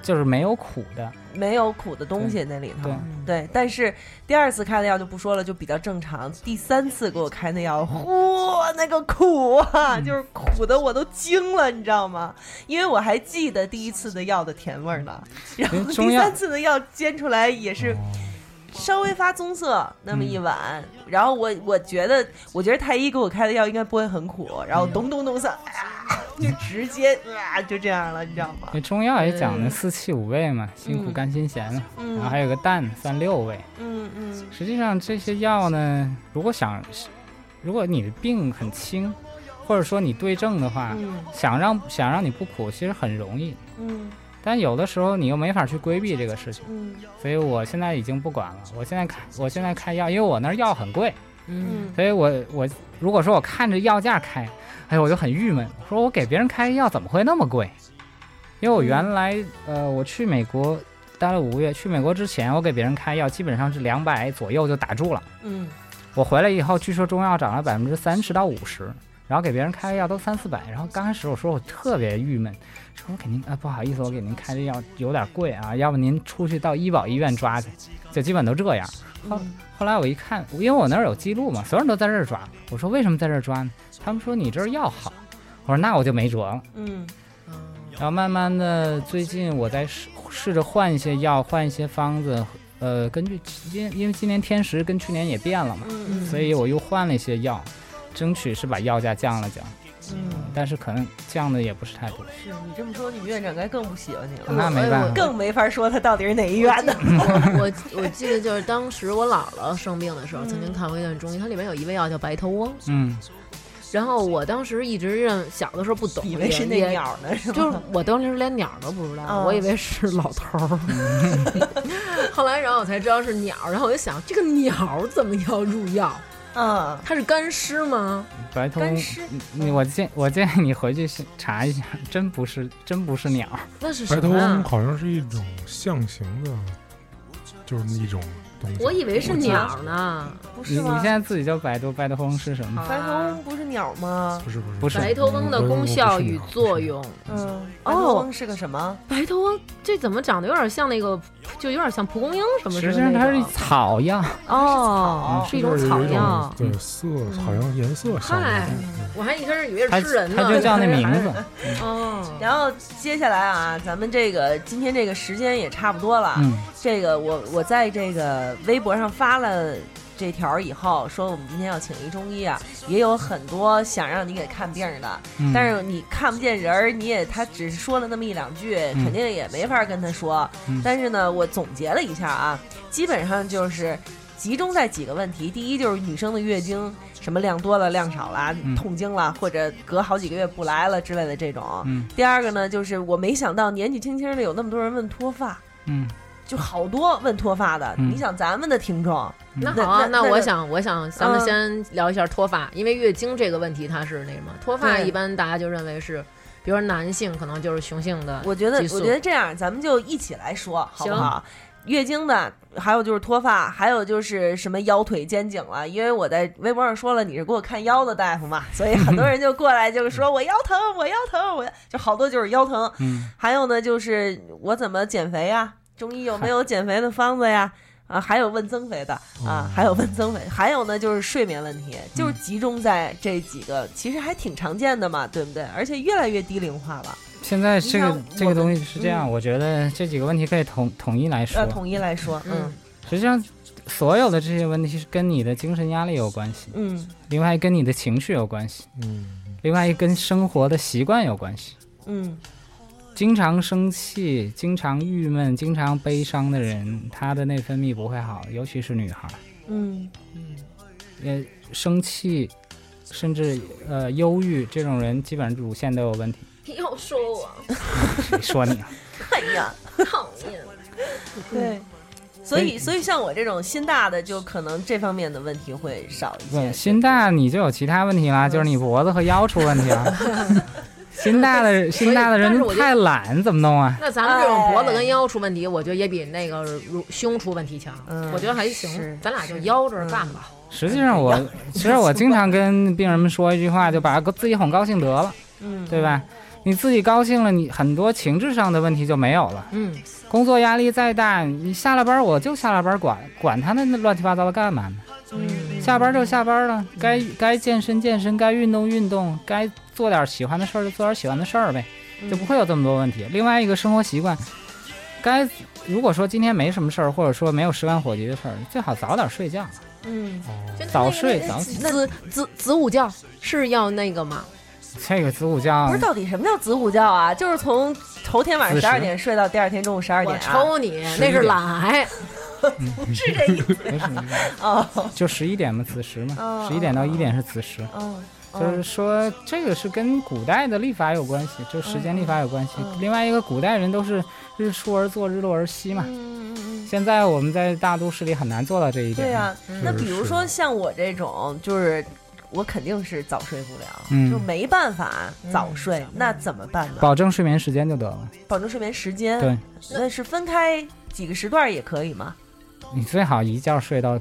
Speaker 5: 就是没有苦的，
Speaker 6: 没有苦的东西那里头
Speaker 5: 对。
Speaker 4: 嗯
Speaker 6: 对，但是第二次开的药就不说了，就比较正常。第三次给我开那药，嚯，那个苦啊，
Speaker 5: 嗯
Speaker 6: 就是苦的我都惊了，你知道吗？因为我还记得第一次的药的甜味儿呢，然后
Speaker 5: 嗯因为中
Speaker 6: 第
Speaker 5: 药
Speaker 6: 三次的药煎出来也是。
Speaker 7: 哦
Speaker 6: 稍微发棕色那么一碗，然后我我觉得，我觉得太医给我开的药应该不会很苦，然后咚咚咚三，啊就直接啊就这样了，你知道吗
Speaker 5: 那？中药也讲的四气五味嘛，辛苦
Speaker 6: 嗯
Speaker 5: 甘心咸嘛，
Speaker 6: 嗯
Speaker 5: 然后还有个淡三六味。
Speaker 6: 嗯嗯
Speaker 5: 实际上这些药呢，如果想，如果你的病很轻，或者说你对症的话，
Speaker 6: 嗯
Speaker 5: 想让想让你不苦，其实很容易。
Speaker 6: 嗯
Speaker 5: 但有的时候你又没法去规避这个事情，
Speaker 6: 嗯
Speaker 5: 所以我现在已经不管了。我现在开，我现在开药，因为我那儿药很贵，
Speaker 6: 嗯，
Speaker 5: 所以我我如果说我看着药价开，哎，我就很郁闷，我说我给别人开药怎么会那么贵？因为我原来呃，我去美国待了五个月，去美国之前我给别人开药基本上是两百左右就打住了。
Speaker 6: 嗯，
Speaker 5: 我回来以后，据说中药涨了百分之三十到五十，然后给别人开的药都三四百。然后刚开始我说我特别郁闷，说我给您啊不好意思，我给您开的药有点贵啊，要不您出去到医保医院抓去，就基本都这样。后后来我一看，因为我那儿有记录嘛，所有人都在这儿抓。我说为什么在这儿抓呢？他们说你这儿药好。我说那我就没辙了。
Speaker 6: 嗯
Speaker 5: 然后慢慢的，最近我在试试着换一些药，换一些方子。呃，根据因因为今年天时跟去年也变了嘛，
Speaker 6: 嗯
Speaker 5: 所以我又换了一些药，争取是把药价降了降，
Speaker 6: 嗯，
Speaker 5: 但是可能降的也不是太多。
Speaker 6: 是你这么说，你们院长该更不喜欢你了，
Speaker 5: 那没办法，
Speaker 6: 更没法说他到底是哪一院的。
Speaker 4: 我我我记得就是当时我姥姥生病的时候，曾
Speaker 6: 嗯
Speaker 4: 经看过一段中医，它里面有一味啊药叫白头翁，
Speaker 5: 嗯，
Speaker 4: 然后我当时一直认小的时候不懂，
Speaker 6: 以为是那
Speaker 4: 也。也
Speaker 6: 鸟呢，是吧？
Speaker 4: 就是我当时连鸟都不知道，
Speaker 6: 嗯
Speaker 4: 我以为是老头儿。 后来，然后我才知道是鸟，然后我就想，这个鸟怎么要入药？
Speaker 6: 嗯，
Speaker 4: 它是干尸吗？
Speaker 5: 白头
Speaker 6: 干尸
Speaker 5: 你你我建我建议你回去是查一下，真不是真不是鸟，
Speaker 4: 那是
Speaker 7: 白
Speaker 4: 什
Speaker 7: 头
Speaker 4: 么啊
Speaker 7: 翁
Speaker 4: 呀？
Speaker 7: 好像是一种象形的，就是一种东西。
Speaker 4: 我以为是鸟呢。
Speaker 6: 不是
Speaker 5: 你嗯你
Speaker 6: 吗
Speaker 5: 现？在自己就百度白头翁是什么？
Speaker 6: 白头翁不是鸟吗？
Speaker 7: 不是不是
Speaker 5: 不是
Speaker 4: 白头翁的功效与作。用，
Speaker 6: 嗯，白头
Speaker 4: 哦
Speaker 6: 翁是个什么？
Speaker 4: 白头翁这怎么长得有点像那个，就有点像蒲公英什么
Speaker 5: 实
Speaker 4: 似
Speaker 5: 际
Speaker 4: 的
Speaker 5: 上它
Speaker 4: 那
Speaker 5: 是一
Speaker 4: 种。
Speaker 5: 草药，
Speaker 4: 哦
Speaker 7: 啊
Speaker 5: 嗯，
Speaker 4: 是一种草药。嗯
Speaker 7: 对色，好像颜色像。
Speaker 4: 嗨我还一开始以为
Speaker 5: 它
Speaker 4: 是吃 人呢，
Speaker 5: 它就叫那名字。
Speaker 4: 哦，
Speaker 6: 然后接下来啊，咱们这个今天这个时间也差不多了。
Speaker 5: 嗯，
Speaker 6: 这个我我在这个微博上发了这条儿以后，说我们今天要请一中医啊，也有很多想让你给看病儿的，
Speaker 5: 嗯
Speaker 6: 但是你看不见人儿，你也他只是说了那么一两句，肯定也没法跟他说。
Speaker 5: 嗯
Speaker 6: 但是呢，我总结了一下啊，基本上就是。集中在几个问题，第一就是女生的月经什么量多了、量少了、
Speaker 5: 嗯
Speaker 6: 痛经了，或者隔好几个月不来了之类的这种。
Speaker 5: 嗯
Speaker 6: 第二个呢，就是我没想到年纪轻轻的有那么多人问脱发，
Speaker 5: 嗯，
Speaker 6: 就好多问脱发的。
Speaker 5: 嗯
Speaker 6: 你想咱们的听众，
Speaker 4: 那
Speaker 6: 那
Speaker 4: 好啊，
Speaker 6: 那
Speaker 4: 那
Speaker 6: 那
Speaker 4: 我
Speaker 6: 就
Speaker 4: 想，我想，咱们
Speaker 6: 嗯
Speaker 4: 先聊一下脱发，因为月经这个问题，它是那什么？脱发
Speaker 6: 对
Speaker 4: 一般大家就认为是，比如说男性可能就是雄性的，
Speaker 6: 我觉得
Speaker 4: 激素
Speaker 6: 我觉得这样，咱们就一起来说好不
Speaker 4: 行
Speaker 6: 好？月经的，还有就是脱发，还有就是什么腰腿肩颈了。因为我在微博上说了，你是给我看腰的大夫嘛，所以 很多人就过来就是说我腰疼，我腰疼，我腰就好多就是腰疼。
Speaker 5: 嗯，
Speaker 6: 还有呢，就是我怎么减肥呀？中医有没有减肥的方子呀？啊，还有问增肥的啊
Speaker 7: 哦，
Speaker 6: 还有问增肥，还有呢就是睡眠问题，就是集中在这几个，其实还挺常见的嘛，对不对？而且越来越低龄化了，
Speaker 5: 现在这
Speaker 6: 你
Speaker 5: 个
Speaker 6: 看
Speaker 5: 这
Speaker 6: 我
Speaker 5: 个
Speaker 6: 们
Speaker 5: 东西是这样，我觉得这几个问题可以统统一来
Speaker 6: 呃，
Speaker 5: 说。
Speaker 6: 统一来说，嗯
Speaker 4: 嗯
Speaker 5: 实际上，所有的这些问题是跟你的精神压力有关系，
Speaker 6: 嗯
Speaker 5: 另外跟你的情绪有关系，
Speaker 7: 嗯，
Speaker 5: 另外跟生活的习惯有关系。
Speaker 6: 嗯
Speaker 5: 经常生气、经常郁闷、经常悲伤的人，他的内分泌不会好，尤其是女孩儿。
Speaker 6: 嗯
Speaker 5: 呃，生气，甚至呃忧郁这种人，基本上乳腺都有问题。
Speaker 4: 又说我
Speaker 5: 谁 说你啊？
Speaker 6: 哎呀，
Speaker 4: 讨厌，
Speaker 6: 对，所以
Speaker 5: 所以
Speaker 6: 所以像我这种心大的，就可能这方面的问题会少一
Speaker 5: 对，
Speaker 6: 些。
Speaker 5: 心大你就有其他问题
Speaker 4: 嗯
Speaker 5: 啦，就是你脖子和腰出问题了。 心大的心大的
Speaker 4: 但
Speaker 5: 人
Speaker 4: 是我觉得
Speaker 5: 太懒，怎么弄啊？
Speaker 4: 那咱们这种脖子跟腰出问题，我觉得也比那个乳胸出问题强
Speaker 6: 嗯，
Speaker 4: 我觉得还
Speaker 6: 是
Speaker 4: 行，咱俩就腰这儿干吧。
Speaker 5: 实际 上
Speaker 4: 哎
Speaker 5: 我，其实我经常跟病人们说一句话，就把自己哄高兴得了，
Speaker 6: 嗯，
Speaker 5: 对吧？你自己高兴了，你很多情志上的问题就没有了。
Speaker 4: 嗯，
Speaker 5: 工作压力再大，你下了班我就下了班管，管他那乱七八糟的干嘛呢？
Speaker 6: 嗯，
Speaker 5: 下班就下班了，该该健身健身，该运动运动，该做点喜欢的事儿就做点喜欢的事儿呗，就不会有这么多问题。另外一个生活习惯，该如果说今天没什么事儿，或者说没有十万火急的事儿，最好早点睡觉，
Speaker 6: 嗯，
Speaker 7: 哦，
Speaker 5: 早睡早起。
Speaker 4: 子子子午觉是要那个吗？
Speaker 5: 这个子午觉
Speaker 6: 不是，到底什么叫子午觉啊？就是从头天晚上十二
Speaker 5: 子时
Speaker 6: 点睡到第二天中午十二
Speaker 4: 我
Speaker 6: 点啊。
Speaker 4: 抽你，
Speaker 5: 11
Speaker 4: 那是懒癌。
Speaker 5: 没什么，
Speaker 6: 哦，
Speaker 5: 就十一点嘛，子时嘛
Speaker 6: 哦，
Speaker 5: 十一点到一点是子时。
Speaker 6: 嗯，嗯
Speaker 5: 就是说，这个是跟古代的历法有关系，就时间历法有关
Speaker 6: 嗯
Speaker 5: 系。另外一个，古代人都是日出而作，日落而息嘛。
Speaker 6: 嗯嗯嗯，
Speaker 5: 现在我们在大都市里很难做到这一点。
Speaker 6: 对呀、那比如
Speaker 7: 嗯是
Speaker 6: 说像我这种，就是我肯定是早睡不了，
Speaker 5: 嗯
Speaker 6: 就没办法
Speaker 4: 嗯
Speaker 6: 早睡，那怎么办呢？
Speaker 5: 保证睡眠时间就得了。
Speaker 6: 保证睡眠时间，
Speaker 5: 对，
Speaker 6: 那是分开几个时段也可以吗？
Speaker 5: 你最好一觉睡到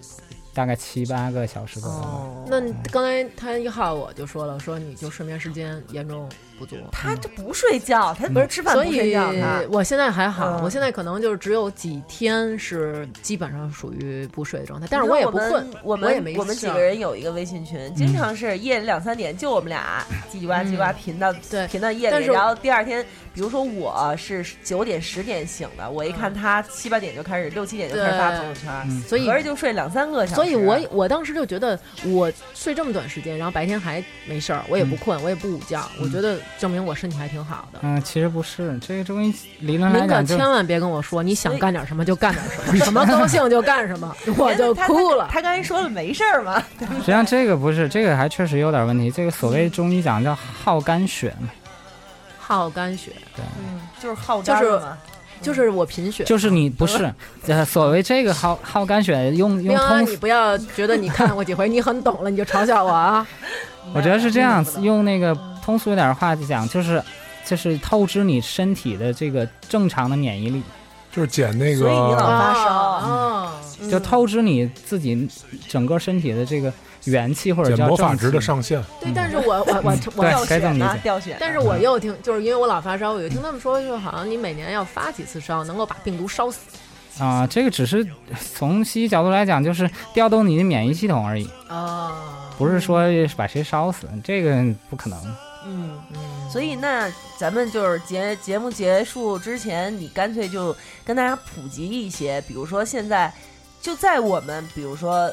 Speaker 5: 大概七八个小时左右。
Speaker 6: 哦，
Speaker 4: 那刚才他一号我就说了，说你就睡眠时间严重不足。
Speaker 6: 他这不睡觉，他不是吃饭
Speaker 4: 所
Speaker 6: 不睡
Speaker 4: 以
Speaker 6: 觉，他
Speaker 4: 我现在还好，
Speaker 6: 嗯
Speaker 4: 我现在可能就是只有几天是基本上属于不睡的状态，但是我也不困，
Speaker 6: 我
Speaker 4: 我也
Speaker 6: 们
Speaker 4: 没
Speaker 6: 我们几
Speaker 4: 事儿嗯
Speaker 6: 个人有一个微信群，经常是夜里两三点，就我们俩叽叽呱叽呱贫到
Speaker 4: 对
Speaker 6: 贫到夜
Speaker 4: 但
Speaker 6: 里，
Speaker 4: 是我
Speaker 6: 然后第二天，比如说我是九点十点醒的，我一看他七八点就开始六七点就开始
Speaker 4: 嗯
Speaker 6: 发
Speaker 4: 对
Speaker 6: 朋友圈，
Speaker 5: 嗯
Speaker 4: 所以
Speaker 6: 合着就睡两三个小时。啊
Speaker 4: 所以我我当时就觉得我睡这么短时间，然后白天还没事儿，我
Speaker 6: 嗯
Speaker 4: 也不困，我也不午觉，我觉得证明我身体还挺好的。
Speaker 5: 嗯，其实不是，这个中医理论来
Speaker 4: 您可
Speaker 5: 讲就
Speaker 4: 千万别跟我说你想干点什么就干点什么，什么高兴就干什 么，我就
Speaker 6: 哎他
Speaker 4: 哭了。
Speaker 6: 他刚才说了没事儿嘛，
Speaker 5: 实际上这个不是，这个还确实有点问题。这个所
Speaker 6: 嗯
Speaker 5: 谓中医讲叫耗肝血嘛，
Speaker 4: 耗肝血，
Speaker 6: 嗯，就是耗
Speaker 4: 就
Speaker 6: 肝
Speaker 4: 是
Speaker 6: 嘛，
Speaker 4: 就是我贫血。
Speaker 5: 就是你不 是，呃，所谓这个好好干血用用
Speaker 4: 明安，
Speaker 5: 通
Speaker 4: 你不要觉得你看过几回，你很懂了，你就嘲笑我 啊！
Speaker 5: 我觉得是这
Speaker 6: 嗯
Speaker 5: 样，用那个通俗一点的话讲，就是就是透支你身体的这个正常的免疫力，
Speaker 7: 就是捡那
Speaker 6: 所以你老
Speaker 7: 个，
Speaker 6: 发烧
Speaker 4: 啊，
Speaker 6: 嗯
Speaker 5: 就透支你自己整个身体的这个元气或者
Speaker 7: 捡
Speaker 5: 叫
Speaker 7: 魔法
Speaker 5: 正气
Speaker 7: 值的上限，
Speaker 4: 对，但是我我我我
Speaker 5: 嗯 对
Speaker 6: 掉
Speaker 5: 该
Speaker 6: 血
Speaker 5: 这么理
Speaker 6: 呢
Speaker 5: 解，
Speaker 6: 掉血呢。
Speaker 4: 但是我又听，就是因为我老发烧，我就听他们说，就好像你每年要发几次烧，能够把病毒烧死
Speaker 5: 啊、这个只是从西医角度来讲，就是调动你的免疫系统而已，
Speaker 4: 啊。
Speaker 5: 不是说把谁烧死，这个不可能。
Speaker 6: 嗯，所以那咱们就是节节目结束之前，你干脆就跟大家普及一些，比如说现在就在我们，比如说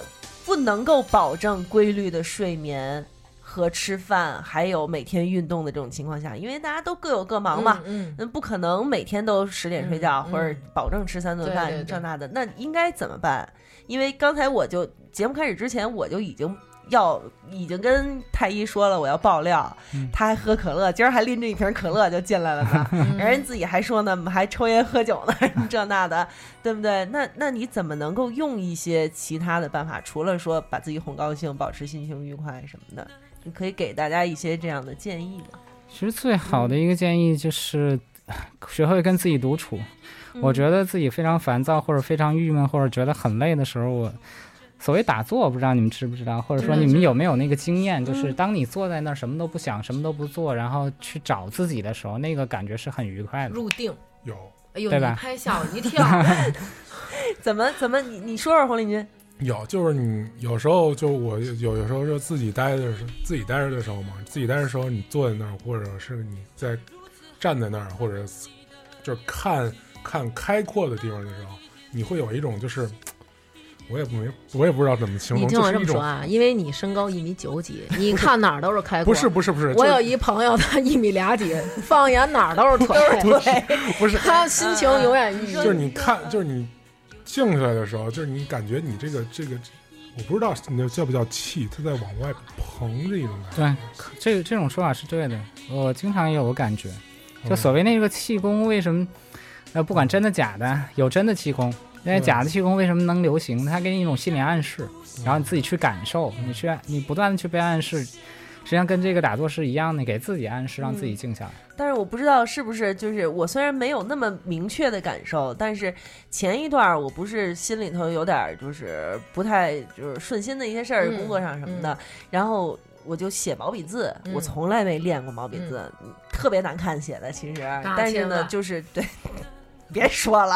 Speaker 6: 不能够保证规律的睡眠和吃饭，还有每天运动的这种情况下，因为大家都各有各忙嘛。
Speaker 4: 嗯，
Speaker 6: 那不可能每天都十点睡觉，
Speaker 4: 嗯
Speaker 6: 或者保证吃三顿
Speaker 4: 对对
Speaker 6: 饭
Speaker 4: 对
Speaker 6: 这那的，那应该怎么办？因为刚才我就节目开始之前，我就已经要已经跟太医说了，我要爆料，
Speaker 5: 嗯
Speaker 6: 他还喝可乐，今儿还拎着一瓶可乐就进来了呢，
Speaker 4: 嗯
Speaker 6: 人家自己还说呢，还抽烟喝酒呢， 这那的，对不对？那那你怎么能够用一些其他的办法，除了说把自己哄高兴、保持心情愉快什么的？你可以给大家一些这样的建议吗？
Speaker 5: 其实最好的一个建议就是 学会跟自己独处。我觉得自己非常烦躁，或者非常郁闷，或者觉得很累的时候，我所谓打坐，不知道你们知不知道，或嗯者说你们有没有那个经验，就是当你坐在那儿什么都不想、什么都不做，然后去找自己的时候，那个感觉是很愉快的。
Speaker 4: 入定。
Speaker 7: 有
Speaker 4: 哎呦，
Speaker 5: 对
Speaker 4: 你
Speaker 5: 吧
Speaker 4: 拍吓我一 跳！
Speaker 6: 怎么怎么你你说说黄丽君，
Speaker 7: 有，就是你有时候就我有有时候就自己待的时候，自己待着的时候嘛，自己待着的时候你坐在那儿，或者是你在站在那儿，或者就是看看开阔的地方的时候，你会有一种就是我也不明，我也不知道怎么形
Speaker 4: 你
Speaker 7: 容，
Speaker 4: 听
Speaker 7: 就
Speaker 4: 我
Speaker 7: 是
Speaker 4: 这
Speaker 7: 一
Speaker 4: 么说
Speaker 7: 种
Speaker 4: 啊，因为你身高一米九几，你看哪儿都是开阔。
Speaker 7: 不是，不是不是，
Speaker 4: 我
Speaker 7: 就
Speaker 4: 有
Speaker 7: 是
Speaker 4: 一朋友，他一米俩几，放眼哪儿都是腿，
Speaker 7: 不是
Speaker 4: 他心情永远一
Speaker 7: 就是你看，就是你静下来的时候，就是你感觉你这个这个，我不知道你叫不叫气，它在往外膨的一种感觉。
Speaker 5: 对，这这种说法是对的，我经常也有感觉，就
Speaker 7: 嗯
Speaker 5: 所谓那个气功，为什么呃不管真的假的，有真的气功，那
Speaker 7: 对
Speaker 5: 假的气功为什么能流行？它给你一种心理暗示，
Speaker 7: 嗯
Speaker 5: 然后你自己去感受，你去你不断的去被暗示，实际上跟这个打坐是一样的，给自己暗示，让
Speaker 6: 嗯
Speaker 5: 自己静下来。
Speaker 6: 但是我不知道是不是就是我虽然没有那么明确的感受，但是前一段儿我不是心里头有点儿就是不太就是顺心的一些事儿，
Speaker 4: 嗯
Speaker 6: 工作上什么的，然后我就写毛笔字，
Speaker 4: 嗯
Speaker 6: 我从来没练过毛笔字，嗯特别难看写的其实，但是
Speaker 4: 千
Speaker 6: 呢
Speaker 4: 万
Speaker 6: 就是对。 别说 了，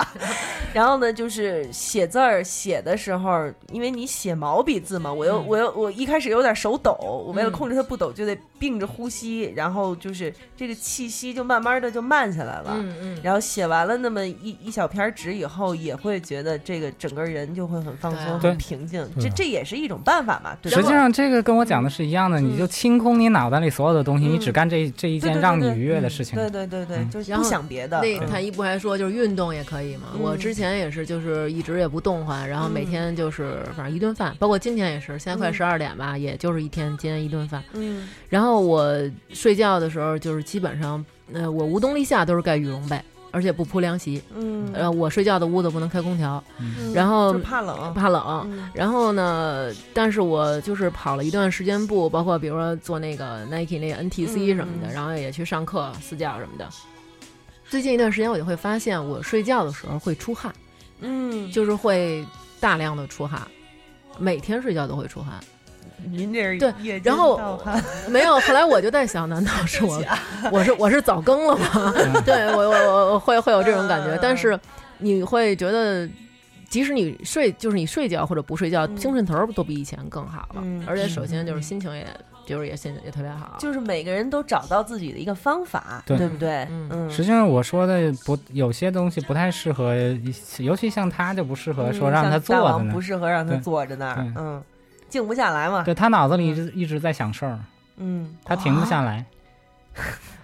Speaker 6: 然后呢，就是写字儿写的时候，因为你写毛笔字嘛，我又、
Speaker 4: 嗯
Speaker 6: 我又我一开始有点手抖，我为
Speaker 4: 嗯
Speaker 6: 了控制它不抖，就得并着呼吸，然后就是这个气息就慢慢的就慢下来了。
Speaker 4: 嗯嗯，
Speaker 6: 然后写完了那么一一小篇儿纸以后，也会觉得这个整个人就会很放松、
Speaker 5: 对
Speaker 6: 很平静，
Speaker 7: 对
Speaker 6: 这这也是一种办法嘛，对吧？
Speaker 5: 实际上，这个跟我讲的是一样的，你就清空你脑袋里所有的东西，你只干这这一
Speaker 6: 嗯对
Speaker 5: 件
Speaker 6: 对
Speaker 5: 让你
Speaker 6: 对
Speaker 5: 愉悦的事情。
Speaker 6: 对对对对，
Speaker 5: 嗯
Speaker 6: 就是
Speaker 4: 然
Speaker 6: 不
Speaker 4: 后
Speaker 6: 想别的。
Speaker 4: 那
Speaker 6: 嗯
Speaker 4: 他一不还说就是运动也可以嘛？
Speaker 6: 嗯
Speaker 4: 我之前也是，就是一直也不动换，然后
Speaker 7: 嗯
Speaker 4: 每天就是反正一顿饭，包括今天也是，现在快
Speaker 6: 嗯
Speaker 4: 十二点吧，也就是一天今天一顿饭。
Speaker 6: 嗯
Speaker 4: 然后我睡觉的时候就是基本上，呃，我无冬立夏都是盖羽绒被，而且不铺凉席。
Speaker 6: 嗯，
Speaker 4: 呃，我睡觉的屋子不能开空调，
Speaker 6: 嗯
Speaker 4: 呃然后
Speaker 6: 就怕冷，
Speaker 4: 怕冷。
Speaker 6: 嗯
Speaker 4: 然后呢，但是我就是跑了一段时间步，包括比如说做那个 Nike 那个 NTC
Speaker 6: 嗯
Speaker 4: 什么的，
Speaker 6: 嗯
Speaker 4: 然后也去上课私教什么的。最近一段时间，我就会发现我睡觉的时候会出汗，
Speaker 6: 嗯，
Speaker 4: 就是会大量的出汗，每天睡觉都会出汗。
Speaker 6: 您这是
Speaker 4: 对
Speaker 6: 夜间
Speaker 4: 然后
Speaker 6: 盗 汗
Speaker 4: 没有，后来我就在想，难道是我我是我是早更了吗？
Speaker 5: 嗯
Speaker 4: 对我我我我会会有这种感
Speaker 6: 嗯
Speaker 4: 觉，但是你会觉得。即使你睡，就是你睡觉或者不睡觉，
Speaker 6: 嗯
Speaker 4: 精神头儿都比以前更好了。
Speaker 6: 嗯
Speaker 4: 而且首先就是心情也，就是也心情也特别好。
Speaker 6: 就是每个人都找到自己的一个方法，
Speaker 5: 对
Speaker 6: 不对？
Speaker 4: 嗯
Speaker 6: 嗯，
Speaker 5: 实际上我说的不，有些东西不太适合，尤其像他就不适合
Speaker 6: 嗯
Speaker 5: 说让
Speaker 6: 像大
Speaker 5: 他坐着
Speaker 6: 王
Speaker 5: 呢
Speaker 6: 不。适合让他
Speaker 5: 对
Speaker 6: 坐着那儿
Speaker 5: 对，
Speaker 6: 嗯，静不下来嘛，
Speaker 5: 对他脑子里一直一直在想事儿，
Speaker 6: 嗯，
Speaker 5: 他停不下来。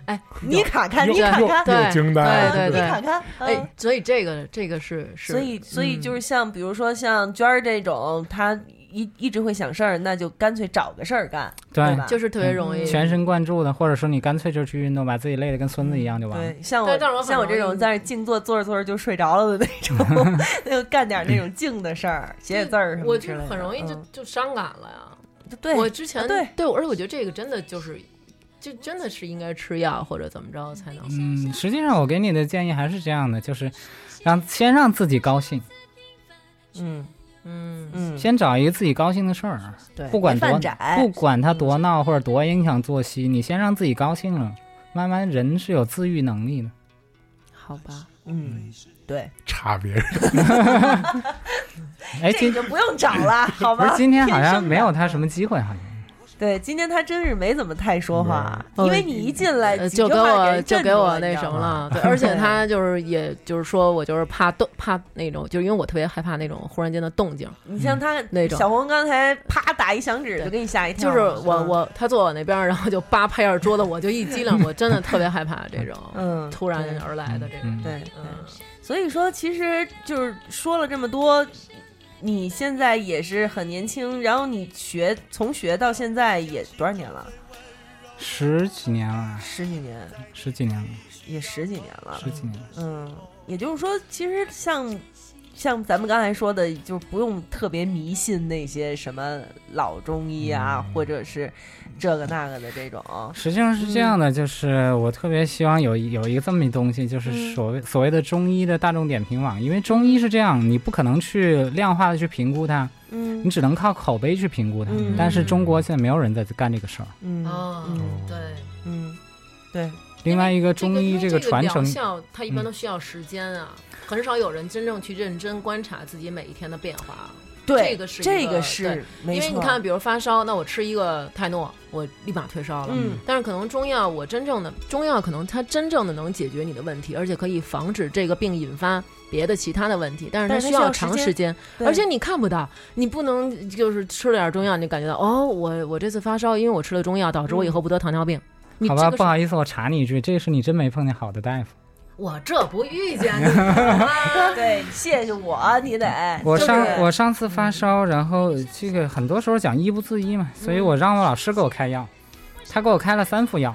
Speaker 4: 哎，
Speaker 6: 你卡看，
Speaker 7: 又
Speaker 6: 你卡
Speaker 7: 又
Speaker 6: 看，
Speaker 7: 又惊呆了，
Speaker 4: 对
Speaker 6: 你
Speaker 4: 对
Speaker 6: 卡看，嗯
Speaker 4: 哎，所以这个这个是是，嗯
Speaker 5: 嗯
Speaker 6: 所以所以就是是像比如说像娟儿这种，她一一直会想事儿，那就干脆找个事儿干，
Speaker 5: 对
Speaker 6: 吧？
Speaker 4: 就是特别容易。
Speaker 5: 嗯全神贯注的，或者说你干脆就去运动，把自己累得跟孙子一样就完了。
Speaker 6: 对，像
Speaker 4: 但但是我
Speaker 6: 我
Speaker 4: 很
Speaker 6: 像我这
Speaker 4: 容
Speaker 6: 种
Speaker 4: 易
Speaker 6: 在那静坐坐着坐着就睡着了的那种， 那就干点那种静的事儿，写写字儿什么
Speaker 4: 我
Speaker 6: 之
Speaker 4: 就
Speaker 6: 类的。
Speaker 4: 很容易就
Speaker 6: 嗯
Speaker 4: 就伤感了呀。
Speaker 6: 对，
Speaker 4: 我之前
Speaker 6: 啊对
Speaker 4: 对我，而且我觉得这个真的就是，就真的是应该吃药或者怎么着才能。
Speaker 5: 嗯，实际上我给你的建议还是这样的，就是让先让自己高兴，
Speaker 6: 嗯
Speaker 4: 嗯，
Speaker 6: 嗯，
Speaker 5: 先找一个自己高兴的事儿，啊
Speaker 4: 对，
Speaker 5: 不管
Speaker 6: 别
Speaker 5: 多
Speaker 6: 犯窄
Speaker 5: 不管他多闹或者多影响作息，你先让自己高兴了，慢慢人是有自愈能力的。
Speaker 4: 好吧，
Speaker 6: 嗯，对，
Speaker 7: 差别人
Speaker 6: 这
Speaker 5: 哎，今
Speaker 6: 就不用找 了，好
Speaker 5: 不是
Speaker 6: 吧？
Speaker 5: 今天好
Speaker 6: 天
Speaker 5: 像
Speaker 6: 生
Speaker 5: 没有
Speaker 6: 的
Speaker 5: 他什么机会，好像
Speaker 6: 对，今天他真是没怎么太说话，
Speaker 4: 嗯
Speaker 6: 因为你一进来
Speaker 4: 呃，
Speaker 6: 哎几
Speaker 4: 就
Speaker 6: 句
Speaker 4: 给
Speaker 6: 话
Speaker 4: 我
Speaker 6: 人
Speaker 4: 就
Speaker 6: 震
Speaker 4: 给
Speaker 6: 住
Speaker 4: 我
Speaker 6: 了
Speaker 4: 那
Speaker 6: 你知
Speaker 4: 什
Speaker 6: 道
Speaker 4: 么了，
Speaker 6: 吗
Speaker 4: 对，而且他就是也就是说我就是怕动怕那种，就是因为我特别害怕那种忽然间的动静，
Speaker 6: 你像他
Speaker 4: 嗯那种
Speaker 6: 小红刚才啪打一响指
Speaker 4: 对
Speaker 6: 就给你吓一跳
Speaker 4: 就
Speaker 6: 了，
Speaker 4: 是我
Speaker 6: 嗯
Speaker 4: 我他坐我那边儿，然后就叭拍一下桌子，我就一激灵，我真的特别害怕这种
Speaker 6: 嗯
Speaker 4: 突然而来的这种。
Speaker 5: 嗯
Speaker 6: 对对对
Speaker 4: 嗯，
Speaker 6: 所以说，其实就是说了这么多，你现在也是很年轻，然后你学从学到现在也多少年了？
Speaker 5: 十几年了，
Speaker 6: 十几年，
Speaker 5: 十几年了，
Speaker 6: 也十几年了
Speaker 5: 十。几年了。
Speaker 6: 嗯，也就是说，其实像像咱们刚才说的，就是不用特别迷信那些什么老中医啊，
Speaker 5: 嗯
Speaker 6: 或者是这个那个的这种。
Speaker 5: 实际上是这样的，就是我特别希望有一有一个这么一东西，就是所谓所谓的中医的大众点评网，因为中医是这样，你不可能去量化的去评估它，
Speaker 6: 嗯
Speaker 5: 你只能靠口碑去评估它
Speaker 6: 嗯。
Speaker 5: 但是中国现在没有人在干这个事儿。
Speaker 6: 嗯
Speaker 4: 哦
Speaker 6: 嗯
Speaker 4: 对，
Speaker 6: 嗯，对，
Speaker 5: 另外一个中医
Speaker 4: 这
Speaker 5: 这个传
Speaker 4: 疗
Speaker 5: 承，嗯
Speaker 4: 效，它一般都需要时间啊，很少有人真正去认真观察自己每一天的变化。
Speaker 6: 对，
Speaker 4: 这个是一
Speaker 6: 这
Speaker 4: 个
Speaker 6: 个
Speaker 4: 对
Speaker 6: 是，没
Speaker 4: 因为你
Speaker 6: 错
Speaker 4: 看，，比如发烧，那我吃一个泰诺，我立马退烧了。
Speaker 6: 嗯
Speaker 4: 但是可能中药，我真正的中药可能它真正的能解决你的问题，而且可以防止这个病引发别的其他的问题，但是它
Speaker 6: 但是它
Speaker 4: 需
Speaker 6: 需要时
Speaker 4: 长
Speaker 6: 间
Speaker 4: 时间，
Speaker 6: 对
Speaker 4: 而且你看不到，你不能就是吃了点中药，你就感觉到哦，我我这次发烧，因为我吃了中药，导致我以
Speaker 6: 嗯
Speaker 4: 后不得糖尿病。你
Speaker 5: 好
Speaker 4: 这
Speaker 5: 吧，
Speaker 4: 个
Speaker 5: 不
Speaker 4: 是
Speaker 5: 好意思，我查你一句，这是你真没碰见好的大夫。
Speaker 4: 我这不遇见你 啊
Speaker 6: 对，谢谢我，你得
Speaker 5: 我
Speaker 6: 就是
Speaker 5: 上我上次发烧，然后这个很多时候讲医不自医嘛，所
Speaker 6: 嗯
Speaker 5: 以我让我老师给我开药，他给我开了三副药，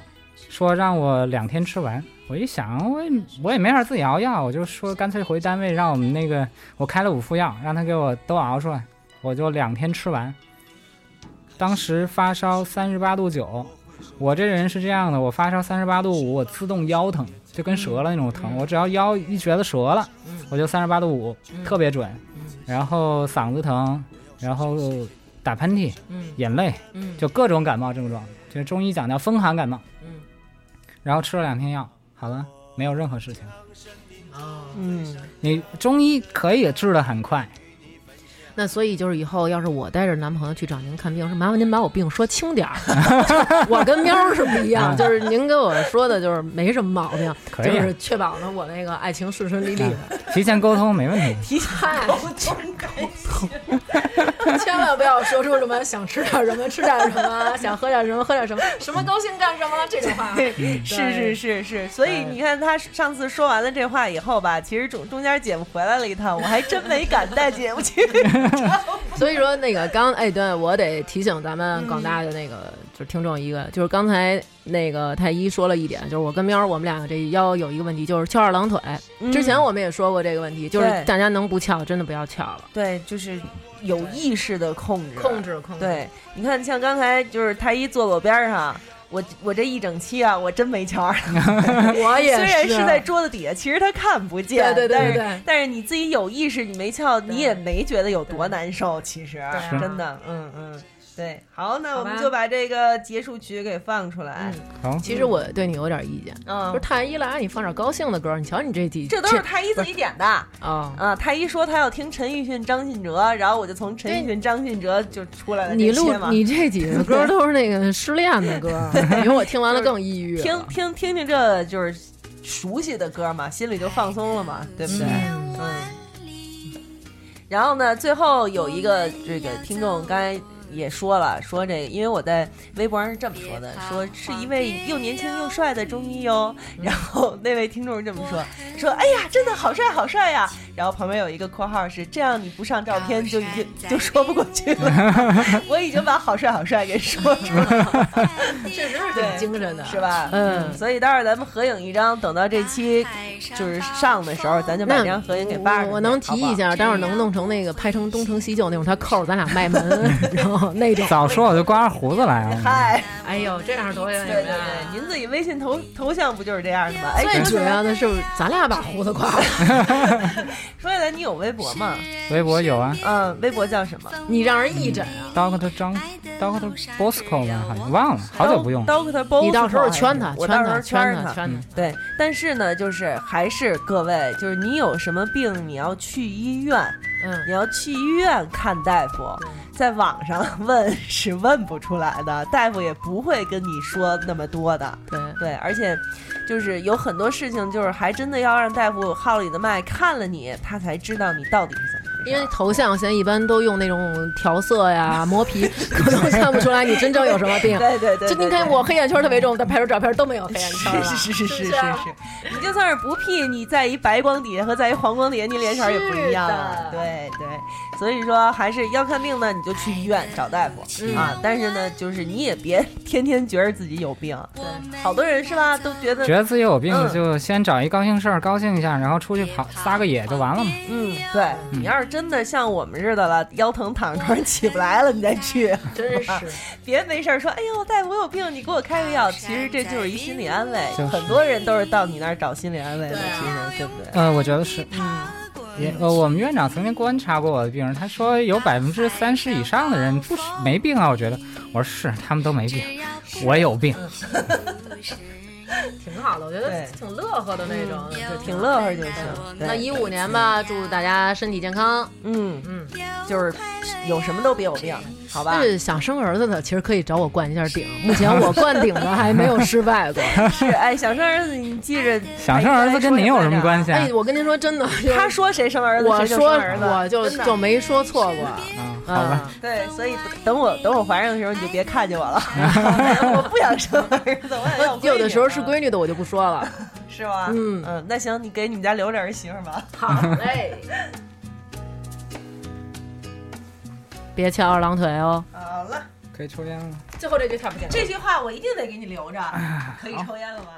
Speaker 5: 说让我两天吃完。我一想，我也我也没法自己熬药，我就说干脆回单位让我们那个我开了五副药，让他给我都熬出来，我就两天吃完。当时发烧三十八度九，我这人是这样的，我发烧三十八度五，我自动腰疼，就跟折了那种
Speaker 6: 嗯
Speaker 5: 疼，我只要腰一觉得折了，我就三十八度五，
Speaker 6: 嗯
Speaker 5: 特别准。然后嗓子疼，然后打喷嚏，
Speaker 4: 嗯
Speaker 5: 眼泪，
Speaker 4: 嗯
Speaker 5: 就各种感冒症状，就是中医讲叫风寒感冒。
Speaker 4: 嗯，
Speaker 5: 然后吃了两天药，好了，没有任何事情。
Speaker 4: 哦
Speaker 6: 嗯，
Speaker 5: 你中医可以治得很快，
Speaker 4: 那所以就是以后要是我带着男朋友去找您看病，是麻烦您把我病说轻点儿。 我跟喵儿是不一样，就是您跟我说的就是没什么毛病，
Speaker 5: 可
Speaker 4: 就
Speaker 5: 以啊
Speaker 4: 是确保了我那个爱情顺顺利利的。
Speaker 5: 提前沟通没问题。
Speaker 4: 提 嗨， 千万不要说出什么想吃点什么吃点什么，啊想喝点什么喝点什么，什么高兴干什么这种 话。
Speaker 6: 是是是是，所以你看他上次说完了这话以后吧，其实中中间姐夫回来了一趟，我还真没敢带姐夫去。
Speaker 4: 所以说那个刚哎，对我得提醒咱们广大的那个、就是听众一个，就是刚才那个太医说了一点，就是我跟喵儿我们俩这腰有一个问题，就是翘二郎腿。之前我们也说过这个问题，就是
Speaker 6: 嗯对
Speaker 4: 大家能不翘真的不要翘了，
Speaker 6: 对，就是有意识的控制，
Speaker 4: 控。制控制。，
Speaker 6: 对，你看，像刚才就是太医坐我边儿上，我我这一整期啊，我真没钱儿。
Speaker 4: 我也
Speaker 6: 虽然
Speaker 4: 是
Speaker 6: 是在桌子底下，其实他看不见。
Speaker 4: 对对对
Speaker 6: 但
Speaker 4: 对
Speaker 6: 是
Speaker 4: 对。
Speaker 6: 但是你自己有意识，你没翘，你也没觉得有多难受，其实
Speaker 4: 啊
Speaker 6: 真的，嗯嗯，对。好，那
Speaker 4: 好
Speaker 6: 我
Speaker 4: 吧
Speaker 6: 们就把这个结束曲给放出来。
Speaker 5: 好，
Speaker 4: 其实我对你有点意见，
Speaker 6: 嗯
Speaker 4: 不是太医来，你放点高兴的歌，你瞧你这几
Speaker 6: 这都是太医自己点的
Speaker 4: 啊。
Speaker 6: 啊！太医说他要听陈奕迅、张信哲，然后我就从陈奕迅、张信哲就出来了
Speaker 4: 你
Speaker 6: 呃这
Speaker 4: 录
Speaker 6: 些嘛。
Speaker 4: 你这几个歌都是那个失恋的歌， 因为我听完了更抑郁了。
Speaker 6: 听听听听这就是熟悉的歌嘛，心里就放松了嘛，对不对？嗯。然后呢，最后有一个这个听众刚才也说了，说这个，因为我在微博上是这么说的，说是一位又年轻又哦 帅的中医哟。然后那位听众是这么说，说哎呀，真的好帅好帅呀！然后旁边有一个括号是这样，你不上照片就已经就说不过去了。 我已经把好帅好帅给说出来了，
Speaker 4: 确实是
Speaker 6: 对
Speaker 4: 挺精神的，
Speaker 6: 是？吧？
Speaker 4: 嗯
Speaker 6: 所以待会儿咱们合影一张，等到这期就是上的时候，咱就把
Speaker 4: 那
Speaker 6: 这张合影给扒上去。
Speaker 4: 我能提
Speaker 6: 好
Speaker 4: 一
Speaker 6: 不好，
Speaker 4: 下，待会儿能弄成那个拍成东成西就那种，他扣着咱俩卖 萌，然后那种。
Speaker 5: 早说我就刮着胡子来啊！
Speaker 6: 嗨，
Speaker 4: 哎呦，这样多有啊
Speaker 6: 对对对，您自己微信头头像不就是这样的吗？哎，
Speaker 4: 最
Speaker 6: 说起
Speaker 4: 主
Speaker 6: 来
Speaker 4: 要的是，啊咱俩把胡子刮了。
Speaker 6: 说起来，你有微博吗？
Speaker 5: 微博有啊
Speaker 6: 嗯，微博叫什么？
Speaker 4: 你让人一诊啊！
Speaker 5: ，Doctor 张，Doctor Bosco 吧，好像忘了，好久不用了。
Speaker 6: Doctor b o
Speaker 4: 你到时候圈他，
Speaker 6: 我
Speaker 4: 圈
Speaker 6: 到时
Speaker 4: 他，
Speaker 6: 候
Speaker 4: 圈
Speaker 6: 他。
Speaker 4: 圈
Speaker 6: 对，但是呢，就是还是各位，就是你有什么病，你要去医院，
Speaker 4: 他。嗯，
Speaker 6: 你要去医院看大夫，在网上问是问不出来的， 大夫也不会跟你说那么多的。
Speaker 4: 嗯对，
Speaker 6: 对，而且就是有很多事情，就是还真的要让大夫号里的脉看了你，他才知道你到底是怎么回事。
Speaker 4: 因为头像现在一般都用那种调色呀、磨皮，可能看不出来你真正有什么病。
Speaker 6: 对对对，
Speaker 4: 就你
Speaker 6: 对
Speaker 4: 看
Speaker 6: 对
Speaker 4: 我黑眼圈特别重，但拍出照片都没有黑眼圈了。
Speaker 6: 是是是是是
Speaker 4: 是
Speaker 6: 是
Speaker 4: 不啊
Speaker 6: 是，你就算是不 P，你在一白光底下和在一黄光底下，你脸色儿也不一样了。
Speaker 4: 是的
Speaker 6: 对对，所以说还是要看病呢，你就去医院找大夫、啊。但是呢，就是你也别天天觉得自己有病，好多人是吧，都觉得
Speaker 5: 觉得自己有病，
Speaker 6: 嗯
Speaker 5: 就先找一高兴事儿高兴一下，然后出去跑撒个野就完了嘛。
Speaker 6: 嗯，对你要是真的像我们似的了，腰疼躺床上起不来了，你再 去，
Speaker 4: 真是
Speaker 6: 别没事儿说，哎呦，大夫我有病，你给我开个 药。其实这就是一心理安慰，
Speaker 5: 就是
Speaker 6: 很多人都是到你那儿找心理安慰的，其实对不啊哎对？
Speaker 5: 呃，我觉得是，也呃，我们院长曾经观察过我的病人，他说有百分之三十以上的人不是没病啊。我觉得，我说是，他们都没病，我有病。
Speaker 4: 挺好的，我觉
Speaker 6: 对
Speaker 4: 得挺乐呵的那种，就
Speaker 6: 挺
Speaker 4: 挺乐。
Speaker 6: 乐呵就行。对
Speaker 4: 那一五年吧，祝大家身体健康。
Speaker 6: 嗯
Speaker 4: 嗯，
Speaker 6: 就是有什么都别有病，好吧
Speaker 4: 但？是想生儿子的，其实可以找我灌一下顶。目前我灌顶的还没有失败 过。
Speaker 6: 是，哎，想生儿子，你记着，
Speaker 4: 哎
Speaker 6: 哎
Speaker 5: 想生儿子跟你有什么关系啊
Speaker 4: 哎，？我跟您说真的，就是
Speaker 6: 他说谁生儿子，
Speaker 4: 我
Speaker 6: 谁就
Speaker 4: 说
Speaker 6: 生儿子。
Speaker 4: 我就
Speaker 6: 真的
Speaker 4: 就没说错过。
Speaker 5: 嗯，好吧，
Speaker 4: 啊，
Speaker 6: 对，所以等我等我怀上的时候，你就别看见我 了。我不想生儿子，我想 要闺女
Speaker 4: 有的时候是闺女的，我就不说 了。
Speaker 6: 是吗？
Speaker 4: 嗯
Speaker 6: 嗯，那行，你给你们家留着儿媳妇吧。
Speaker 4: 好 嘞，别翘二郎腿哦。
Speaker 6: 好了，
Speaker 5: 可以抽烟了。
Speaker 4: 最后这句差不多。
Speaker 5: 哎
Speaker 6: 这句话我一定得给你留着。可以抽烟了吗？